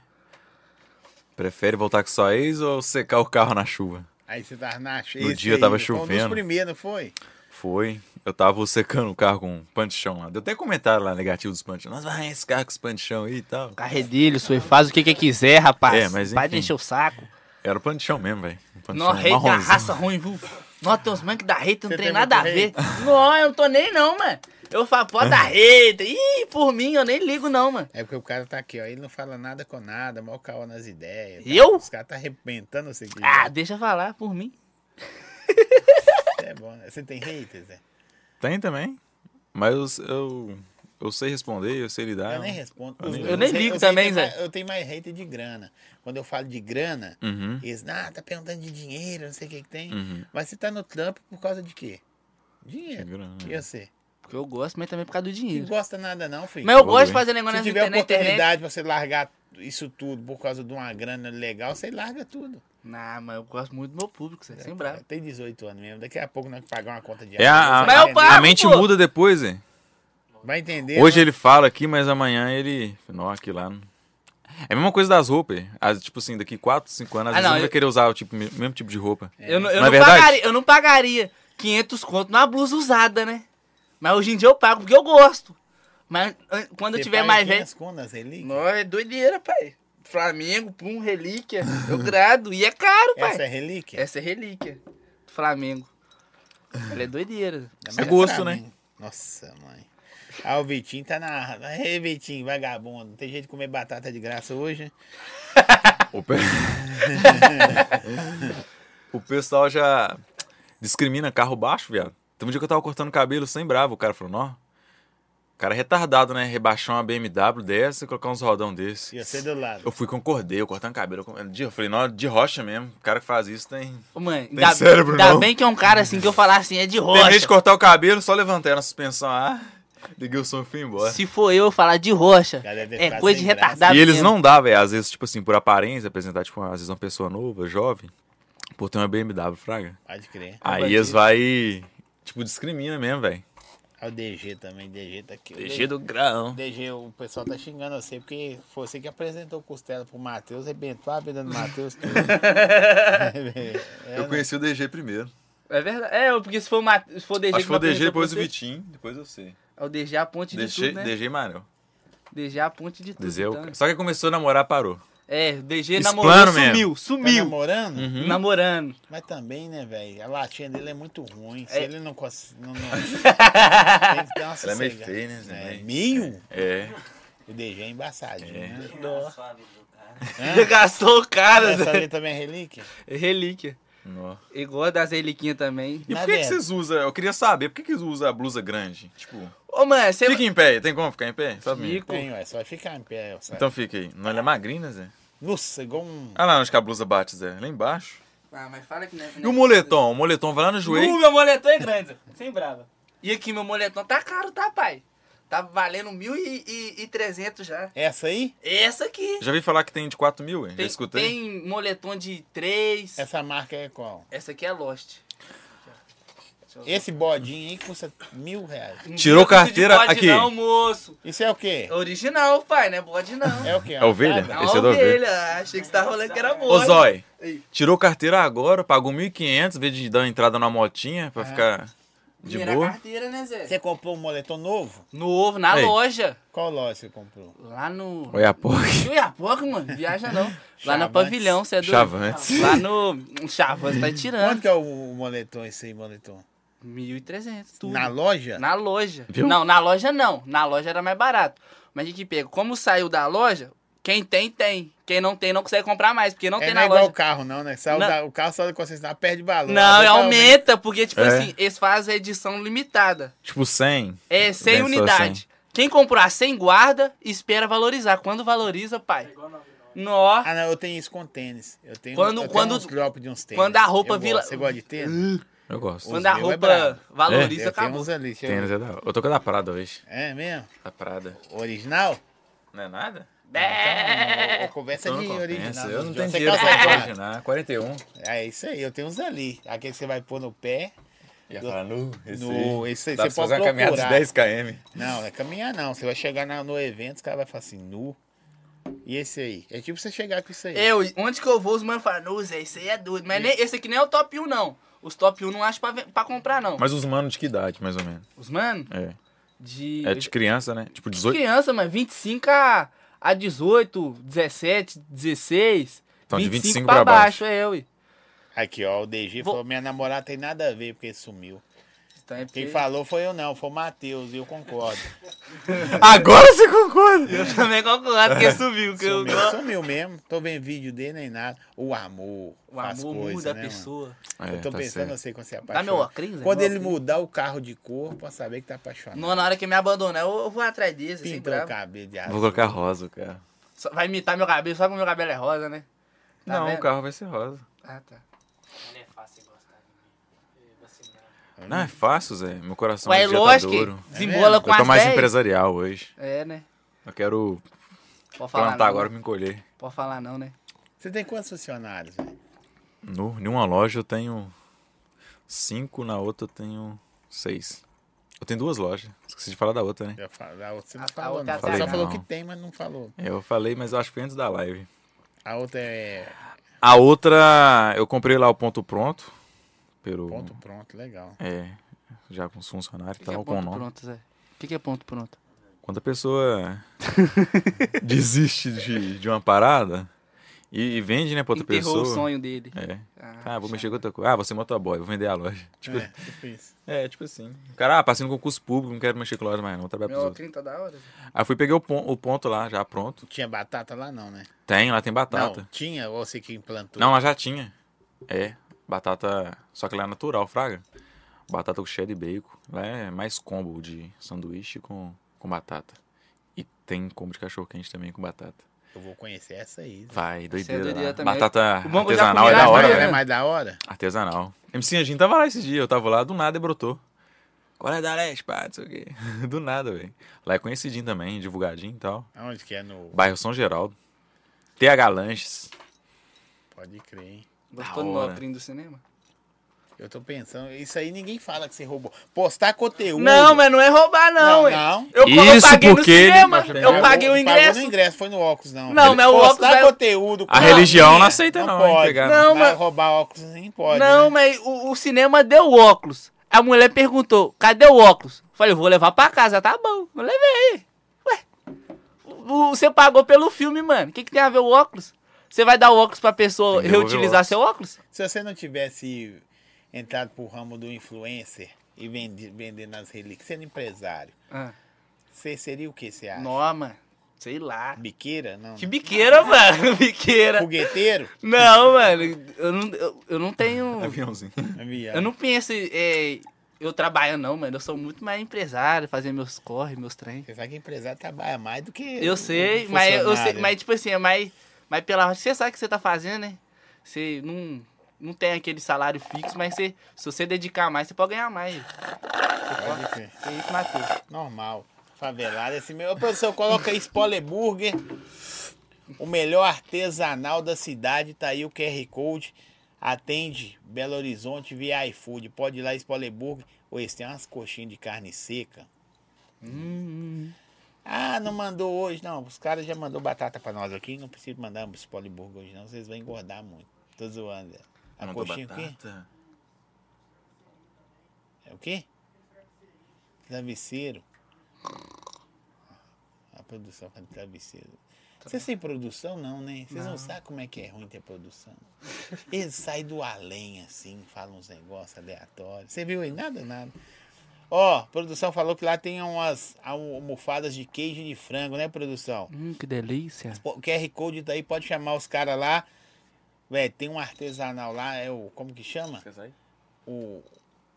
Prefere voltar com sua ex ou secar o carro na chuva?
Aí você tava na
No dia tava
Foi um dos
chovendo.
primeiros, não foi?
Foi. Eu tava secando o carro com um pano de chão lá. Deu até comentário lá negativo dos pantichão. Nós vai esse carro com os pano de chão aí e tal.
Carredelho, sua faz o que, que quiser, rapaz.
É, mas
Para de
enfim.
encher o saco.
Era o pano de chão mesmo, velho. Um pano de
Nó,
chão
rei da
marronzinho.
raça ruim, viu? Nó, tem uns man que dá rei, não
Você
tem
tem
nada a
muito
ver. Nó, eu não tô nem não, mano. Eu falo, pô, dá rei. Ih, por mim, eu nem ligo não, mano.
É porque o cara tá aqui, ó. Ele não fala nada com nada, mó caô nas ideias. tá?
Eu?
Os caras tá arrebentando né? você aqui.
Ah, deixa falar, por mim.
É bom, né? Você tem haters, né?
Tem também. Mas eu, eu, eu sei responder, eu sei lidar.
eu nem respondo.
eu nem-
Os-
eu
nem
sei-
ligo
sei que
também,
tem
Zé.
mais- Eu tenho mais hater de grana. Quando eu falo de grana,
Uhum.
eles, ah, tá perguntando de dinheiro, não sei o que que tem.
Uhum.
Mas você tá no trampo por causa de quê? Dinheiro.
Grana.
E você?
Porque eu gosto, mas também por causa do
Não
dinheiro.
gosta nada não, filho.
Mas eu
Vou
gosto de
ver.
fazer negócio
Se
nessa
tiver
internet, tá internet.
oportunidade pra você largar isso tudo por causa de uma grana legal, você larga tudo.
Não, mas eu gosto muito do meu público, você é sem bravo.
Tem 18 anos mesmo. Daqui a pouco nós vamos pagar uma conta de
É a,
água, você
Mas eu
a,
vai
pago,
a mente
pô.
muda depois, hein?
entender. Vai entender.
Hoje
né?
ele fala aqui, mas amanhã ele. Não, aqui lá. não- É a mesma coisa das roupas. hein? As, tipo assim, daqui 4, 5 anos, às
Ah,
vezes
não,
não vai
eu-
querer usar o tipo, me- mesmo tipo de roupa.
Eu, não- eu
Não é
não
verdade?
pagaria, eu não pagaria 500 conto numa blusa usada, né? Mas hoje em dia eu pago porque eu gosto. Mas an- quando eu
Você
tiver
paga
mais
assim? 500
velho.
conto nas relíquias?
Não, é doideira, pai. Flamengo, pum, relíquia. Eu grado. E é caro, pai.
Essa é relíquia?
Essa é relíquia. Flamengo. Ela é doideira.
Mas
é gosto,
pra
né?
mim. Nossa, mãe. Ah, o Vitinho tá na. Ei, Vitinho, vagabundo. Não tem jeito de comer batata de graça hoje.
O, pe- O pessoal já discrimina carro baixo, viado. Tem um dia que eu tava cortando cabelo sem bravo, o cara falou, nó. O cara é retardado, né? Rebaixar uma BMW dessa e colocar uns rodão desse.
E você do lado.
Eu fui, concordei, eu cortando cabelo. Eu de- eu falei, nó, de rocha mesmo. O cara que faz isso tem.
Ô, mãe,
Tem cérebro,
ainda
não.
bem que é um cara assim que eu falar assim, é de
Tem vez de
rocha.
cortar o cabelo, só levantei na suspensão. Ah, liguei o som e fui embora.
Se for eu falar de rocha,
Galera, deve
é
ficar
coisa de
sem graça.
retardado.
E eles
mesmo.
não dá, velho. Às vezes, tipo assim, por aparência, apresentar, tipo, às vezes uma pessoa nova, jovem, por ter uma BMW, fraga.
Pode crer.
Aí eles vai, tipo, discrimina mesmo, velho.
Ah, o DG também. DG tá aqui. O
do grão.
DG, o pessoal tá xingando você porque foi você que apresentou o costela pro Matheus, arrebentou a vida do Matheus. É,
Eu conheci o DG primeiro.
É verdade. É, porque se for, o Mat- se for DG
Acho que foi o
vai
DG,
perguntar pra
depois o
você,
Vitinho, depois eu sei.
É o DG a ponte de
DG,
tudo, né? DG,
DG Manuel.
a ponte de tudo.
DG é o
então.
cara. Só que começou a namorar, parou.
É, DG
Explano
namorou,
mesmo.
sumiu,
Uhum.
Tá
sumiu.
namorando?
Namorando.
Mas também, né, velho? A latinha dele é muito ruim. Se
É.
ele não consegue. Não, não- Tem que dar uma
Ela é meio
sossegada.
feia, né, Zé?
É, meio?
É.
O DG é embaçadinho, né?
Não. Suave do cara.
É.
Regaçou o cara,
Essa
Zé.
ali também é relíquia?
Relíquia.
Nó.
Igual das reliquinhas também.
E
Na
por que, que
verdade.
vocês usam? Eu queria saber, por que, que vocês usam a blusa grande? Tipo,
Ô, mano, você... é
fica em pé, tem como ficar em pé? Só pra mim.
Fico.
Tem, ué. Só vai ficar em pé, ó, sabe?
Então fica aí. Não, ela é magrinha, né, Zé?
Nossa, igual um.
Olha lá onde que a blusa bate, Zé. Lá embaixo.
Ah, mas fala que não é...
E o moletom? O moletom vai lá no
O
joelho.
meu moletom é grande, Zé. sem brava. E aqui, meu moletom tá caro, tá, pai? Tá valendo mil e, e, e trezentos já.
Essa aí?
Essa aqui.
Já vi falar que tem de 4 mil, hein? Já
Tem,
escutei.
tem moletom de três.
Essa marca é qual?
Essa aqui é Lost.
Esse bodinho aí custa mil reais.
precisa de
Tirou carteira
bode
aqui.
Não, moço.
Isso é o quê?
Original, pai, não é bode não.
É o quê?
É ovelha?
Não,
Esse é da ovelha.
ovelha. Achei que você tava falando que era bode.
Ô, Zói,
Ei.
tirou carteira agora, pagou 1.500, em vez de dar entrada na motinha pra ficar de
Primeira
boa.
carteira, né, Zé?
Você comprou um moletom novo?
Novo, na
Ei.
loja.
Qual loja você comprou?
Lá no...
Olha a porra.
Que Iapoca, mano, viaja não. Lá na
Chavantes.
Pavilhão, você é doido.
Chavantes.
Lá no... Chavantes tá tirando.
Quanto que é o, o moletom, esse aí, moletom?
1.300, tudo.
Na loja?
Na loja.
Viu?
Não, na loja não. Na loja era mais barato. Mas o que que pega? Como saiu da loja, quem tem, tem. Quem não tem, não consegue comprar mais, porque não
é,
tem
não
na
é igual
loja.
o carro, não, né? Sai o
Não.
da- o carro sai da concessionária, perde valor.
Não, é um
Aí aumenta.
aumenta, porque, tipo
É.
assim, eles fazem a edição limitada.
Tipo 100.
É 100
Deve ser
unidades. Quem comprar 100 guarda, espera valorizar. Quando valoriza, pai.
Igual 99.
Nó.
Ah, não, eu tenho isso com tênis. Eu tenho,
Quando-
eu tenho
quando-
uns drop de uns tênis.
quando a roupa
Eu gosto.
vira-
Você gosta de tênis?
Eu gosto.
Quando a
meu é
roupa
brabo. É,
valoriza,
eu tenho um
acabou.
uns ali. deixa eu
Tênis
ver.
é da... Eu tô com a da Prada hoje.
É mesmo?
Da Prada.
Original?
Não é nada?
É.
Então, conversa de original.
eu
João.
não tenho
Você
dinheiro
calça
pra
quanto?
imaginar. 41.
É isso aí, eu tenho uns ali. Aquele que você vai pôr no pé.
Ia falar, nu, esse
No, esse aí
Dá
você
pra
pode
fazer uma caminhada de
procurar.
10 km.
Não, não é caminhar não. Você vai chegar na- no evento, os caras vão falar assim, nu. E esse aí? É tipo você chegar com isso aí.
Eu, onde que eu vou, os manos falam, "Não, Zé, isso aí é doido. Mas nem- esse aqui nem é o top 1, não. Os top 1 não acho pra, ven- pra comprar, não.
Mas os manos de que idade, mais ou menos?
Os mano,
É.
de...
É de criança, né? Tipo
de
18.
criança, mano, 25 a, a 18, 17, 16...
Então, de 25
pra
pra
baixo, é, ui.
Aqui, ó, o DG
Vou-
falou, minha namorada tem nada a ver porque sumiu.
Então, é
Quem
porque-
falou foi eu não, foi o Matheus, e eu concordo.
Agora você concorda!
Eu também concordo, porque subiu. Que eu...
Sumiu, sumiu mesmo. Tô vendo vídeo dele nem nada. O amor. né,
O amor muda a pessoa.
É,
eu tô
tá
pensando
certo.
assim quando você
Dá
apaixona.
meu óculos, Zé,
Quando
meu
ele
óculos.
mudar o carro de cor, pode saber que tá apaixonado.
Não, na hora que me abandonar, eu, eu vou atrás desse, assim,
Pintou o
bravo.
cabelo de
Vou
azul.
colocar rosa o carro.
Só- Vai imitar meu cabelo, só que meu cabelo é rosa, né? Tá
não,
vendo?
o carro vai ser rosa.
Ah, tá.
Não é fácil gostar de mim.
É, vacinar.
Não, é fácil, Zé. Meu coração
Ué,
é
lógico, que
duro. É
desembola
mesmo?
com
Eu tô
as
mais
10.
empresarial hoje.
É, né?
Eu quero
Pode falar
plantar
não,
agora
né?
pra me encolher.
Pode falar não, né?
Você tem quantos funcionários? velho?
No, em uma loja eu tenho cinco, na outra eu tenho seis. Eu tenho duas lojas. Esqueci de falar da outra, né?
Já fala- a outra você
A-
não
a
falou,
outra
não.
é
Você só
Falei,
falou
não.
que tem, mas não falou.
É, Eu falei, mas eu acho que foi antes da live.
A outra é
A outra, eu comprei lá o ponto pronto. Pelo.
ponto pronto, legal.
É. Já com os funcionários
O que,
e
que é
tal, Tá com o
ponto
nome.
pronto, Zé? O que, que é ponto pronto?
Quando a pessoa desiste de, de uma parada e, e vende, né, pra outra
Enterrou
pessoa.
o sonho dele.
É.
Ah,
Ah, vou mexer com outra coisa. Ah, você é motoboy, vou vender a loja. Tipo,
É, tipo isso.
É, tipo assim. O cara, ah, passei no concurso público, não quero mexer com loja mais não, trabalho
Meu
pros outros.
óculos tá da hora. Zé.
Aí fui peguei o, pon- o ponto lá, já pronto.
Tinha batata lá não, né?
Tem, lá tem
Não,
batata.
tinha ou você que implantou?
Não, lá já tinha. É, batata, só que lá é natural, fraga. Batata com cheddar e bacon. Lá é mais combo de sanduíche com, com batata. E tem combo de cachorro quente também com batata.
Eu vou conhecer essa aí.
Essa
Vai,
é
doideira.
doideira
lá.
também.
batata
O bom que eu já
artesanal
comi né? lá
é da
de
hora,
manhã,
Ela
velho.
é mais da hora?
Artesanal. MC Anjinho tava lá esse dia, eu tava lá, do nada ele brotou. Qual é da Leste, pá, não sei o quê. Do nada, velho. Lá é conhecidinho também, divulgadinho e tal.
Aonde que é no...
Bairro São Geraldo. TH Lanches.
Pode crer, hein?
Gostou do
hora.
meu óculos do cinema?
Eu tô pensando, isso aí ninguém fala que você roubou. Postar conteúdo...
Não, mas não é roubar não,
Não,
hein?
não.
Eu, eu
Isso
paguei no
porque ele- é
cinema, eu
Não,
paguei o
pagou
ingresso.
no ingresso, foi no óculos, não.
Não, mas o
Postar
óculos é-
conteúdo...
A
com
religião
minha,
não aceita não, hein,
pode.
pegar,
não.
Não,
Não, mas-
mas... Roubar óculos nem pode,
Não,
né?
mas o, o cinema deu óculos. A mulher perguntou, cadê o óculos? Falei, eu vou levar pra casa, tá bom. Eu levei. Ué, o- você pagou pelo filme, mano. O que, que tem a ver o óculos? Você vai dar o óculos pra pessoa
Tem que devolver
reutilizar
o óculos.
seu óculos?
Se você não tivesse entrado pro ramo do influencer e vendi- vendendo as relíquias, sendo empresário,
Ah.
você seria o que, você acha?
Norma, sei lá.
Biqueira? Não.
Que
né?
biqueira, mano. Biqueira.
Fogueteiro?
Não, mano. Eu não, eu, eu não
É
tenho...
Aviãozinho.
Avião.
Eu não penso... é, eu trabalho, não, mano. Eu sou muito mais empresário, fazer meus corre, meus trem.
Você sabe que empresário trabalha mais do que.
Eu
o
sei, mas eu sei,
funcionário.
mas tipo assim, é mais, mas pela você sabe o que você tá fazendo, né? Você não não tem aquele salário fixo, mas você, se você dedicar mais, você pode ganhar mais.
Pode crer.
É isso, Matheus.
né? Normal. Favelado, esse meu. Ô, produção, coloca aí Spoiler Burger. O melhor artesanal da cidade. Tá aí o QR Code. Atende Belo Horizonte via iFood. Pode ir lá, Spoilerburg. Ou eles têm umas coxinhas de carne seca.
Hum,
Ah, não mandou hoje, não. Os caras já mandou batata pra nós aqui. Não precisa mandar um Spoilerburg hoje, não. Vocês vão engordar muito. Tô zoando. Zé.
Ah,
A
Mandou
coxinha o quê?
batata.
É o quê? Travesseiro. A produção faz travesseiro. Vocês têm produção, não, né? Vocês não. sabem como é que é ruim ter produção. Eles saem do além, assim, falam uns negócios aleatórios. Você viu aí? Nada, nada. Ó, produção falou que lá tem umas almofadas de queijo de frango, né, produção?
Hum, que delícia.
Pô, O QR Code daí pode chamar os caras lá. Véi, tem um artesanal lá, é o. Como que chama?
Quer sair?
O,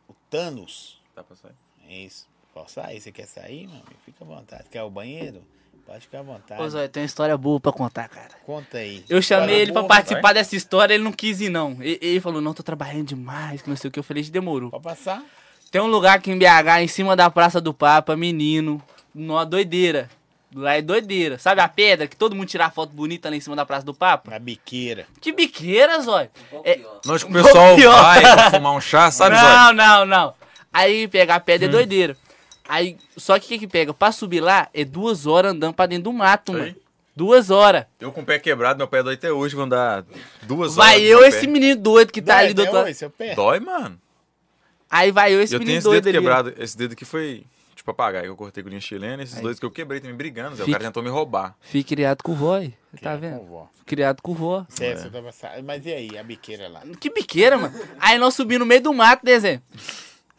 o Thanos.
Dá pra sair?
É isso. Posso sair? Você quer sair, meu amigo? Fica à vontade. Quer o banheiro? Pode ficar à vontade.
Ô, Zóio, tem uma história boa pra contar, cara.
Conta aí.
Eu chamei
Fala,
ele pra
porra,
participar dessa história, ele não quis ir, não. E- Ele falou, não, tô trabalhando demais, que não sei o que. Eu falei, "Ixi, demorou.
Pode passar?
Tem um lugar aqui em BH, em cima da Praça do Papa, menino. Uma doideira. Lá é doideira. Sabe a pedra que todo mundo tira foto bonita lá em cima da Praça do Papa?
Na biqueira.
Que biqueira, Zóio. É-
Nós que o
Vou
pessoal
pior.
vai pra fumar um chá, sabe, Hum. Zóio?
não, não, não. Aí pegar a pedra é doideira. Aí, só que o que que pega? Pra subir lá, é duas horas andando pra dentro do mato,
Aí.
mano. Duas horas.
Eu com o pé quebrado, meu pé dói até hoje, vão dar duas horas.
Vai
de
eu
pé.
esse menino doido que tá ali
é
do outro lado.
Seu pé.
Dói, mano.
Aí vai eu esse
eu tenho
menino
esse
doido ali.
dedo
ó.
quebrado. Esse dedo aqui foi de papagaio que eu cortei com linha chilena. Esses dois que eu quebrei também brigando, Zé. O
Fica-
cara tentou me roubar.
Fui criado com vó, aí. tá
Com
vendo?
vó.
Fui criado com vó.
né?
Cê- cê tava sa- tá Mas e aí, a biqueira lá?
Que biqueira, mano. Aí nós subimos no meio do mato, né, Zé?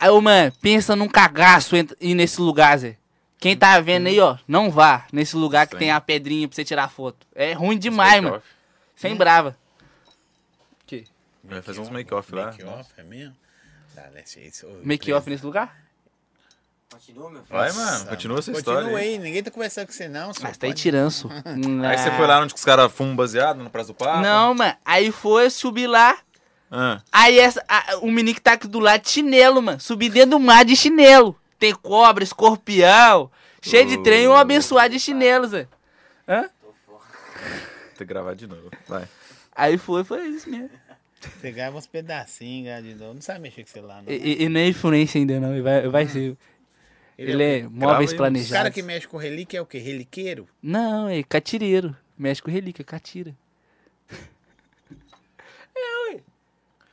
Aí, ô, mano, pensa num cagaço ent- ir nesse lugar, Zé. Quem tá vendo aí, ó, não vá nesse lugar que
Sim.
tem a pedrinha pra você tirar foto. É ruim demais, mano. Sem brava.
Vai fazer uns make-off lá.
Make-off é mesmo? Tá, né, gente, ô,
Make-off nesse lugar?
Continua, meu filho.
Vai,
Nossa,
mano. Continua essa história
Continua
aí.
aí, ninguém tá conversando com você, não. só
Mas tá aí
pode-
tiranço.
Aí você foi lá onde os caras fumam baseado, na Praça do Papa?
Não, mano. Aí foi, subi lá.
Ah,
Aí essa, a- o menino que tá aqui do lado de chinelo, mano. Subi dentro do mar de chinelo. Tem cobra, escorpião, cheio de trem e um abençoado de chinelo, Zé.
tem que gravar de novo. Vai.
Aí foi, foi isso mesmo.
Você grava uns pedacinhos, grava de novo. Não sabe mexer com celular, não.
E, e- e não é influência ainda, não. Ele Vai, vai ser. Ele, é móveis
aí,
Os caras
planejados.
um que mexem com relíquia é o quê? Reliqueiro?
Não, é catireiro. Mexe com relíquia, catira. É, ué.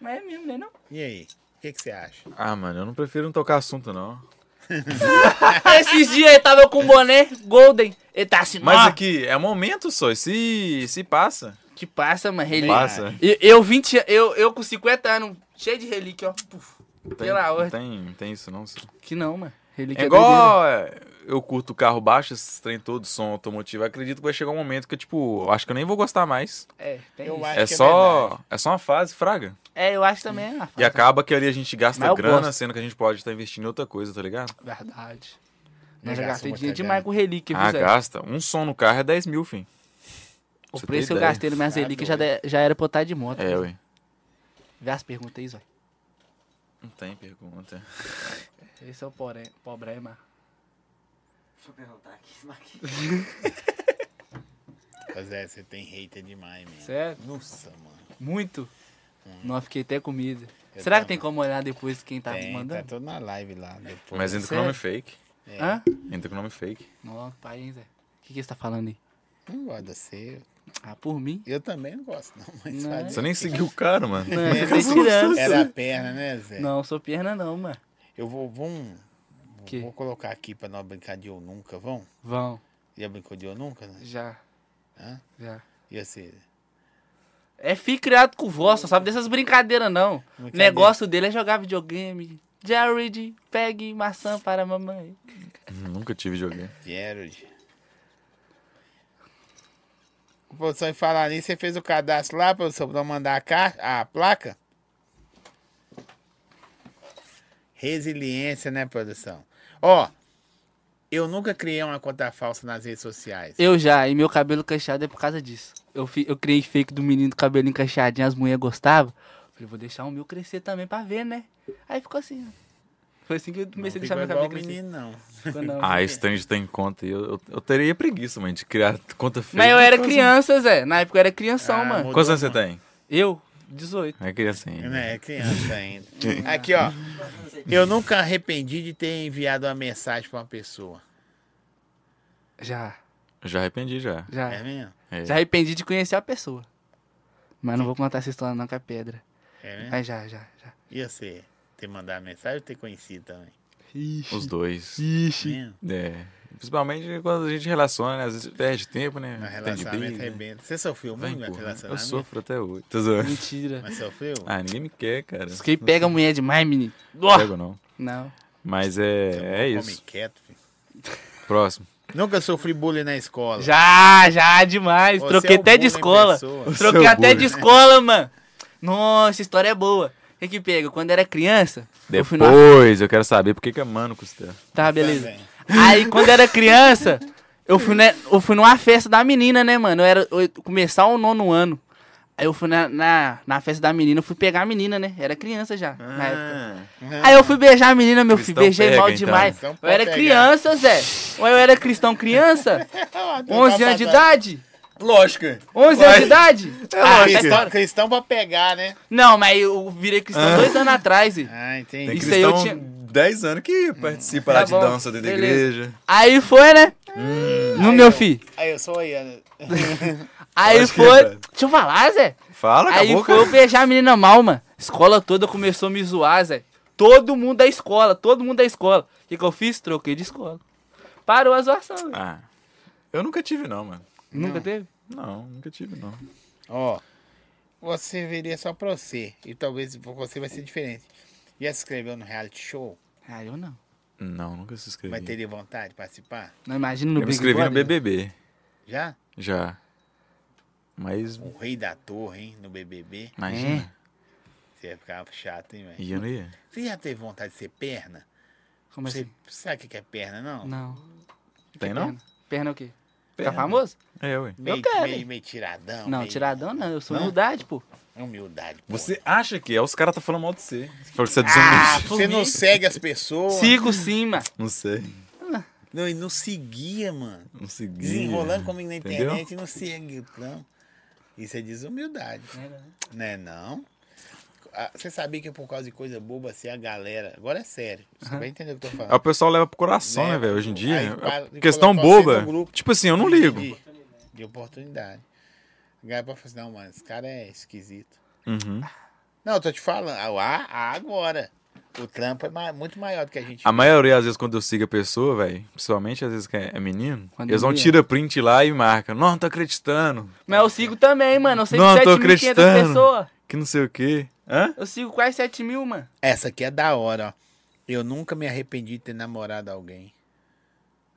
Mas é mesmo, né, não?
E aí? O que que você acha?
Ah, mano, eu não prefiro não tocar assunto, não.
Esses dias ele tava com um boné golden. Ele tá assim,
Mas
"Nó,
aqui, é momento só. e Se, se passa.
que passa, mano. Relíquia.
Passa.
Eu, eu, 20, eu, eu com 50 anos, cheio de relíquia, ó. Puf,
Tem,
Pela
não
ordem.
tem, não tem isso, não. senhor.
Que não, mano. Relíquia
É igual é, eu curto carro baixo, esses trem todo, som automotivo. Acredito que vai chegar um momento que, tipo, eu acho que eu nem vou gostar mais.
doideira. É, tem
Eu
isso.
acho.
É
que é
só,
verdade.
é só uma fase, fraga.
É, eu acho também. é uma
E acaba que ali a gente
Mas
gasta
eu
grana,
gosto.
sendo que a gente pode estar investindo em outra coisa, tá ligado?
Verdade.
Não
Nós já
gasta
gastei dinheiro
muita grana.
demais com relíquia,
ah,
viu, Zé?
gasta. Um som no carro é 10 mil, fim.
O
Você tem
preço eu
ideia.
gastei no minhas
Tá
relíquias já, de- já era pra eu estar de moto.
É, ué.
Vê as perguntas aí, Zé.
Não tem pergunta.
Esse é o porém, problema.
Deixa eu perguntar aqui. isso aqui.
Pois é, você tem hater demais, mesmo.
Sério?
Nossa, mano.
Muito. Não, eu fiquei até com medo.
Eu
Será que
também.
tem como olhar depois quem tá
tem, tá
mandando?
todo na live lá depois.
Mas entra com
Sério?
nome fake.
É,
Hã?
Entra com nome fake.
Não, que pai, hein, Zé? O que, que você tá falando aí?
Não gosto de você.
Ah, por mim?
Eu também não gosto, não. Mas
Não.
fazer
Você nem seguiu o cara, mano.
Não, eu tô tirando.
Era a perna, né, Zé?
Não, sou perna não, mano.
Eu vou. Vamos.
Que?
Vou colocar aqui pra não brincar de eu nunca, vão?
Vão.
Já brincou de eu nunca, né?
Já.
Hã?
Já.
E você?
É fi criado com vó, só sabe dessas brincadeiras, não. O
Brincadeira.
negócio dele é jogar videogame. Jared, pegue maçã para a mamãe.
Nunca tive joguinho.
Gerald. Produção, em falar nisso, você fez o cadastro lá, produção, pra eu mandar a, caixa, a placa? Resiliência, né, produção? Ó, eu nunca criei uma conta falsa nas redes sociais.
Eu já, e meu cabelo cacheado é por causa disso. Eu, fi- eu criei fake do menino do cabelinho cacheadinho, as mulheres gostavam. Falei, vou deixar o meu crescer também pra ver, né? Aí ficou assim, ó. Foi assim que eu comecei a deixar
Não
meu
ficou igual
cabelo
o
crescer.
menino, não.
Ficou não.
Ah, esse trem de ter em conta. aí, Eu, eu, eu teria preguiça, mano, de criar conta fake.
Mas eu era criança, Zé. Na época eu era crianção,
assim. Ah,
mano.
mudou,
Quantos anos você
mano.
tem?
Eu? 18.
É criança ainda.
Né, é criança ainda. Aqui, ó.
tá
Eu nunca arrependi de ter enviado uma mensagem pra uma pessoa.
Já,
Já arrependi, já.
já.
É mesmo?
É.
Já arrependi de conhecer a pessoa. Mas não vou contar essa história não com a pedra.
É mesmo?
Mas Ah, já, já, já.
E você? Ter mandado mensagem ou ter conhecido também? Tá
Ixi.
Os dois.
Ixi.
Mesmo?
É. Principalmente quando a gente relaciona, né? Às vezes perde tempo, né?
No
Tem de
É, relacionamento
briga.
arrebenta. Você sofreu
Vai
muito
né?
no
empurrando. Eu
relacionamento?
sofro até hoje. Tô
É.
zoando.
Mentira.
Mas sofreu?
Ah, ninguém me quer, cara.
Os que pega a mulher demais, menino.
Não pego, não.
Não.
Mas
Você
é, é
Tá come
isso.
quieto, filho.
Próximo.
Nunca sofri bullying na escola.
Já, já, demais.
Você
Troquei
é o
até de
bullying
escola.
pessoa.
Troquei
Seu
até de
bullying.
escola, mano. Nossa, essa história é boa. O que que pega? Quando era criança, eu fui na...
Depois eu quero saber por que que a Mano Costela.
Tá, beleza.
Também.
Aí, quando era criança, eu fui, né, eu fui numa festa da menina, né, mano? Eu era eu ia começar o nono ano. Aí eu fui na, na, na festa da menina, eu fui pegar a menina, né? Era criança já, na
Ah.
época. Aí eu fui beijar a menina, meu filho.
Cristão
Beijei
pega,
mal
então.
demais.
Cristão
Eu era
pega.
criança, Zé. Ou eu era cristão criança?
Ah, então
11
tá
anos de
passando.
idade?
Lógico.
11 anos de idade? Ah, tá
Cristão,
história.
cristão pra pegar, né?
Não, mas eu virei cristão dois anos atrás. E.
Ah,
Tem
entendi.
Isso aí eu
cristão
tinha-
10 anos que participa
Tá
lá de
bom,
dança dentro da
beleza.
igreja.
Aí foi, né? no meu filho.
Aí eu sou aí, Ana.
Aí
Acho que
foi.
é, velho.
Deixa eu falar, Zé.
Fala,
Aí
acabou,
foi
cara.
eu beijar a menina mal, mano. Escola toda começou a me zoar, Zé. Todo mundo da escola, todo mundo da escola. O que, que eu fiz? Troquei de escola. Parou a zoação. velho.
Ah. Eu nunca tive, não, mano.
Nunca teve?
Não, nunca tive, não.
Ó, você veria só pra você. E talvez pra você vai ser diferente. Já se inscreveu no reality show?
Ah, eu não.
Não, nunca se inscrevi.
Vai teria vontade de participar?
Não imagina no
Eu me
Big
inscrevi no
Brother.
BBB.
Já?
Já. Mas,
O rei da torre, hein? No BBB.
Ah.
imagina.
Você ia ficar chato, hein,
É.
velho?
E eu não ia.
Você já teve vontade de ser perna?
Como
Você
assim?
sabe o que que é perna, não?
Não.
Tem, não?
Perna. Perna é o quê? Ficar
Perna.
famoso?
É, ué.
Meio,
quero,
meio,
hein?
meio tiradão.
Não,
meio- É
tiradão não. Eu sou humildade, pô.
Humildade. pô.
Você acha que é? Os caras tá falando mal de você.
Você falou que
Ah!
você é desumilde.
por
Você não
mim.
segue as pessoas.
Sigo sim, mano.
Não sei.
Não, e não seguia, mano.
Não segui.
Desenrolando comigo na
Entendeu?
internet e não segue. Não. Isso é desumildade.
É,
Né, não? Ah, Você sabia que por causa de coisa boba, assim, a galera. Agora é sério. Você vai entender o que eu tô
Aí É, o
falando.
pessoal leva pro coração,
Né?
né, velho? Hoje em dia.
Aí para de
questão
colocar você
boba.
no grupo.
Tipo assim, eu não ligo.
De, de oportunidade. A galera pode falar assim, não, mano, esse cara é esquisito.
Uhum.
Não, eu tô te falando. Ah, lá, ah, agora. O trampo é ma- muito maior do que a gente.
A maioria, às vezes, quando eu sigo a pessoa, velho, principalmente às vezes que é é menino,
Quando
eles vão
ele é.
tirar print lá e marcam. Não, não tô acreditando.
Mas eu sigo também, mano. Eu sigo
Não, tô
7.500
acreditando.
pessoas.
Que não sei o quê. Hã?
Eu sigo quase 7 mil, mano.
Essa aqui é da hora, ó. Eu nunca me arrependi de ter namorado alguém.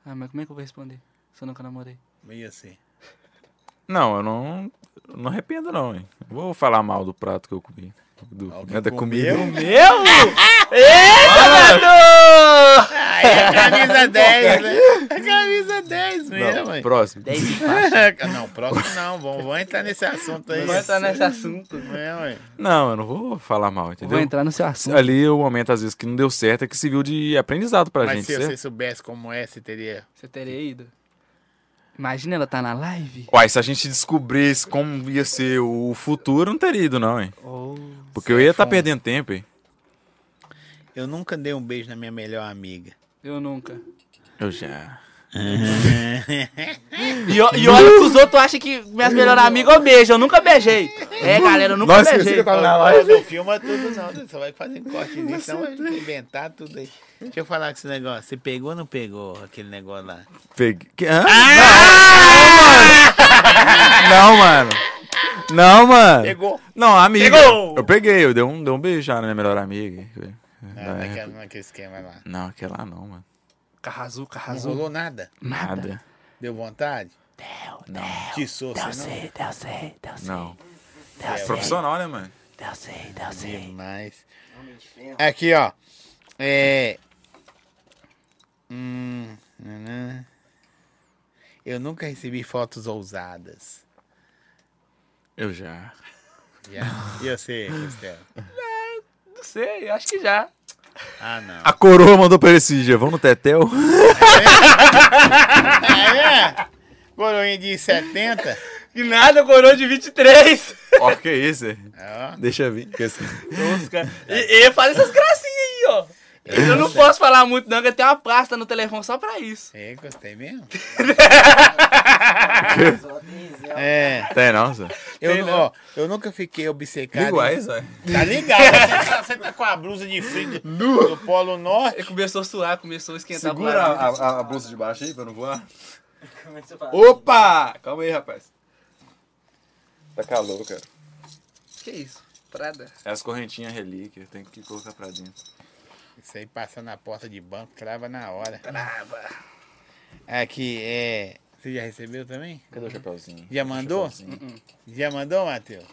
Ah, mas como é que eu vou responder? Se eu nunca namorei.
Meio assim.
Não, eu não, eu não arrependo, não, hein? Vou falar mal do prato que eu comi. Do,
Alguém
né, da comida.
comeu?
Meu?
Ah,
Eita, mano!
Aí a camisa 10, né? A camisa 10 mesmo,
Não,
hein?
próximo.
10
Não, próximo não. Vamos, vamos entrar nesse assunto aí.
Não vai entrar nesse assunto.
É, ué.
Não, eu não vou falar mal, entendeu?
Vou entrar no seu assunto.
Ali é o momento, às vezes, que não deu certo é que se viu de aprendizado pra
Mas
gente,
se
certo?
você soubesse como é, você teria.
Você teria ido? Imagina ela tá na live.
Uai, se a gente descobrisse como ia ser o futuro, não teria ido, não, hein?
Oh.
Porque eu ia estar perdendo tempo, hein?
Eu nunca dei um beijo na minha melhor amiga.
Eu nunca.
Eu já.
E, o- e olha que os outros acham que minhas melhores amigas eu beijo. Eu nunca beijei. É, galera, eu nunca
Nossa, esqueci
beijei.
Tá
que eu tava na
Não,
live.
não filma tudo, não. Você vai fazer corte disso, senão vai inventar tudo aí. Deixa eu falar com esse negócio. Você pegou ou não pegou aquele negócio lá?
Peguei. Que- Hã? Ah! Não, mano. Não, mano.
Pegou.
Não, a amiga.
Pegou!
Eu peguei, eu dei um, dei um beijo já na minha melhor amiga.
Não,
Na
naquele,
época.
Ah, naquele esquema lá.
Não, aquela lá não, mano.
Carrazu,
Não
carrazu.
rolou nada.
Nada.
Deu vontade?
Não,
Tissou, você não?
eu sei, eu
não.
É,
Profissional, né, mano?
eu sei, eu sei.
Demais.
Homem de ferro.
Aqui, ó. É. Hum, nanã. Eu nunca recebi fotos ousadas.
Eu já.
Já. E você, Costela?
Não sei, eu acho que já.
Ah, não.
A coroa mandou pra ele esse dia. Vamos no Tetel?
É, é. Coroinha de 70?
Que nada, coroa de 23.
Ó, que isso, é?
Ó.
Deixa vir. assim. que esse-
Tosca. E, e faz essas gracinhas aí, ó. Eu não posso falar muito, não, que eu tenho uma pasta no telefone só pra isso.
É, gostei mesmo.
Então,
Zé.
É.
Tem não, Zé?
Eu,
Tem,
nu-
né?
ó, eu nunca fiquei obcecado.
Liga o
em-
Waze, Zé.
Tá ligado? Você tá, você tá com a blusa de frio do, do Polo
Ele
Norte.
começou a suar, começou a esquentar
Segura
a
a, a- a bolsa de baixo aí pra eu não voar.
É.
Começou a falar.
Opa! Calma aí, rapaz. Tá calor, cara.
Que isso? Prada.
É as correntinhas relíquias, tem que colocar pra dentro.
Isso aí passa na porta de banco, crava na hora. Crava. Aqui, é. Você já recebeu também?
Cadê o chapeuzinho?
Já mandou? Hum, Já mandou, Matheus?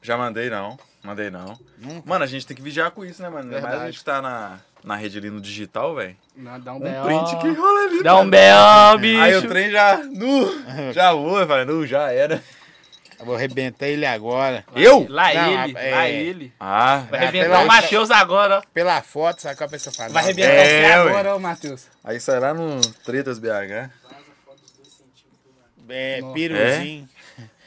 Já mandei não. Mandei não.
Nunca.
Mano, a gente tem que vigiar com isso, né, mano? Ainda mais a
Verdade.
gente tá na, na rede ali no digital, velho.
Não, dá um,
Um
B.O.
print que rola ali.
Dá
cara.
um B.O., bicho.
Aí o trem já. Nu, já voa, eu falei, nu, já era.
Eu vou arrebentar ele agora.
Eu?
Lá
Não,
ele,
é-
lá ele.
Ah,
Vai
Ah,
arrebentar
pela-
o Matheus agora, ó.
Pela foto, sabe qual a pessoa fala?
Vai
Não,
arrebentar
É,
você
ué.
agora, ó, Matheus.
aí sai lá no Tretas BH.
É, Piruzinho.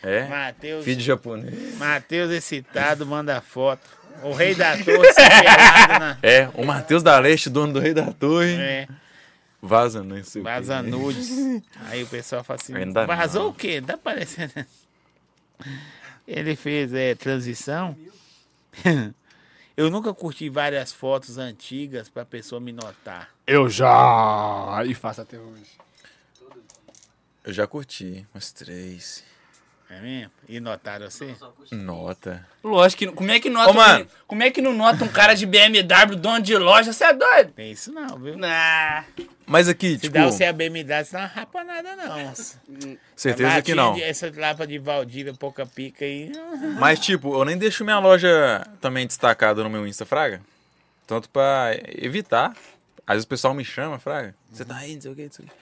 É.
Matheus.
Filho de japonês.
Matheus excitado, manda foto. O rei da torre se pelado na.
É, o Matheus da Leste, dono do Rei da Torre.
É,
Vaza, não sei o quê.
vaza nudes. Aí o pessoal fala assim:
Ainda
vazou
não.
o quê? Tá parecendo. Ele fez é, transição. Eu nunca curti várias fotos antigas pra pessoa me notar.
Eu já.
Ah,
E faço até hoje.
Eu já curti umas três.
É mesmo? E notaram você?
Nota.
Lógico que não. Como é que nota.
Ô, mano.
Como é que não nota um cara de BMW, dono de loja? Você é doido?
Tem isso não, viu?
Nah.
Mas aqui,
Se
tipo,
dá você a BMW, você não rapa nada, não.
certeza que não.
Latinha de- Essa lapa de Valdívia, pouca pica ah, aí.
Mas, tipo, eu nem deixo minha loja também destacada no meu Insta, Fraga. Tanto pra evitar. Às vezes o pessoal me chama, Fraga. Você tá aí, não sei o que, não sei o que.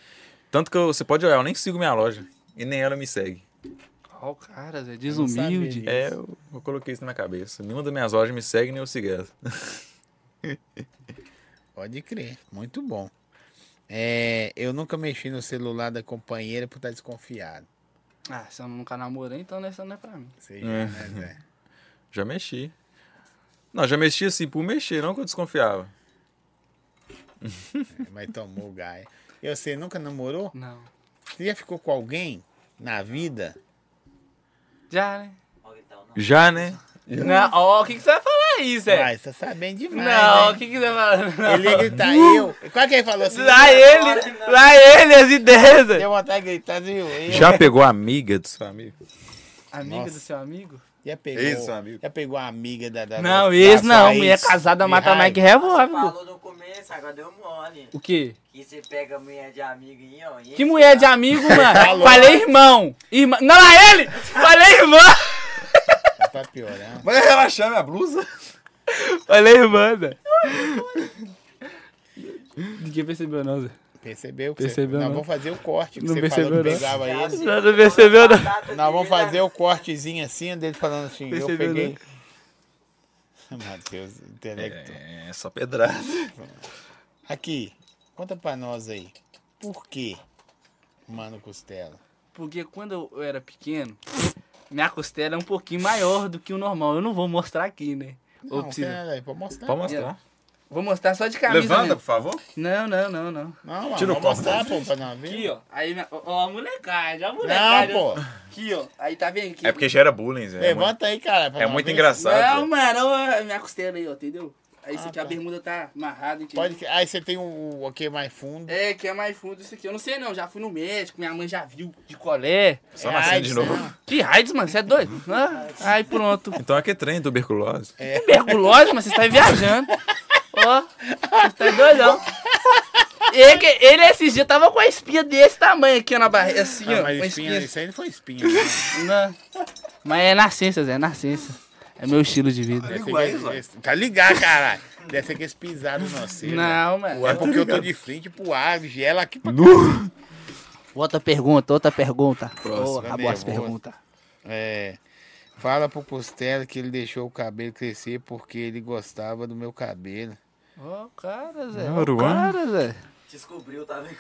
Tanto que eu- você pode olhar, eu nem sigo minha loja. E nem ela me segue.
Ó, o cara, Zé,
sabia
desumilde.
disso.
É, eu, eu coloquei isso na minha cabeça. Nenhuma das minhas lojas me segue, nem eu sigo ela.
Pode crer, muito bom. É, eu nunca mexi no celular da companheira por estar desconfiado.
Ah, se eu nunca namorei, então essa não é pra mim.
Você já, né, Zé?
Já mexi. Não, já mexi assim, por mexer, não que eu desconfiava.
Mas tomou o gaia. E você nunca namorou?
Não.
Você já ficou com alguém na vida?
Já, né?
Ó, gritão, não.
Já, né?
Não, ó, o que, que você vai falar aí, Zé?
Vai, você tá sabendo demais.
não, o
né?
que, que você vai falar?
Ele ia gritar eu. Qual que ele falou assim?
Lá ele, lá ele, as ideias. Zé.
Deu vontade de gritar, viu? Eu.
Já pegou a amiga do seu amigo?
Amiga
Nossa.
do seu amigo?
Já pegou.
Ex, amigo.
Já pegou a amiga da. da da-
Não,
da
ex
sua
não.
ex,
Mulher casada
de
mata
raiva?
mais que revólver. pô.
Falou no começo, agora deu mole.
O quê?
Que você pega a mulher de amigo aí, ó. e-
Que mulher de amigo, mano?
Falou.
Falei irmão. Irmã. Não, lá ele! Falei irmã!
Tá piorando.
Vai relaxar minha blusa?
Falei irmã, Zé. Ninguém percebeu, não, Zé.
Percebeu? que
Percebeu,
você... Nós
não.
vamos fazer o corte que
Não
você
percebeu, né?
falou que
não.
pegava ele.
Não, não percebeu, não.
Batata
Nós vamos
dele,
fazer o cortezinho assim, dele falando assim, eu
Percebeu, né?
peguei. Matheus, intelecto.
É, só pedrada.
Aqui, conta pra nós aí. Por que Mano Costela?
Porque quando eu era pequeno, minha costela é um pouquinho maior do que o normal. Eu não vou mostrar aqui, né? Ou
Não,
precisa-
pera aí, pode mostrar.
Pode mostrar.
Vou mostrar só de camisa.
Levanta, por
mesmo.
favor.
Não, não, não, não.
Não, mano,
Tira o
pode
copo.
mostrar, pô, pra nós ver.
Aqui, ó. Aí, minha... ó, ó, a molecagem, ó, a
Não,
molecagem. ó.
pô.
Aqui, ó. Aí tá vendo aqui.
É porque gera bullying, Zé. É muito-
Levanta aí, cara. pra
É
nós
muito
ver.
engraçado.
Não, mano, ó, minha costela aí, ó, entendeu? Aí isso
Ah,
aqui, a
tá.
bermuda tá amarrada, entendeu?
Pode... Aí você tem o o aqui mais fundo.
É, que é mais fundo isso aqui. Eu não sei não, já fui no médico, minha mãe já viu de colé.
Só nascendo de
AIDS,
novo.
né?
Que raiz, mano, você é doido? Ah, aí pronto.
Então aqui é trem, tuberculose. É
Tuberculose, mas você tá viajando. Ó, você tá doidão. Ele, que- ele esses dias tava com a espinha desse tamanho aqui ó, na barriga, assim,
Ah,
ó.
mas
uma
espinha, isso aí não foi espinha. Né?
Não. Mas é nascença, Zé, é nascença. É meu estilo de vida.
Deve ser que- Tá ligado, caralho. Deve ser que é esse pisado não sei.
Não, tá mano.
É porque eu tô de frente pro ar, gela aqui pra
Outra pergunta, outra pergunta. Ô,
tá
acabou as
nervoso.
perguntas.
É. Fala pro Costela que ele deixou o cabelo crescer porque ele gostava do meu cabelo.
Ó, o cara, Zé.
Ah,
Ó, o
Aruan.
cara, Zé.
Descobriu, tá vendo?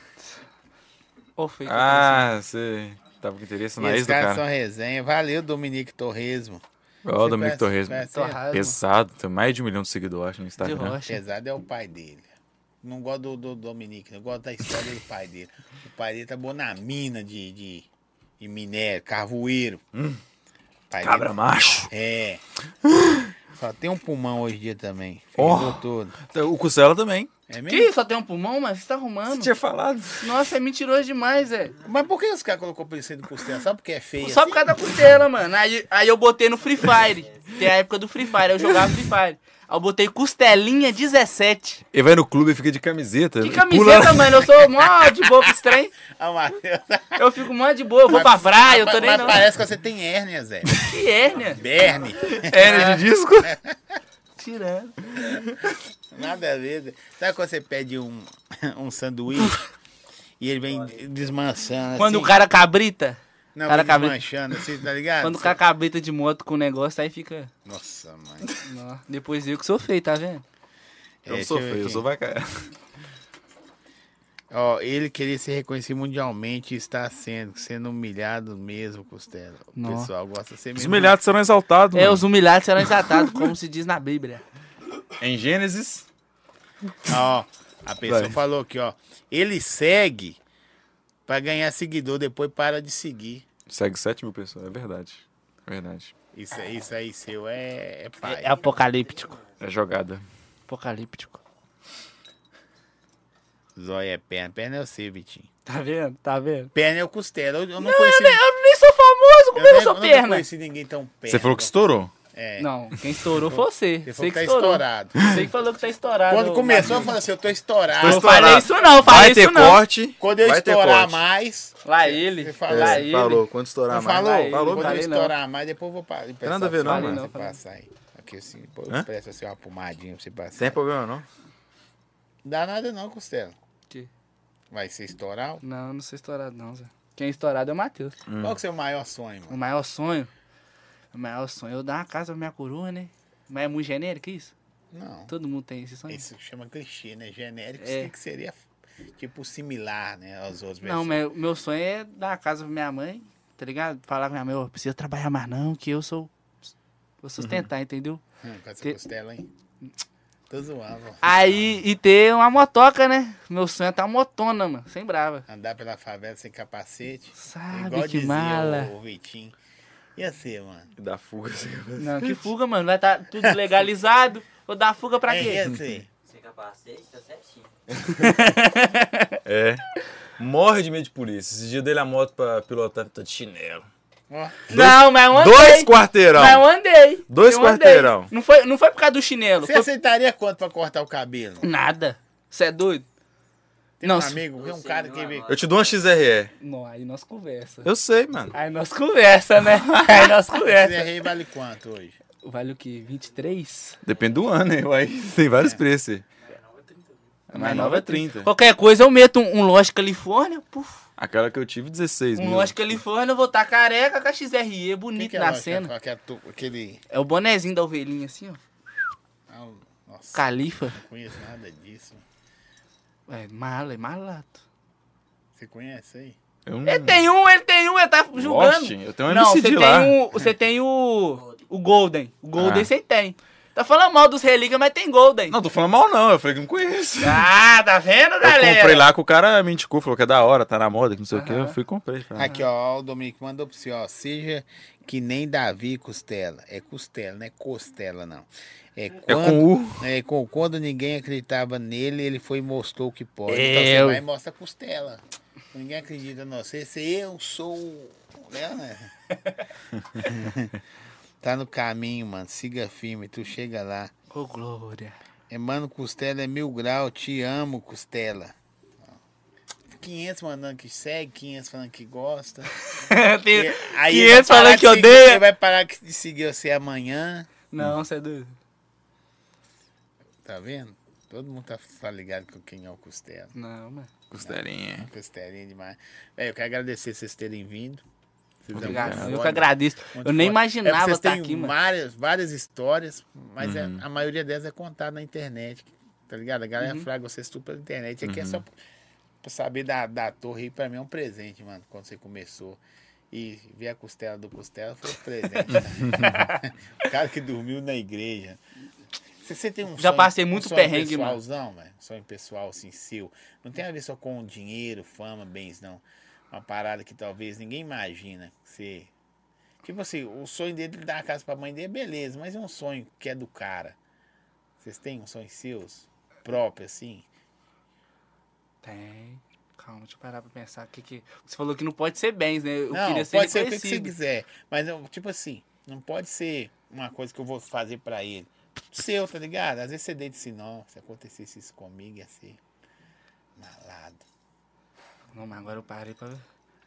Ô, feio. que
Ah, você tava com interesse na
Esses
ex do
caras
cara.
são resenha. Valeu, Dominique Torresmo.
Ó, o
Você conhece-
Dominic Torres.
conhece
É,
Tô
ele?
rasgo.
Pesado, tem mais de um milhão de seguidores, acho, no
De
Instagram.
rocha.
Pesado é o pai dele. Não gosto do, do Dominique, eu gosto da história do pai dele. O pai dele tá bom na mina de, de, de minério, carvoeiro. Pai dele-
Cabra macho.
É. Só tem um pulmão hoje em dia também.
Oh.
Ferrou todo.
Então,
O Costela também.
É
Que
mesmo?
isso? Só tem um pulmão, mas você tá arrumando.
falado.
Nossa, é mentiroso demais, velho.
Mas por que os caras colocou pra ele ser do costela? Só porque é feio?
Só
assim?
por causa da costela, mano. Aí, aí eu botei no Free Fire. Tem a época do Free Fire, eu jogava Free Fire. Aí eu botei costelinha 17.
Ele vai no clube e fica de camiseta.
Que
ele
camiseta,
pula-
mano? Eu sou mó de boa com esse trem.
Ah, Matheus.
Eu fico mó de boa, eu vou pra praia, eu tô nem
Mas
não.
parece que você tem hérnia, Zé.
Que hérnia.
Berne.
Era é, de disco.
Tirando.
Assim. Nada a ver. Zé. Sabe quando você pede um, um sanduíche e ele vem desmanchando
Quando
assim?
o cara cabrita,
Não,
cara
vem
cabe-
desmanchando assim, tá ligado?
quando o cara cabrita de moto com o negócio, aí fica...
Nossa, mãe.
Nó, Depois eu que sou feio, tá vendo?
Eu
É,
não
deixa
sou
eu ver
feio, eu
aqui.
sou bacana.
Ó, ele queria ser reconhecido mundialmente e está sendo, sendo humilhado mesmo, Costela. O
Nó.
pessoal gosta de ser
Os
mesmo.
humilhados serão exaltados.
É,
mano.
os humilhados serão exaltados, como se diz na Bíblia.
Em Gênesis.
Ó, a pessoa
Vai.
falou aqui, ó. Ele segue pra ganhar seguidor, depois para de seguir.
Segue 7 mil pessoas, é verdade. É verdade.
Isso, aí- isso aí seu é, é pai.
É apocalíptico.
É jogada.
Apocalíptico.
Zóia é perna. Perna é o seu, Vitinho.
Tá vendo? Tá vendo?
Perna é o Costela. Eu, eu não, conheci...
Eu nem sou famoso, como eu, não
nem-
sou
nunca
perna?
conheci ninguém tão perna.
Você falou que estourou?
É.
Não, quem estourou foi você. Você,
Você falou
que,
que tá
estourou.
estourado.
Você que falou que tá estourado.
Quando começou, eu
Matheus.
falei assim, eu tô
Não
estourado.
Tô
falei isso não, eu falei
Vai ter
isso não.
corte.
Quando eu
vai ter
estourar
corte.
mais...
Lá ele.
Você
Lá
falou.
É,
ele.
falou, quando estourar
Não
mais.
falou?
Falei,
Falou, Quando eu
falei não.
estourar mais, depois eu vou parar. Tem
nada a ver, não,
mano.
passar aí. Aqui assim, pô,
Hã?
eu presto assim uma pomadinha pra você passar.
Sem problema, não.
Dá nada não, Costela.
Que?
Vai ser estourar?
Não, eu não sou estourado não, Zé. Quem é estourado é o Matheus.
Hum.
Qual que é o seu maior sonho,
O
mano?
maior sonho... O maior sonho é eu dar uma casa pra minha coroa, né? Mas é muito genérico isso?
Não.
Todo mundo tem esse sonho.
Isso chama clichê, né? Genérico,
É.
isso que seria tipo similar, né? Aos outros.
Não,
mas...
meu, meu sonho é dar uma casa pra minha mãe, tá ligado? Falar com minha mãe, eu preciso trabalhar mais não, que eu sou... Vou sustentar, entendeu?
Hum, com essa
te-
costela, hein? Tô zoando. ó.
Aí, e ter uma motoca, né? Meu sonho é tá motona, mano, sem brava.
Andar pela favela sem capacete.
Sabe
igual
que
dizia
mala.
o, o Vitinho. Ia ser, mano.
Dá fuga.
Não, que fuga, mano. Vai estar tudo legalizado. Vou dar fuga pra
É,
quê?
Ia ser.
Sem capacete, tá certinho.
É. Morre de medo de polícia. Esse dia dele é a moto pra pilotar, tá de chinelo.
Ó,
Não, mas eu andei.
Dois quarteirão.
Mas eu andei.
Dois
Eu andei.
quarteirão.
Não foi, não foi por causa do chinelo.
Você é
Foi...
aceitaria quanto pra cortar o cabelo?
Nada. Você é doido?
Tem um
Não, se-
amigo, tem um
Você
cara
não é
que vê.
agora.
Eu te dou uma XRE.
Não, aí nós conversa.
Eu sei, mano.
Aí nós conversa, né? Aí nós
Esse
conversa.
rei vale quanto hoje?
Vale o quê? 23?
Depende do ano, né? Uai, tem vários preços. aí. A
Mais
mais
nova
nova
é
é 30.
Qualquer coisa eu meto um, um Loja Califórnia, puf.
Aquela que eu tive, 16
Um
mil.
Loja Califórnia, eu vou estar careca com a XRE
Que
bonito
que é
na
lá,
cena.
que é tu- Aquele.
É o bonezinho da ovelhinha assim, ó.
Ah, Nossa,
Califa.
não conheço nada disso.
É mala, é malato.
Você conhece aí?
Eu não-
Ele tem um, ele tem um, ele tá julgando.
Lost? Eu tenho um
não,
MC
você
de
tem,
lá.
o, você tem o. O Golden. O Golden
Ah.
você tem. Tá falando mal dos relíquias, mas tem Golden.
Não, tô falando mal não. Eu falei que não conheço.
Ah, tá vendo,
Eu
galera?
comprei lá que o cara me indicou, falou que é da hora, tá na moda, que não sei o que. Eu
Aham.
fui e comprei. falei, ah,
Aqui, ó, o Dominique mandou pra você, ó. Seja que nem Davi Costela. É Costela, não é Costela, não. É
É
quando,
com U.
é com- quando ninguém acreditava nele, ele foi e mostrou o que pode.
É,
então você
eu-
vai e mostra a Costela. Ninguém acredita, não. Você, você- eu sou. o- Né, né? tá no caminho, mano. Siga firme, tu chega lá.
Ô, Glória.
É, mano, Costela é mil grau, te amo, Costela. 500 mandando que segue, 500 falando que gosta.
Tem-
E aí
500
vai parar
falando
de
que
seguir-
odeia.
ele vai parar que- de seguir você amanhã,
Não, você é doido.
tá vendo? Todo mundo tá, tá ligado com quem é o Costela.
Não, mano.
Costelinha.
Costelinha demais. É, eu quero agradecer vocês terem vindo. Vocês dão
Obrigado.
muito
eu que
fora.
agradeço.
Muito
Eu nem
foda. É porque
imaginava
vocês
estar
têm
aqui, mano. Uhum.
Várias, várias histórias, mas é- a maioria delas é contada na internet, tá ligado? A galera
Uhum.
fraga vocês tudo pela internet. Aqui é só pra saber da, da torre aí, pra mim é um presente, mano, quando você começou. e ver a costela do costela foi um presente. né? o cara que dormiu na igreja. Você, você tem um
Já
sonho-
passei
um
muito
sonho
perrengue, mano.
pessoalzão, velho. Sonho pessoal, assim, seu. Não tem a ver só com dinheiro, fama, bens, não. Uma parada que talvez ninguém imagina. que Você... Tipo assim, o sonho dele de dar a casa pra mãe dele, beleza, mas é um sonho que é do cara. Vocês têm uns sonhos seus? Próprio, assim?
Tem. Calma, deixa eu parar pra pensar. Que que... Você falou que não pode ser bens, né? Eu
não,
queria ser
pode ser o que que você
reconhecido.
quiser. Mas, eu, tipo assim, não pode ser uma coisa que eu vou fazer pra ele. Seu, tá ligado? Às vezes você deita assim, não, se acontecesse isso comigo, ia ser malado.
Não, mas agora eu parei pra ver.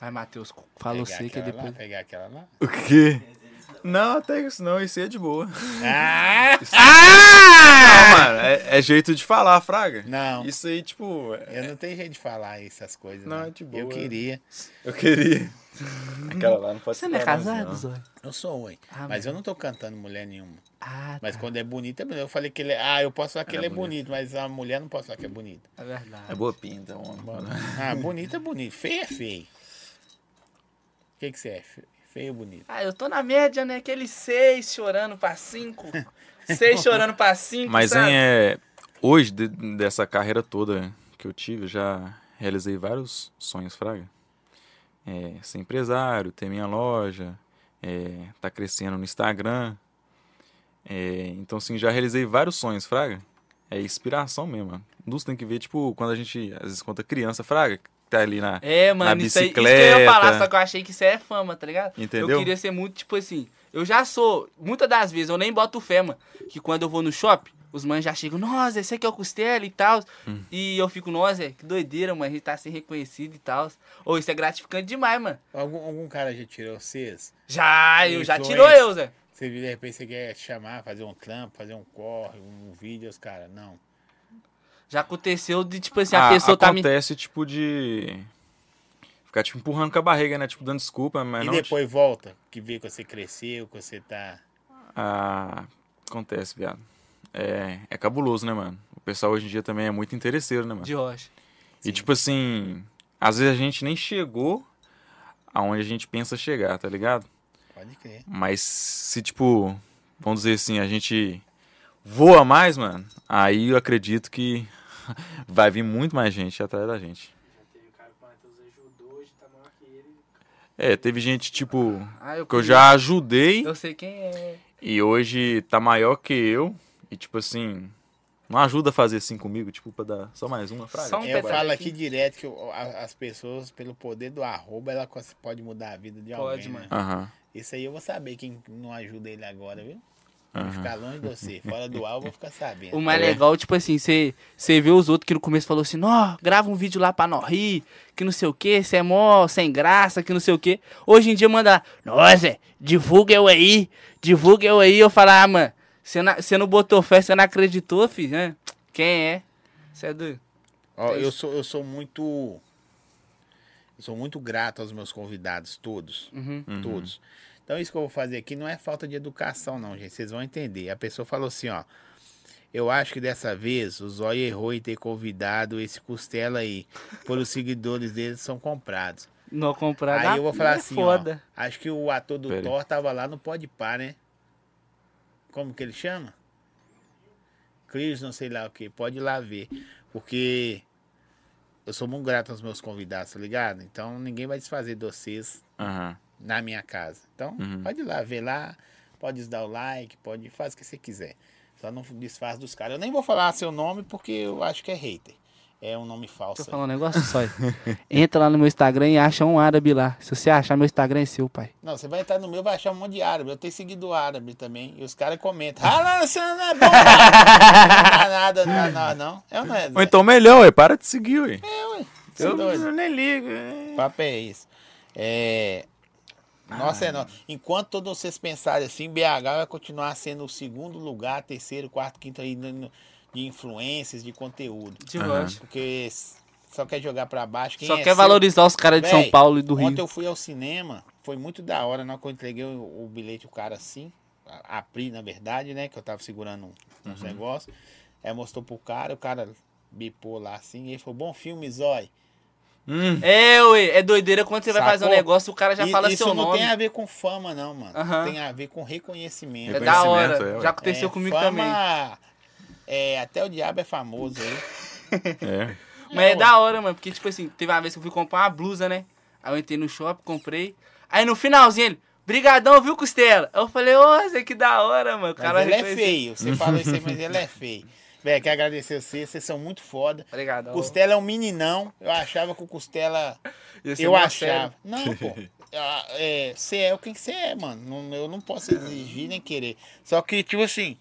Vai, Matheus, fala
Pegar
você que
aquela
depois.
Lá, pegar aquela lá.
O quê? Não, até que isso não, isso aí é de boa.
Ah!
Não, mano, é, é jeito de falar, Fraga.
Não.
Isso aí, tipo, é-
Eu não tenho jeito de falar essas coisas.
Não,
Não,
é de boa.
Eu queria.
eu queria. Aquela lá não pode
Você não é
falar mais,
casado,
não.
Zóio?
Eu sou ruim.
Ah,
mas eu não tô cantando mulher nenhuma.
Ah,
Mas
tá.
quando é bonita, é bonito. eu falei que ele é. Ah, eu posso falar que
Ela
ele
é
é bonito, mas a mulher não posso falar que é bonita.
É verdade.
É boa pinta, mano.
Ah, bonita é bonito. Feio é feio. O que, que você é? Fe- Feio ou bonito?
Ah, eu tô na média, né? Aquele seis chorando pra cinco. seis chorando pra cinco,
Mas
sabe?
hein, é, hoje, de- dessa carreira toda que eu tive, eu já realizei vários sonhos, Fraga. É, ser empresário, ter minha loja, é, tá crescendo no Instagram. É, então, assim, já realizei vários sonhos, Fraga. É inspiração mesmo. mano. Luz tem que ver, tipo, quando a gente, às vezes, conta criança, Fraga, que tá ali na.
É, mano,
na
isso aí, isso que eu ia
bicicleta.
falar, só que eu achei que isso é fama, tá ligado? Eu
Entendeu?
queria ser muito, tipo assim, eu já sou, muitas das vezes, eu nem boto fé, mano, que quando eu vou no shopping, os manos já chegam, nossa, esse aqui é o Costela e tal,
Hum.
e eu fico, nossa, é, que doideira, mano, a gente tá sendo reconhecido e tal. Ou isso é gratificante demais, mano.
Algum, algum cara já tirou vocês?
Já, eu já
é
Influência.
tirou eu, Zé.
Você de repente você quer chamar, fazer um trampo, fazer um corre, um vídeo, os caras. Não.
Já aconteceu de, tipo assim, a
Ah,
pessoa tá me...
acontece, tipo, de. Ficar, tipo, empurrando com a barriga, né? Tipo, dando desculpa, mas
e
não.
depois volta, que vê que você cresceu, que você tá.
Ah, acontece, viado. É, é cabuloso, né, mano? O pessoal hoje em dia também é muito interesseiro, né, mano?
De rocha.
E tipo assim, às vezes a gente nem chegou aonde a gente pensa chegar, tá ligado?
Pode crer.
Mas se, tipo, vamos dizer assim, a gente voa mais, mano, aí eu acredito que vai vir muito mais gente atrás da gente.
Já teve o cara que o Matheus ajudou, hoje tá maior que ele.
É, teve gente, tipo,
Ah,
que eu já ajudei
Eu sei quem é.
e hoje tá maior que eu. E, tipo assim, não ajuda a fazer assim comigo, tipo, pra dar só mais uma frase.
Só um
Eu
detalhe
falo
aqui.
aqui direto que eu- a- as pessoas, pelo poder do arroba, ela cons- pode mudar a vida de alguém.
Pode,
né?
mano.
Aham.
Isso aí eu vou saber quem não ajuda ele agora, viu? Vou
aham.
ficar longe de você. Fora do ar, eu vou ficar sabendo.
O mais
É.
legal, tipo assim, você vê os outros que no começo falou assim, ó, grava um vídeo lá pra nós rir, que não sei o que, você é mó sem graça, que não sei o que. Hoje em dia manda, nossa, divulga eu aí, divulga eu aí. Eu falo, ah, mano, você não, você não botou fé, você não acreditou, filho, né? Quem é? Você é doido. É
Ó, eu
isso.
sou, eu sou muito. Eu sou muito grato aos meus convidados, todos.
Uhum.
Todos. Então, isso que eu vou fazer aqui não é falta de educação, não, gente. Vocês vão entender. A pessoa falou assim, ó. Eu acho que dessa vez o Zóia errou em ter convidado esse Costela aí. Por os seguidores dele são comprados.
Não comprar
aí
nada,
eu vou falar
é
assim,
foda.
ó. Acho que o ator do
Pera aí.
Thor tava lá no Pode Par, né? Como que ele chama? Cris, não sei lá o que. Pode ir lá ver. Porque eu sou muito grato aos meus convidados, tá ligado? Então ninguém vai desfazer de vocês
Aham.
na minha casa. Então,
Uhum.
pode ir lá, ver lá, pode dar o like, pode fazer o que você quiser. Só não desfaz dos caras. Eu nem vou falar seu nome porque eu acho que é hater. É um nome falso.
Deixa eu falar um negócio só. aí. Entra lá no meu Instagram e acha um árabe lá. Se você achar, meu Instagram é seu, pai.
Não, você vai entrar no meu, vai achar um monte de árabe. Eu tenho seguido árabe também. E os caras comentam. Ah, não, você não é bom, não. Não dá nada, não, não, não. Eu não é.
Ou então melhor, ué, para de seguir, ué.
você é doido.
nem ligo.
O papo é isso. É. Nossa, é nossa. Enquanto todos vocês pensarem assim, BH vai continuar sendo o segundo lugar, terceiro, quarto, quinto aí no- no- de influências, de conteúdo.
De
Aham.
longe.
Porque s- só quer jogar pra baixo. Quem
Só
é
quer
seu-
valorizar os caras de São
Véi,
Paulo e do Rio.
Ontem eu fui ao cinema, foi muito da hora, na hora que eu entreguei o, o bilhete, o cara assim, a- abri na verdade, né, que eu tava segurando um- uns
Uhum.
negócios, é, aí mostrou pro cara, o cara bipou lá assim, e ele falou, bom filme, Zói.
É, ué, é doideira quando você vai
Sacou?
fazer um negócio o cara já
E-
fala
isso
seu
não
nome.
tem a ver com fama, não, mano.
Aham.
Tem a ver com reconhecimento.
É da
Reconhecimento, é,
hora.
ué.
Já aconteceu
É,
comigo
fama-
também.
É, até o diabo é famoso aí.
É.
Mas é
ué.
da hora, mano, porque, tipo assim, teve uma vez que eu fui comprar uma blusa, né? Aí eu entrei no shopping, comprei. Aí no finalzinho ele, brigadão, viu, Costela? Aí Eu falei, ô, Zé, que da hora, mano. O
Mas
cara
ele é
reconheceu.
feio. Você falou isso aí, mas ele é feio. Véi, quero agradecer vocês, vocês são muito foda.
Obrigado.
Então-
Costela é um meninão. Eu achava que o Costela.
Ia ser
Eu
mó
achava.
sério.
Não, pô. Ah, é, Você é o que você é, mano. Não- eu não posso exigir nem querer. Só que, tipo assim,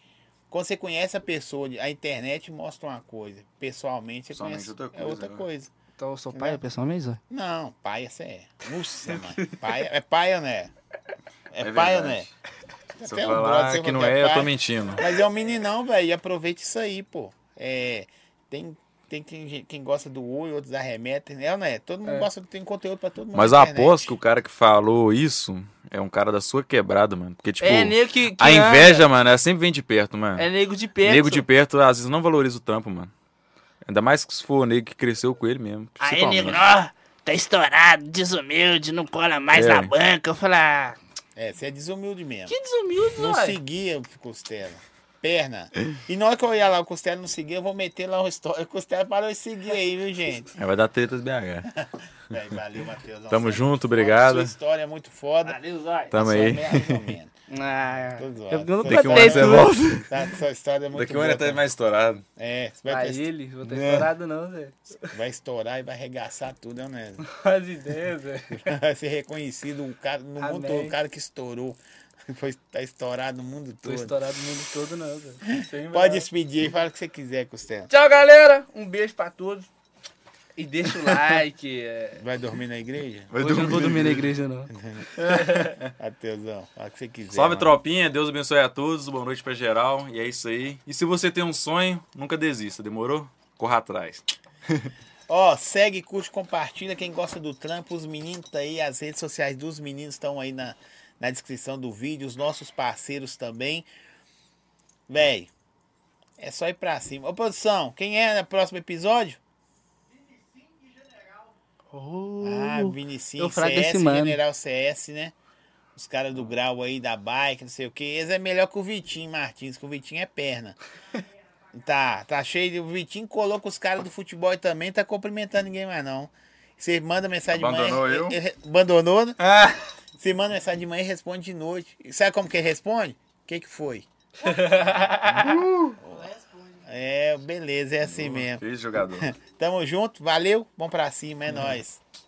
quando você conhece a pessoa, a internet mostra uma coisa. Pessoalmente, você
Pessoalmente
conhece
outra
é
coisa,
outra
né?
coisa.
Então eu sou pai, pessoal mesmo?
Não, paia você é. Nossa, mano. Paia, é paia, né? É,
É
paia,
verdade.
né?
Se eu
Até um
falar
brother
que
seu
não
que é
é, eu tô
pai.
mentindo.
Mas é um meninão, velho. E aproveita isso aí, pô. É. Tem, tem quem, quem gosta do oi, outros arremetem. É, né? Todo mundo gosta, tem conteúdo pra todo mundo.
Mas eu
na internet.
aposto que o cara que falou isso é um cara da sua quebrada, mano. Porque, tipo,
é, nego que, que
a
anda.
inveja, mano, ela sempre vem de perto, mano.
É nego de perto.
Nego de perto, às vezes, não valoriza o trampo, mano. Ainda mais que se for nego que cresceu com ele mesmo.
Aí,
principalmente.
nego, ó, tá estourado, desumilde, não cola mais
É.
na banca. Eu falei, ah,
É, você é desumilde mesmo.
que desumilde,
Não
uai?
seguia o Costela. Perna. E na hora que eu ia lá, o Costela não seguia, eu vou meter lá uma história. O Costela parou de seguir aí, viu, gente?
É, vai dar tretas BH.
Véi, valeu, Matheus.
Tamo junto,
Sua
obrigado.
história é muito foda.
Valeu, zóio.
Tamo
Sua
aí.
merda, é meu menino.
Ah,
Tô zoado.
eu não
Daqui um
contei
ano você
tudo.
volta.
Tá, sua história é muito
Daqui um
boa.
ano ele tá
também.
mais estourado.
É, você vai,
Pra
ter-
ele, não vou ter estourado não, Zé.
vai estourar e vai arregaçar tudo, né? Nésio?
As ideias, Zé.
Vai ser reconhecido o cara, no
Amém.
mundo todo, o cara que estourou. Foi, tá estourado no mundo
Tô né?
todo.
estourado o mundo todo não, Zé. Sem
Pode
moral.
despedir, fala o que você quiser, Costela.
Tchau, galera. Um beijo pra todos. E deixa o like. é.
Vai dormir na igreja?
Hoje eu não vou dormir na igreja, não.
Ateusão, fala o que você quiser.
Salve,
mano.
tropinha. Deus abençoe a todos. Boa noite pra geral. E é isso aí. E se você tem um sonho, nunca desista, demorou? Corra atrás.
Ó, segue, curte, compartilha. Quem gosta do trampo, os meninos tá aí, as redes sociais dos meninos estão aí na, na descrição do vídeo, os nossos parceiros também. Véi, é só ir pra cima. Ô, produção, quem é no próximo episódio? Ah,
eu
Vinicius,
frago
CS,
esse mano.
General CS, né? Os caras do grau aí, da bike, não sei o que. Eles é melhor que o Vitinho Martins, que o Vitinho é perna. Tá, tá cheio. de- O Vitinho coloca os caras do futebol aí também, tá cumprimentando ninguém mais não. Você manda mensagem
Abandonou
de manhã.
eu?
ele- ele- abandonou, né?
Ah!
Você manda mensagem de manhã e responde de noite. E sabe como que ele responde? O que que foi? É, assim beleza, é assim mesmo.
Esse jogador.
Tamo junto, valeu, vamos pra cima, é nóis.